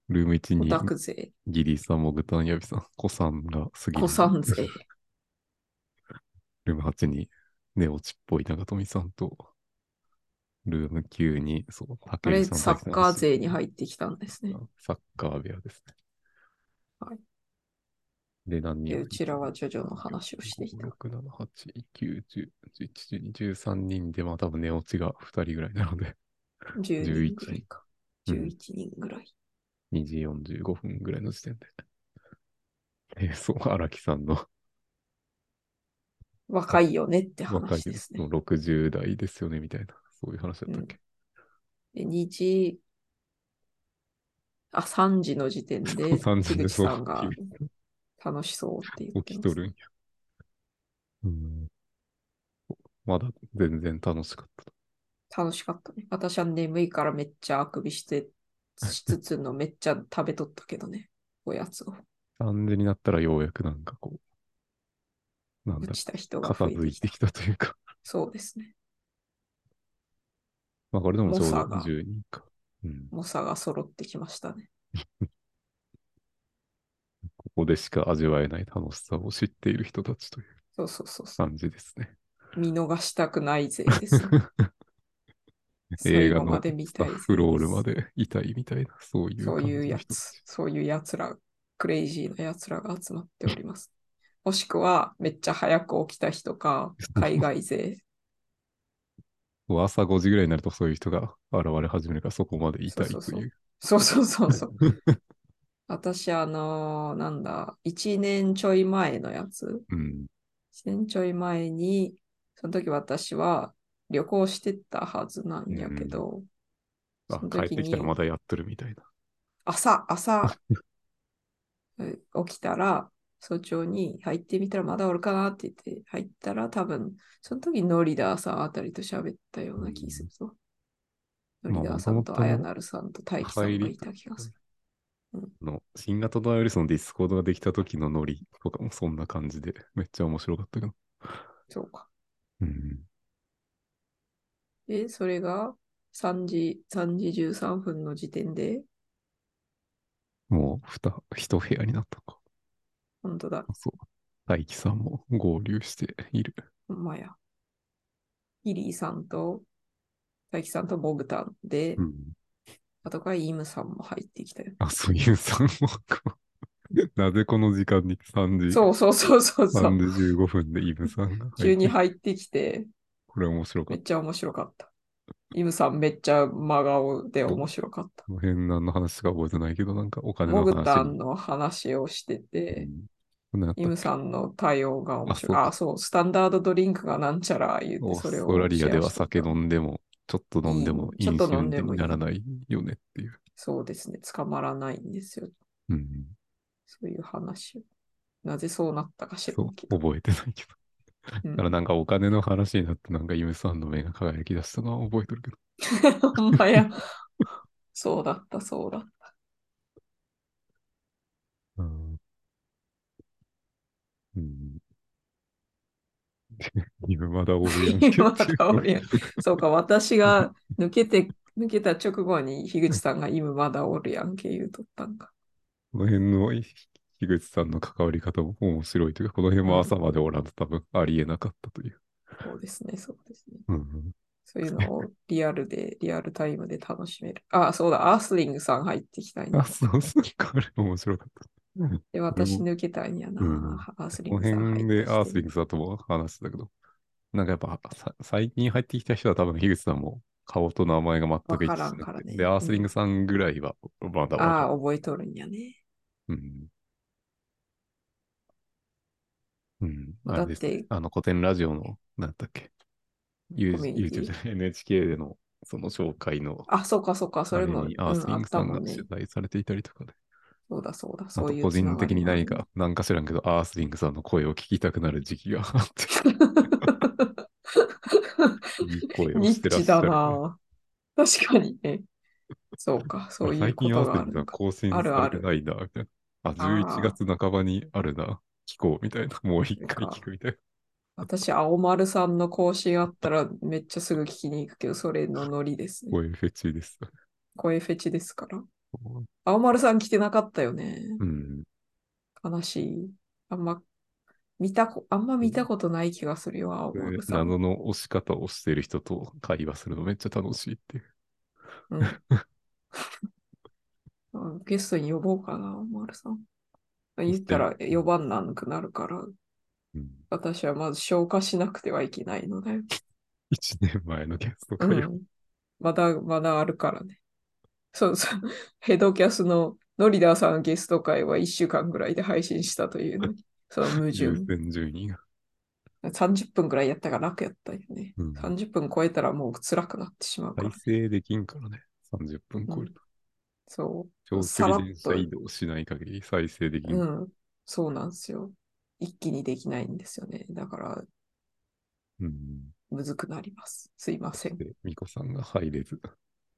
B: ルーム1
A: オ
B: に
A: タ、ク勢、
B: ギリさん、もぐたん、やびさん、こさんがすぎ
A: 子
B: る。
A: さん勢、
B: ルーム8に、寝落ちっぽい長富さんと、ルーム9に、そう、
A: あ
B: 竹
A: れ、
B: 井さん、
A: サッカー勢に
B: っ
A: 入ってきたんですね。
B: サッカー部屋ですね。
A: はい。
B: で、何人
A: で、うちらはジョジョの話をしていた。
B: 6、7、8、9、10、11、12、13人で、まあ多分寝落ちが2人ぐらいなので、 [LAUGHS]
A: 10人ぐらいか。
B: 11
A: 11人ぐらい。
B: 2時45分ぐらいの時点で。えーそう、荒木さん
A: [LAUGHS]
B: の
A: 若いよねって
B: 若い
A: 話ですね
B: もう。60代ですよね、みたいな、そういう話だったっけ。
A: で、2時、あ、3時の時点で、
B: [LAUGHS] 3時
A: 樋
B: で
A: 口
B: そう
A: さんが楽しそうって言って
B: 起き
A: ます
B: とるんや。うん。まだ全然楽しかったと。
A: 楽しかったね。私は眠いからめっちゃあくびして、しつつのめっちゃ食べとったけどね。おやつを
B: 3時になったらようやくなんかこう、なんだ
A: 打
B: ろ
A: ちた人
B: う、
A: が
B: 片
A: 増え
B: 付
A: て
B: い
A: き
B: て
A: た。
B: きたというか、 [LAUGHS]
A: そうですね。
B: まあこれでもちょうど
A: 猛者が
B: 10人か。うん。
A: 猛者が揃ってきましたね。
B: ここでしか味わえない楽しさを知っている人たちという
A: そうそうそうそう。
B: 感じですね。
A: 見逃したくないぜですね。
B: [LAUGHS] 映
A: 最
B: 画
A: 後
B: の
A: ま
B: ス
A: で見
B: タ
A: たい
B: ッ
A: ぜ
B: フロールまで痛いみたいな、そういう
A: そう
B: 感じ
A: いう
B: の
A: や
B: 人た
A: つ、そういうやつら、クレイジーなやつらが集まっております。 [LAUGHS] もしくは、めっちゃ早く起きた人
B: [LAUGHS]
A: か、海外勢。
B: もう朝5時ぐらいになるとそういう人が現れ始めるから、そこまで痛いと
A: そうそうそ
B: いう。
A: そうそうそう
B: [LAUGHS]
A: そう。私、あのーなんだ、1年ちょい前のやつ、
B: うん。
A: 1年ちょい前に、その時私は旅行してったはずなんやけど、
B: あ
A: その
B: 帰っ
A: 時
B: てきたら
A: に
B: ま、たやってるみたいな。
A: 朝、朝、え起きたら、早朝に入ってみたらまだおるかなって言って、入ったら多分、その時ノリダーさんあたりと喋ったような気するぞ。
B: うん
A: ノリダーさんと
B: まあ元々
A: 綾なるさんと大輝さんがいた気がする。
B: の新型のアイリスのディスコードができた時のノリとかもそんな感じで、めっちゃ面白かったけど。
A: そうか。
B: うん。
A: で、それが3時、3時13分の時点で、
B: もう二、一部屋になったのか。
A: 本当だ、
B: そう。大輝さんも合流している。
A: ほんまや。ヒリーさんと、大輝さんとボグタンで、
B: うん。
A: あとからイムさんも入ってきたよ。
B: あ、そういうさんも、なぜこの時間に3時、
A: そうそうそうそうそ
B: 3
A: う。
B: 時15分でイブさんが入って
A: 急に入ってきて、
B: これ面白か
A: め
B: っ。
A: ったちゃ面白かった。イムさんめっちゃ真顔で面白かった。
B: この辺何の話しか覚えてないけど、なんかお金
A: ボ
B: の
A: グ
B: 話
A: タ
B: に。
A: ンの話をして
B: う
A: て、
B: んこんなんやったっけ
A: イムさんの対応が面白い。あ
B: あ
A: そう、スタンダードドリンクがなんちゃら言っ
B: オ
A: て、
B: ー
A: それ
B: ス
A: を
B: トラリアでは
A: シェアし
B: 酒
A: てた
B: 飲んでも、ちょっと飲んでも
A: いいちょっ
B: 飲
A: と
B: 酒
A: 飲
B: 運
A: んで
B: 転
A: も
B: に
A: いい
B: ならないよねっていう。
A: そうですね、捕まらないんですよ。
B: うん。
A: そういう話を。なぜそうなったか知ら
B: そ
A: ん
B: う
A: け、ど。
B: 覚えてないけど。
A: うん
B: だからなんかお金の話になって、なんかイムさんの目が輝き出したのは覚えてるけど。
A: [LAUGHS] ほんまや。そうだった、そうだった。
B: うん。うん。 [LAUGHS] 今まだおる [LAUGHS] やんけっていう。
A: 今まだおる
B: [LAUGHS]
A: やんそうか、私が抜けて、抜けた直後に、樋口さんが今まだおるやんけ言うとったんか。
B: この辺の樋口さんの関わり方も面白いというか、この辺も朝までおらんと多分ありえなかったという。
A: そうですね、そうですね。
B: うん。
A: そういうのをリアルで、リアルタイムで楽しめる。あ、そうだ、アースリングさん入ってきたんや
B: あ、。そうそう。これ面白かった。
A: で、私抜けたんやな。
B: う
A: ア
B: ん
A: ースリン
B: こ
A: グさ
B: の
A: ん入って
B: 辺
A: きて
B: でアースリングさんとも話してたけど、なんかやっぱさ最近入ってきた人は多分樋口さんも顔と名前が全く一致しな
A: わからんから
B: くて、
A: ね
B: で、アースリングさんぐらいはまだわ
A: ああ、
B: か
A: 覚えとるんやね。
B: る。うん。うん。
A: まあ
B: あれですね
A: だって
B: あの古典ラジオの、なんだっけ、You-
A: コミュニティ
B: YouTube じゃない NHK でのその紹介の
A: あ、そうか、そうか、そ
B: あ
A: れ
B: れ
A: も、
B: にアース
A: うん
B: リ
A: あ
B: ン
A: っ
B: グさ
A: た
B: ん
A: も
B: が
A: んね
B: 取。材されていたりとかで、
A: そうだ、そうだ、
B: あ
A: そう
B: と
A: いう
B: 個
A: つな
B: 人
A: が
B: 的
A: り
B: に
A: もある
B: 何か、なんか知らんけど、アースリングさんの声を聞きたくなる時期があ
A: [LAUGHS]
B: って、いい声を
A: ニ
B: して
A: ッ
B: らっ
A: チ
B: しゃ
A: だ
B: るね。
A: なぁ。確かにね。そう
B: [LAUGHS]
A: か、そういう
B: 最
A: こ
B: 近ア
A: と
B: ース
A: がある
B: リングさ
A: の
B: ん
A: か。
B: 更新
A: あ
B: さ
A: る
B: れ
A: あ
B: て
A: る
B: ないな、みたいな。あ、
A: あ
B: 11月半ばにあるな、聞こう、みたいな。もう一回聞くみたい
A: 私、青丸さんの更新あったらめっちゃすぐ聞きに行くけど、それのノリです
B: な。
A: ね。
B: 声フェチです。 [LAUGHS]
A: 声フェチですから。青丸さん来てなかったよね。
B: うん。
A: 悲しい。あんま、見たこ、あんま見たことない気がするよ、青
B: で
A: 丸さん。
B: 謎の押し方をしてる人と会話するのめっちゃ楽しいっていう。
A: うんうんゲストに呼ぼうかな、おまるさん。言ったら呼ばんなくなるから、
B: うん、
A: 私はまず消化しなくてはいけないのだよ。
B: 1年前のゲスト
A: う
B: 会を
A: ん、まだまだあるからね。そうそう。ヘドキャスのノリダーさんのゲスト会は1週間ぐらいで配信したというのに、その矛盾
B: 優。先順位が。
A: 30分ぐらいやったから楽やったよね。
B: うん
A: 30分超えたらもう辛くなってしまうか
B: 再
A: ら。
B: 生できんからね。30分超えると。
A: そう。
B: 長距
A: さらっ
B: 離
A: と
B: 電車移動しない限り再生できん。
A: うん。そうなんですよ。一気にできないんですよね。だから、
B: うん
A: むずくなります。すいません。
B: で、ミコさんが入れず、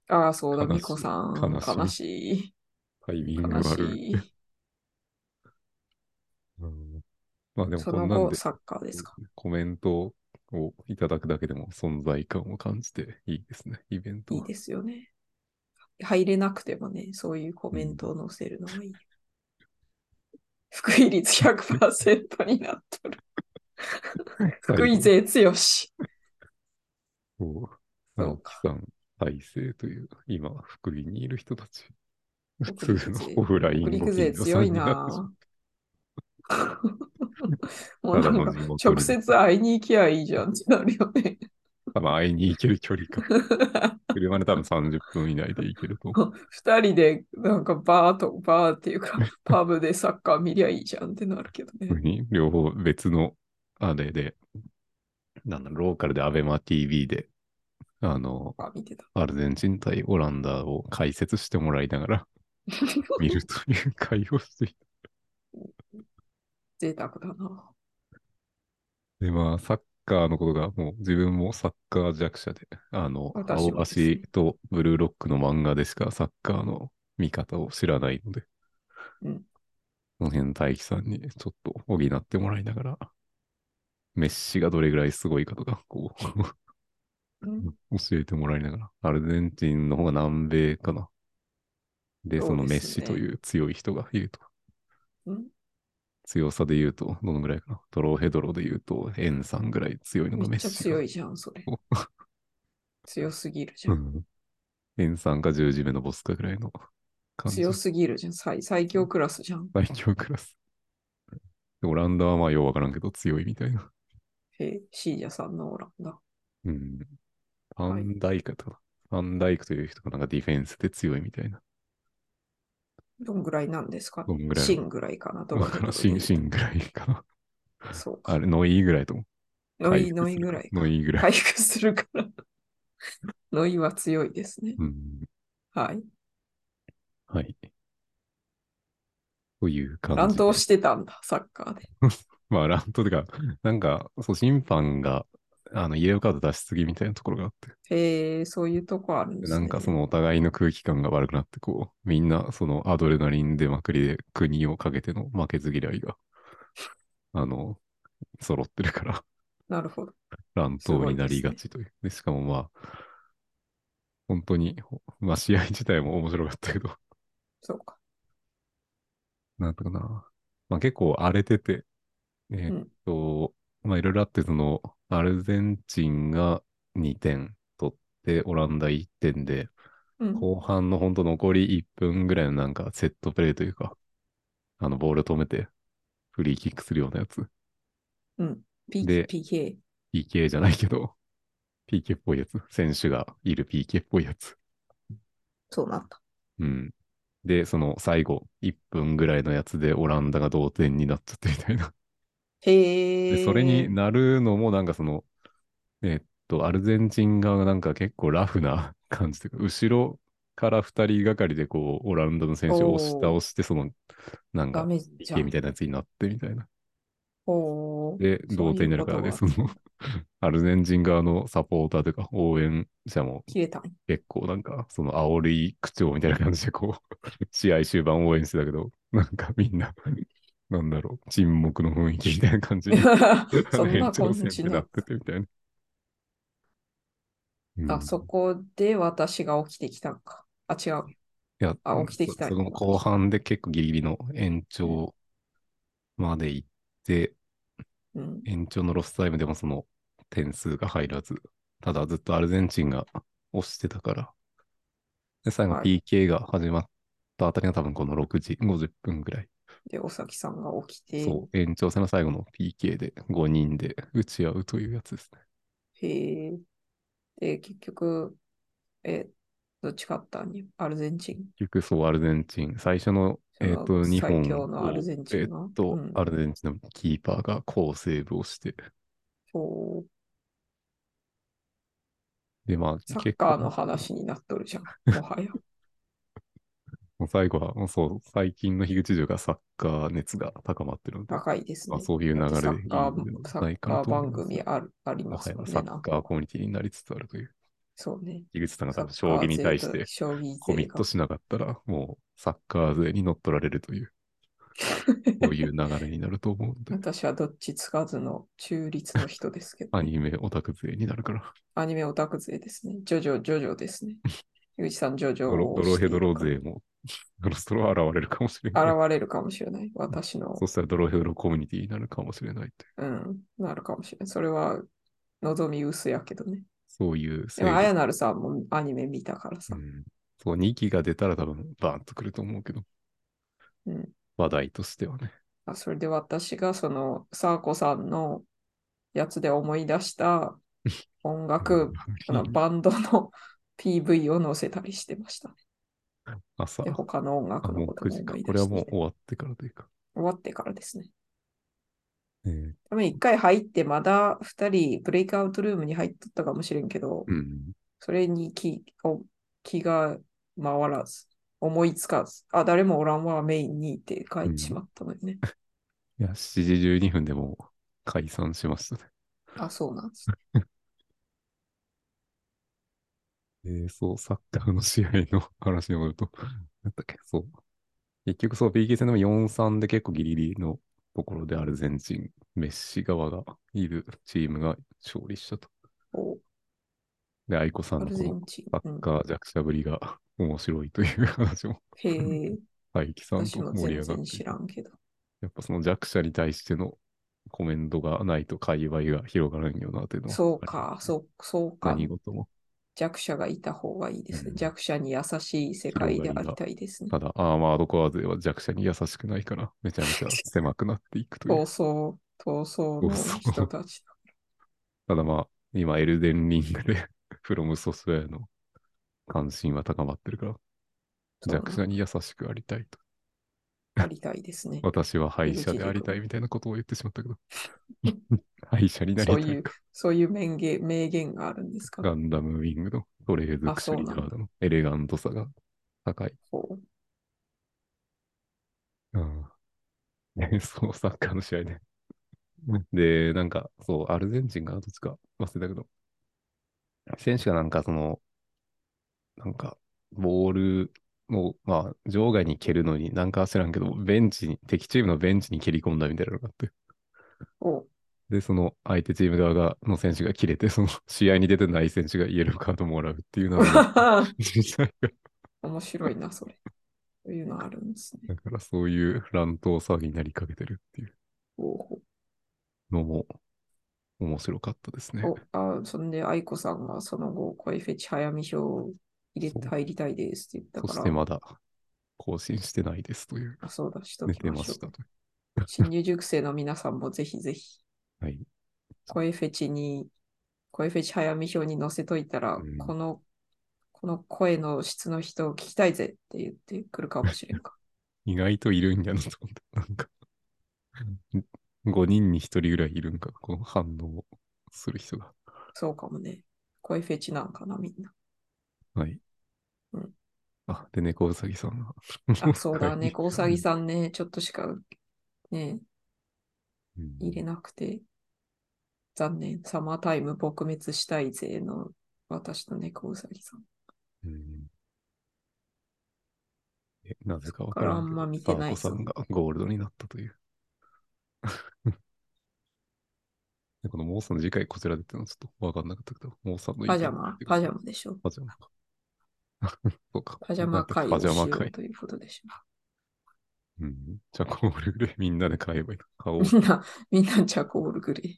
A: ああ、そうだ、
B: 悲
A: み
B: しい
A: こさん。
B: 悲
A: 悲しい。
B: タイミン
A: 悲
B: グが
A: し
B: 悪い。
A: い。
B: うんまあでも
A: そ
B: こ
A: の
B: んなん
A: 後、
B: で
A: サッカーですか。
B: コメントをいただくだけでも存在感を感じていいですね。イベント
A: い
B: はい
A: ですよね。入れなくてもね、そういうコメントを載せるのがいい。福井率100%になっとる。福井勢強し。
B: そう。
A: そ
B: 三
A: う
B: 木
A: か
B: さん、体制という、今、福井にいる人たち。普
A: 北陸
B: 通
A: 勢
B: のオフライン
A: 北陸勢強い [LAUGHS] なぁ。も
B: ご
A: う
B: 近所さんになってしまう
A: な
B: ただ
A: ん
B: の
A: か
B: 地元
A: 直接会いに行きゃいいじゃんってなるよね。
B: まあ、会いに行ける距離か。車で多分30分以内で行けると思
A: 二人でなんかバーとバーって [LAUGHS] いうかパブでサッカー見りゃいいじゃんってなるけど
B: う。
A: ね。
B: に両方別の、あれで、なんだろう、ローカルで ABEMATV で、あの、
A: あ見てた。 [LAUGHS]
B: アルゼンチン対オランダを解説してもらいながら、見るという会をしていた。
A: 贅沢だな。
B: で、まあ、サッカーのことが、もう自分もサッカー弱者で、あの、
A: 私
B: 青
A: もですね
B: 橋とブルーロックの漫画でしかサッカーの見方を知らないので、
A: うん
B: その辺大輝さんにちょっと補ってもらいながら、メッシがどれぐらいすごいかとか、こう、
A: うん [LAUGHS]
B: 教えてもらいながら、アルゼンチンの方が南米かな。で、
A: そう
B: そのメッ
A: です
B: シ
A: ね
B: という強い人がいると。
A: うん
B: 強さで言うと、どのぐらいかな。ドローヘドロで言うと、エンさんぐらい強いのが
A: め
B: メ
A: っ
B: ッシ
A: ちゃ
B: が。
A: 強いじゃん、それ
B: お。
A: 強すぎるじ
B: う
A: ゃん。
B: ん。エンさんか十字目のボスかぐらいの感じ
A: 強。すぎるじゃん。最最強クラスじゃん。
B: 最強クラス。でオランダはまあようわからんけど強いみたいな。
A: へえシージャさんのオランダ。
B: うん。ファンダイクとか、ファンダイクという人がなんかディフェンスで強いみたいな。
A: どんぐらいなんですか
B: どんぐらい
A: シンぐらいかな。ど
B: わからん、シン、シンぐらいかな。
A: そうか。
B: あれ、ノイぐらいと思う。
A: ノイ、
B: 回復する
A: ノイぐらいか。
B: ノイぐらい。
A: 回復するから。 [LAUGHS] ノイは強いですね。
B: うん。
A: はい。
B: はい。という感じで。
A: 乱闘してたんだ、サッカーで。
B: まあ、乱闘というか、なんか、そう、審判が、あの、イエローカード出しすぎみたいなところがあって、
A: へえ、そういうとこあるんで
B: です
A: ね。
B: なんかそのお互いの空気感が悪くなって、こう、みんな、そのアドレナリン出まくりで国をかけての負けず嫌いが、あの、揃ってるから、 [LAUGHS]
A: なるほど。
B: 乱
A: すご
B: 闘
A: い
B: になりがちという。で、しかもまあ、本当に、まあ、試合自体も面白かったけど、
A: そうか。
B: なんとかな。まあ結構荒れてて、えーっと、まあいろいろあって、その、アルゼンチンが2点取って、オランダ1点で、
A: うん。
B: 後半の本当残り1分ぐらいのなんかセットプレーというか、あの、ボール止めて、フリーキックするようなやつ。
A: うん。P-
B: で
A: PK。
B: PK じゃないけど、PK っぽいやつ。選手がいる PK っぽいやつ。
A: そうなった。
B: うん。で、その最後、1分ぐらいのやつでオランダが同点になっちゃってみたいな。
A: へ
B: で、
A: え。
B: それになるのも、なんかその、えっと、アルゼンチン側がなんか結構ラフな感じというか、後ろから2人がかりでこう、オランダの選手を押し
A: おー
B: 倒して、その、なん
A: ダ
B: か、
A: メじゃ
B: PK
A: ん
B: み。たいなやつになってみたいな。
A: おー
B: で、
A: そういう
B: 同点になるからで、
A: こと
B: そ
A: が
B: の、 [LAUGHS] アルゼンチン側のサポーターというか、応援者も
A: 切れたんや
B: 結構なんか、その煽り口調みたいな感じでこう、 [LAUGHS] 試合終盤応援してたけど、なんかみんな、なんだろう、沈黙の雰囲気みたいな感
A: [LAUGHS]
B: じに
A: そんな
B: [LAUGHS] 延長
A: 感
B: 戦
A: じ
B: にな
A: の
B: っ。ててみたいな。うん
A: あ、そこで私が起きてきたんか。あ、違う。
B: いや
A: あ起きてきた
B: そその後半で結構ギリギリの延長まで行って、
A: うん。
B: 延長のロスタイムでもその点数が入らず、ただずっとアルゼンチンが押してたから、で、最後
A: はい
B: PK が始まったあたりが多分この6時50分ぐらい。
A: で、おさきさんが起きて、
B: そう、延長戦の最後の PK で5人で打ち合うというやつですね。
A: へえ。で、結局、え、どっち勝ったんやアルゼンチン。
B: 結局そう、アルゼンチン、最初の、
A: そ
B: え
A: の
B: っと、2本
A: 最強のアルゼンチンが
B: えっと、
A: うん
B: アルゼンチンのキーパーが好セーブをして、
A: おー
B: で、まあ、
A: サッ
B: 結
A: カーの
B: 構、
A: 話になっとるじゃん。もはや。
B: もう最後は、もうそう、最近の樋口城がサッカー熱が高まってるので、
A: 高いです
B: ま
A: ね
B: あ、。そういう流れでいい
A: サッカ
B: の
A: ー、
B: では
A: サ
B: な
A: ッ
B: いか
A: カ
B: な
A: ー
B: と思い
A: 番
B: ます
A: 組あるあり
B: も
A: ま
B: は
A: す
B: や
A: もんね。
B: サ
A: なん
B: ッカー
A: か
B: コミュニティになりつつあるという、
A: そうね。
B: 樋口さんが多分
A: サッ
B: 将
A: カー
B: 棋に
A: 勢
B: 対
A: と
B: して
A: 将棋勢
B: コミット
A: が
B: しなかったら、もうサッカー勢に乗っ取られる
A: [LAUGHS]
B: という、そういう流れになると思うんで。
A: 私はどっちつかずの中立の人ですけど、
B: アニメオタク勢になるから。
A: アニメオタク勢ですね。ジョジョ、ジョジョです
B: [LAUGHS]
A: ね。井口さん、ジョジョ
B: ドロ
A: を
B: ド
A: 推
B: ロ
A: して
B: ヘ
A: い
B: ド
A: る
B: ロ
A: から
B: 勢も、ドロストロ現れるかもしれない。
A: 現れるかもしれ
B: [LAUGHS]
A: ない。私の
B: そ、したらドロヘドロコミュニティになるかもしれないという。
A: うん、なるかもしれない。それは、望み薄やけどね。
B: そういう
A: で
B: 勢
A: も、あや
B: 力。
A: なるさんもアニメ見たから
B: う
A: さ。
B: ん、そう、2期が出たら多分バーンとくると思うけど、
A: うん。
B: 話題としてはね。
A: あそれで私が、その、サーコさんのやつで思い出
B: [LAUGHS]
A: した音楽、あのバンドの PV を載せたりしてましたね。
B: 朝
A: で、、他の音
B: あ
A: 楽の
B: も
A: こ
B: う
A: と
B: 9
A: も
B: 時か
A: 思い。出
B: これ
A: し
B: は
A: て
B: もう
A: て。
B: 終わってからというか。
A: 終わってからですね。
B: えー
A: 多分一回入ってまだ二人ブレイクアウトルームに入っとったかもしれんけど、
B: うん。
A: それに気を気が回らず、思いつかず、あ、誰もおらんわ、メインにって書いてしまったのにね。
B: いや、7時12分でもう解散しましたね。
A: あ、そうなん
B: [LAUGHS]
A: ですね。
B: えー、そう、サッカーの試合の話に戻ると、なんだっけ、そう。結局そう、PK 戦でも4-3で結構ギリギリのところでアルゼンチン、メッシ側がいるチームが勝利したと。
A: お
B: で、愛子さん
A: ア
B: の
A: ル
B: こ
A: ゼ
B: の
A: ンチン。
B: サッカー弱者ぶりが面白いという話も、
A: うん、へえ、
B: 大輝さん
A: 私
B: と
A: も
B: 盛
A: 全
B: り上がっ
A: 然
B: て
A: 知らんけど。
B: やっぱその弱者に対してのコメントがないと界隈が広がらんよなというのは
A: そうか、そう、そうか。
B: 何事も。
A: 弱者がいた方がいいですね。
B: うん
A: 弱者に優しい世界でありたいですね。
B: ただ、アーマードコア勢は弱者に優しくないから、めちゃめ
A: [LAUGHS]
B: ちゃ狭くなっていくとい
A: 闘
B: う。
A: 争、闘争の人たち。
B: ただまあ、今、エルデンリングで、 [LAUGHS] フロムソスウェアの関心は高まってるから、弱者に優しくありたいと。
A: ありたいですね。
B: 私は敗者でありたいみたいなことを言ってし
A: [LAUGHS]
B: まったけど、敗者になりたい
A: そういう
B: か
A: そういう名言名言があるんですか
B: ガンダムウィングのトレーズ
A: あ
B: クシュリ
A: そうな
B: ガ
A: んだ
B: ードのエレガントさが高い。
A: こう
B: うん。で、そう、サッカーの試合ね。で、なんか、そう、アルゼンチンかな、どっちか忘れたけど、選手がなんか、その、なんか、ボールを、まあ、場外に蹴るのに、なんか知らんけど、ベンチに、敵チームのベンチに蹴り込んだみたいなのがあって、
A: お
B: で、その相手チーム側がの選手が切れて、その試合に出てない選手がイエローカードもらうっていうのが、実際が
A: [LAUGHS] 面白いな、それ。そういうのあるんですね。
B: だからそういう乱闘騒ぎになりかけてるっていう
A: お
B: のも面白かったですね。
A: おあそんで、愛子さんがその後、声フェチ早見表入
B: そう
A: れ入りたいですって言
B: そ
A: った
B: し
A: か
B: て
A: ら、
B: まだ更新してないですという、
A: あそうだ、しと
B: 寝
A: き
B: て
A: ま
B: ま
A: しょ
B: した
A: う。
B: という。
A: 新入塾生の皆さんもぜひぜひ、
B: [LAUGHS] はい。
A: 声フェチに、声フェチ早見表に載せといたら、
B: うん
A: この、この声の質の人を聞きたいぜって言ってくるかもしれんか。
B: 意外といるんやなと思って、なんか、5人に1人ぐらいいるんか、この反応をする人が。
A: そうかもね。声フェチなんかな、みんな。
B: はい。
A: うん
B: あ、で、猫うさぎさんが。
A: あ、そう
B: [LAUGHS]
A: だ
B: はい
A: ね。小うさぎさんね、ちょっとしかね、
B: うん
A: 入れなくて。残念。サマータイム撲滅したいぜの私と猫うさぎさん。
B: うんえなぜかわ
A: そ
B: か
A: っからら
B: ん
A: あ
B: け
A: ん
B: ど
A: ま見てない
B: サーコさんがゴールドになったという。 [LAUGHS] でこのモーさんの次回こちらでってのはちょっとわかんなかったけど、モーさんの
A: パジャマ、パジャ
B: マ。
A: マでしょ。
B: パジャマか。 [LAUGHS] そうか。
A: パジャマ会
B: パ
A: をし
B: ジャ
A: よ
B: マ
A: う
B: 会。
A: ということでしょ。
B: うん。じゃあ、ゴールでみんなで買えばいいの。買
A: [LAUGHS]
B: おう
A: みんな、みんなジャコールグレー。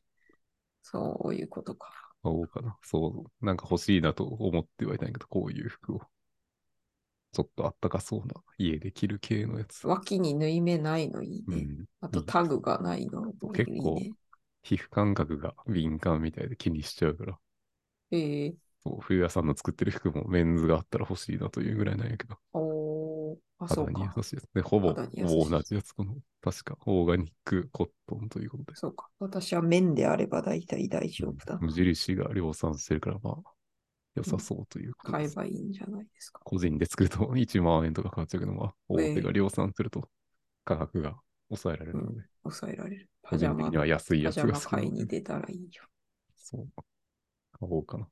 A: そういうことか。
B: 買おうかな。そう。なんか欲しいなと思ってはいないけど、こういう服を。ちょっとあったかそうな、家で着る系のやつ。
A: 脇に縫い目ないのいいうね。
B: ん。
A: あとタグがないのもいい
B: 結構
A: ね。
B: 皮膚感覚が敏感みたいで気にしちゃうから、
A: えー、
B: そう冬屋さんの作ってる服もメンズがあったら欲しいなというぐらいなんやけど、
A: おーあ、そ
B: 肌
A: う
B: に
A: か
B: 優。しいやつ。で、ほぼ
A: 肌に優しい
B: ほぼ同じやつ、この、確かオーガニックコットンということで、
A: そうか。私は面であれば大体大丈夫だ。
B: 無印が量産してるから、まあ、良さそうということ
A: 買
B: で
A: え
B: す。
A: ばいいんじゃないですか。
B: 個人で作ると1万円とかかかっちゃうけど、まあ、大手
A: え
B: が
A: え
B: 量産すると価格が抑えられるので、
A: 抑えられる。
B: 個
A: パジャ
B: 人的
A: マ
B: に、は安い
A: パ
B: やつ
A: ジャ
B: が
A: マ
B: 好きな
A: 買い
B: ので
A: に出たらいいよ。
B: そう。買おうかな。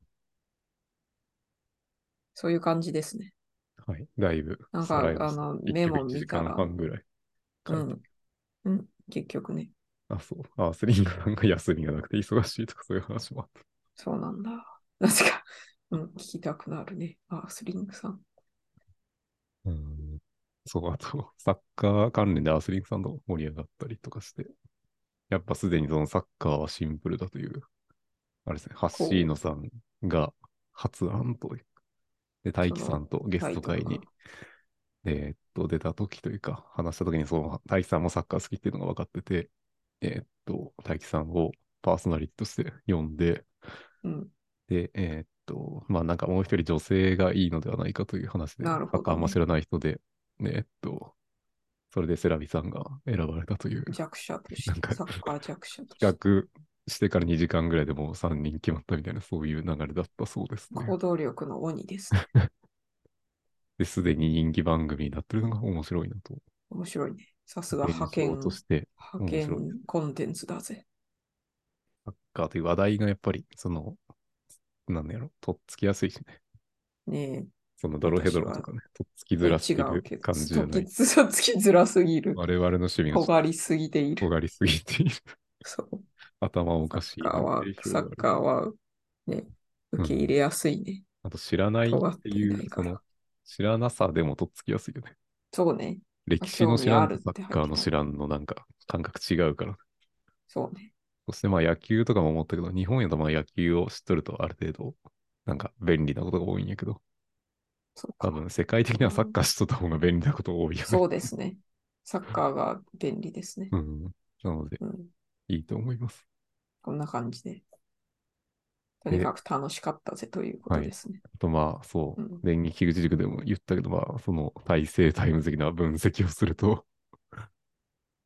A: そういう感じですね。
B: はい。だいぶ
A: なん
B: さらい
A: か、あ
B: ました
A: の、
B: 結
A: メ
B: 局
A: モ
B: 1
A: 見
B: 時
A: た
B: 間
A: ら、
B: 半ぐらい書いた。
A: うんうん、結局ね。
B: あ、そう。あ、スリングさんが休みがなくて忙しいとかそういう話もあった。
A: そうなんだ。 [LAUGHS] なぜか、うん、聞きたくなるね。あ、スリングさん。
B: うん。そう、あと、サッカー関連でアスリングさんと盛り上がったりとかして、やっぱすでにそのサッカーはシンプルだという、あれですね、ハッシーノさんが発案という、で、大輝さんとゲスト会
A: タイト
B: に
A: ルが、
B: えーっと、出た時というか、話した時に、その、大輝さんもサッカー好きっていうのが分かってて、えーっと、大輝さんをパーソナリティとして呼んで、
A: うん、
B: で、えーっと、まあなんかもう一人女性がいいのではないかという話で、
A: なるほどね
B: あんま知らない人で、ねえっと、それでセラビさんが選ばれたという、
A: 弱者とし
B: な
A: て、
B: んか
A: サッカー弱者として。
B: 企画してから2時間ぐらいでもう3人決まったみたいな、そういう流れだったそうですね。
A: 行動力の鬼ですね。
B: で、すでに人気番組になってるのが面白いなと。
A: 面白いね。さすが派
B: 現
A: 遣、
B: 象として、
A: 派
B: 面白い
A: 遣コンテンツだぜ。
B: サッカーという話題がやっぱり、その、なんだやろ、とっつきやすいしね。
A: ね
B: そのドロヘドロとかね、とっつき
A: え。
B: づらす
A: 違
B: ぎ
A: う
B: る
A: けど、
B: 感じじゃない。
A: つつきづらすぎる。
B: 我々の趣味が
A: 尖
B: ちょっ
A: りすぎてい
B: と
A: る。
B: 尖りすぎている。
A: そう。
B: 頭おかしい
A: サッカーは
B: 影、響が
A: サ
B: ある
A: ッカーは、ね、受け入れやすいね。
B: あと知らない
A: 尖
B: っ
A: って
B: て
A: い
B: い、
A: ないうか
B: そ
A: ら
B: の、知らなさでもとっつきやすいよね。
A: そうね。
B: 歴史の知らんとサ
A: 興味あるって入って
B: ッ
A: た
B: カーの知らんのなんか感覚違うから。
A: そうね。
B: そしてまあ野球とかも思ったけど、日本やとまあ野球を知っとるとある程度、なんか便利なことが多いんやけど、
A: そうか。
B: 多分世界的にはサッカーしとった方が便利なことが多いよね。
A: そうですね。サッカーが便利ですね
B: う。ん。なので、
A: うん。
B: いいと思います。
A: こんな感じで。とにかく楽しかったぜということですね。
B: あとまあ、そう
A: うん、
B: 電撃口塾でも言ったけど、まあ、その体制タイム的な分析をすると、 [LAUGHS]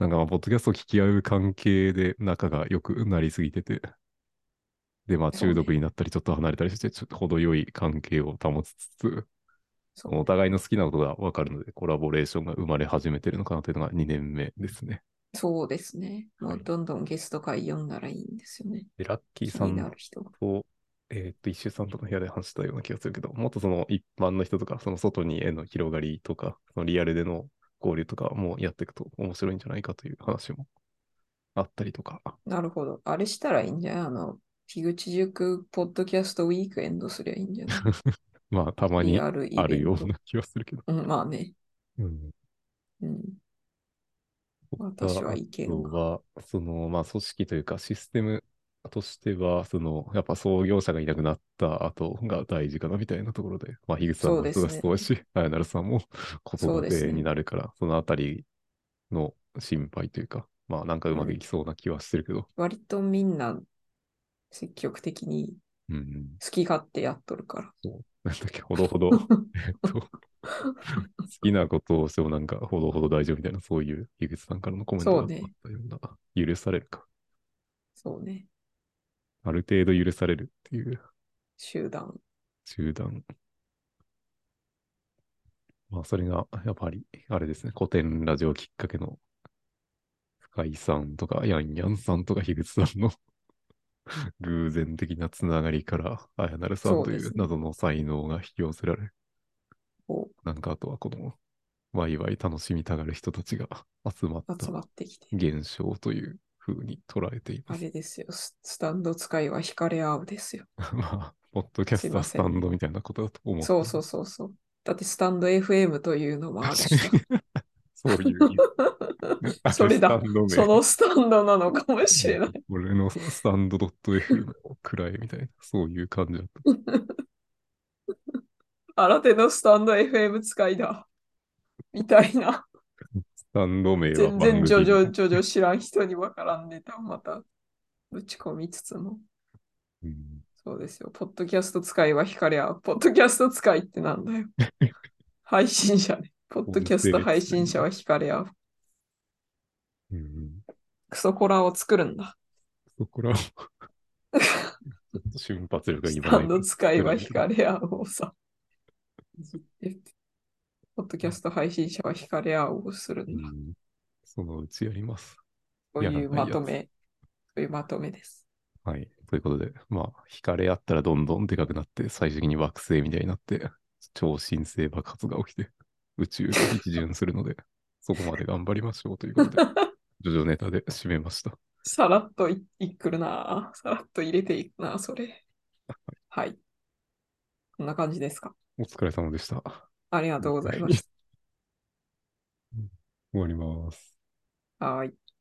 B: なんかまあ、ポッドキャストを聞き合う関係で仲が良くなりすぎてて、で、まあ、
A: そうね
B: 中毒になったり、ちょっと離れたりして、ちょっと程よい関係を保ちつつ、
A: そう
B: お互いの好きなことが分かるので、コラボレーションが生まれ始めてるのかなというのが2年目ですね。
A: そうですね。も
B: は
A: う
B: い
A: どんどんゲスト会読んだらいいんですよね。
B: で、ラッキー
A: 気
B: さ
A: になんる人が。
B: と、えーっと、一周さんとの部屋で話したような気がするけど、もっとその一般の人とか、その外にへの広がりとか、そのリアルでの交流とかもやっていくと面白いんじゃないかという話もあったりとか。
A: なるほど。あれしたらいいんじゃないあの、ピグチ塾ポッドキャストウィークエンドすりゃいいんじゃない
B: [LAUGHS] まあ、たまに
A: リ
B: あ
A: アルイベント
B: るような気がするけど。
A: うん、まあね。
B: うん
A: うん。私は意見が。
B: は、その、まあ、組織というか、システムとしては、その、やっぱ創業者がいなくなった後が大事かなみたいなところで、まあ、樋口さん
A: そう
B: も
A: ですね
B: 忙しそうだし、あやなるさんも子
A: そう
B: 育
A: です
B: て
A: ね
B: になるから、そのあたりの心配というか、まあ、なんかうまくいきそうな気はしてるけど、
A: 割とみんな積極的に
B: うん、
A: 好き勝手やっとるから。
B: なんだっけ、ほどほど、えっと、好きなことをしてもなんか、ほどほど大丈夫みたいな、そういう樋口さんからのコメントがあ
A: そ
B: っ
A: う
B: た
A: ね
B: ような、許されるか、
A: [LAUGHS] そうね。
B: ある程度許されるっていう。
A: 集団。
B: 中断。まあ、それが、やっぱり、あれですね、古典ラジオきっかけの、深井さんとか、ヤンヤンさんとか、樋口さんの [LAUGHS] 偶然的なつながりから、あやなるさんと
A: そう
B: い
A: です
B: う
A: ね
B: 謎の才能が引き寄せられ、
A: こ
B: なんかあとはこの、ワイワイ楽しみたがる人たちが集まっ
A: う集まっ
B: た
A: てきて。
B: 現象という風に捉えてい
A: あ
B: ます。
A: れですよ。ススタンド使いは惹かれ合うですよ。
B: [LAUGHS] まあ、ポッドキャスタースタンドみたいなことだと思って
A: そうそうそうそう。だってスタンド FM というのもある
B: [LAUGHS]
A: しさ。
B: そういう意味。
A: [LAUGHS] それだ
B: あスタンド名
A: そのスタンドなのかもしれない。
B: 俺のスタンド .f のくらいみたいな、そういう感じだった。
A: 新手のスタンド FM 使いだ。みたい
B: [LAUGHS]
A: な。
B: スタンド名は
A: 全然
B: 番組
A: ジョジョジョジョ知らん人にわからんネタをまたぶち込みつつも。
B: うん
A: そうですよ。ポッドキャスト使いは惹かれ合う。ポッドキャスト使いってなんだ
B: [LAUGHS]
A: よ。配信者ね。ポッドキャスト配信者は惹かれ合う。
B: うん
A: クソコラを作るんだ。
B: そこら
A: [LAUGHS]
B: は、ちょっと瞬発力が
A: ス
B: 今
A: タ
B: な
A: ン
B: い
A: ド使いは惹かれ合うをさ。いじってってポッドキャスト配信者は惹かれ合うをするん
B: う
A: だ。
B: んそのうちやります。
A: というまと
B: やらない
A: め。というまとめです。
B: はい。ということで、まあ、惹かれ合ったらどんどんでかくなって、最終的に惑星みたいになって、超新星爆発が起きて、宇宙が一巡するので、 [LAUGHS] そこまで頑張りましょうということで、ジョジョネタで締めました。
A: さらっといいくるなぁ。さらっと入れていくなぁ、それ。はい。こんな感じですか。
B: お疲れ様でした。
A: ありがとうございまし
B: [LAUGHS] 終わります。
A: た。はーい。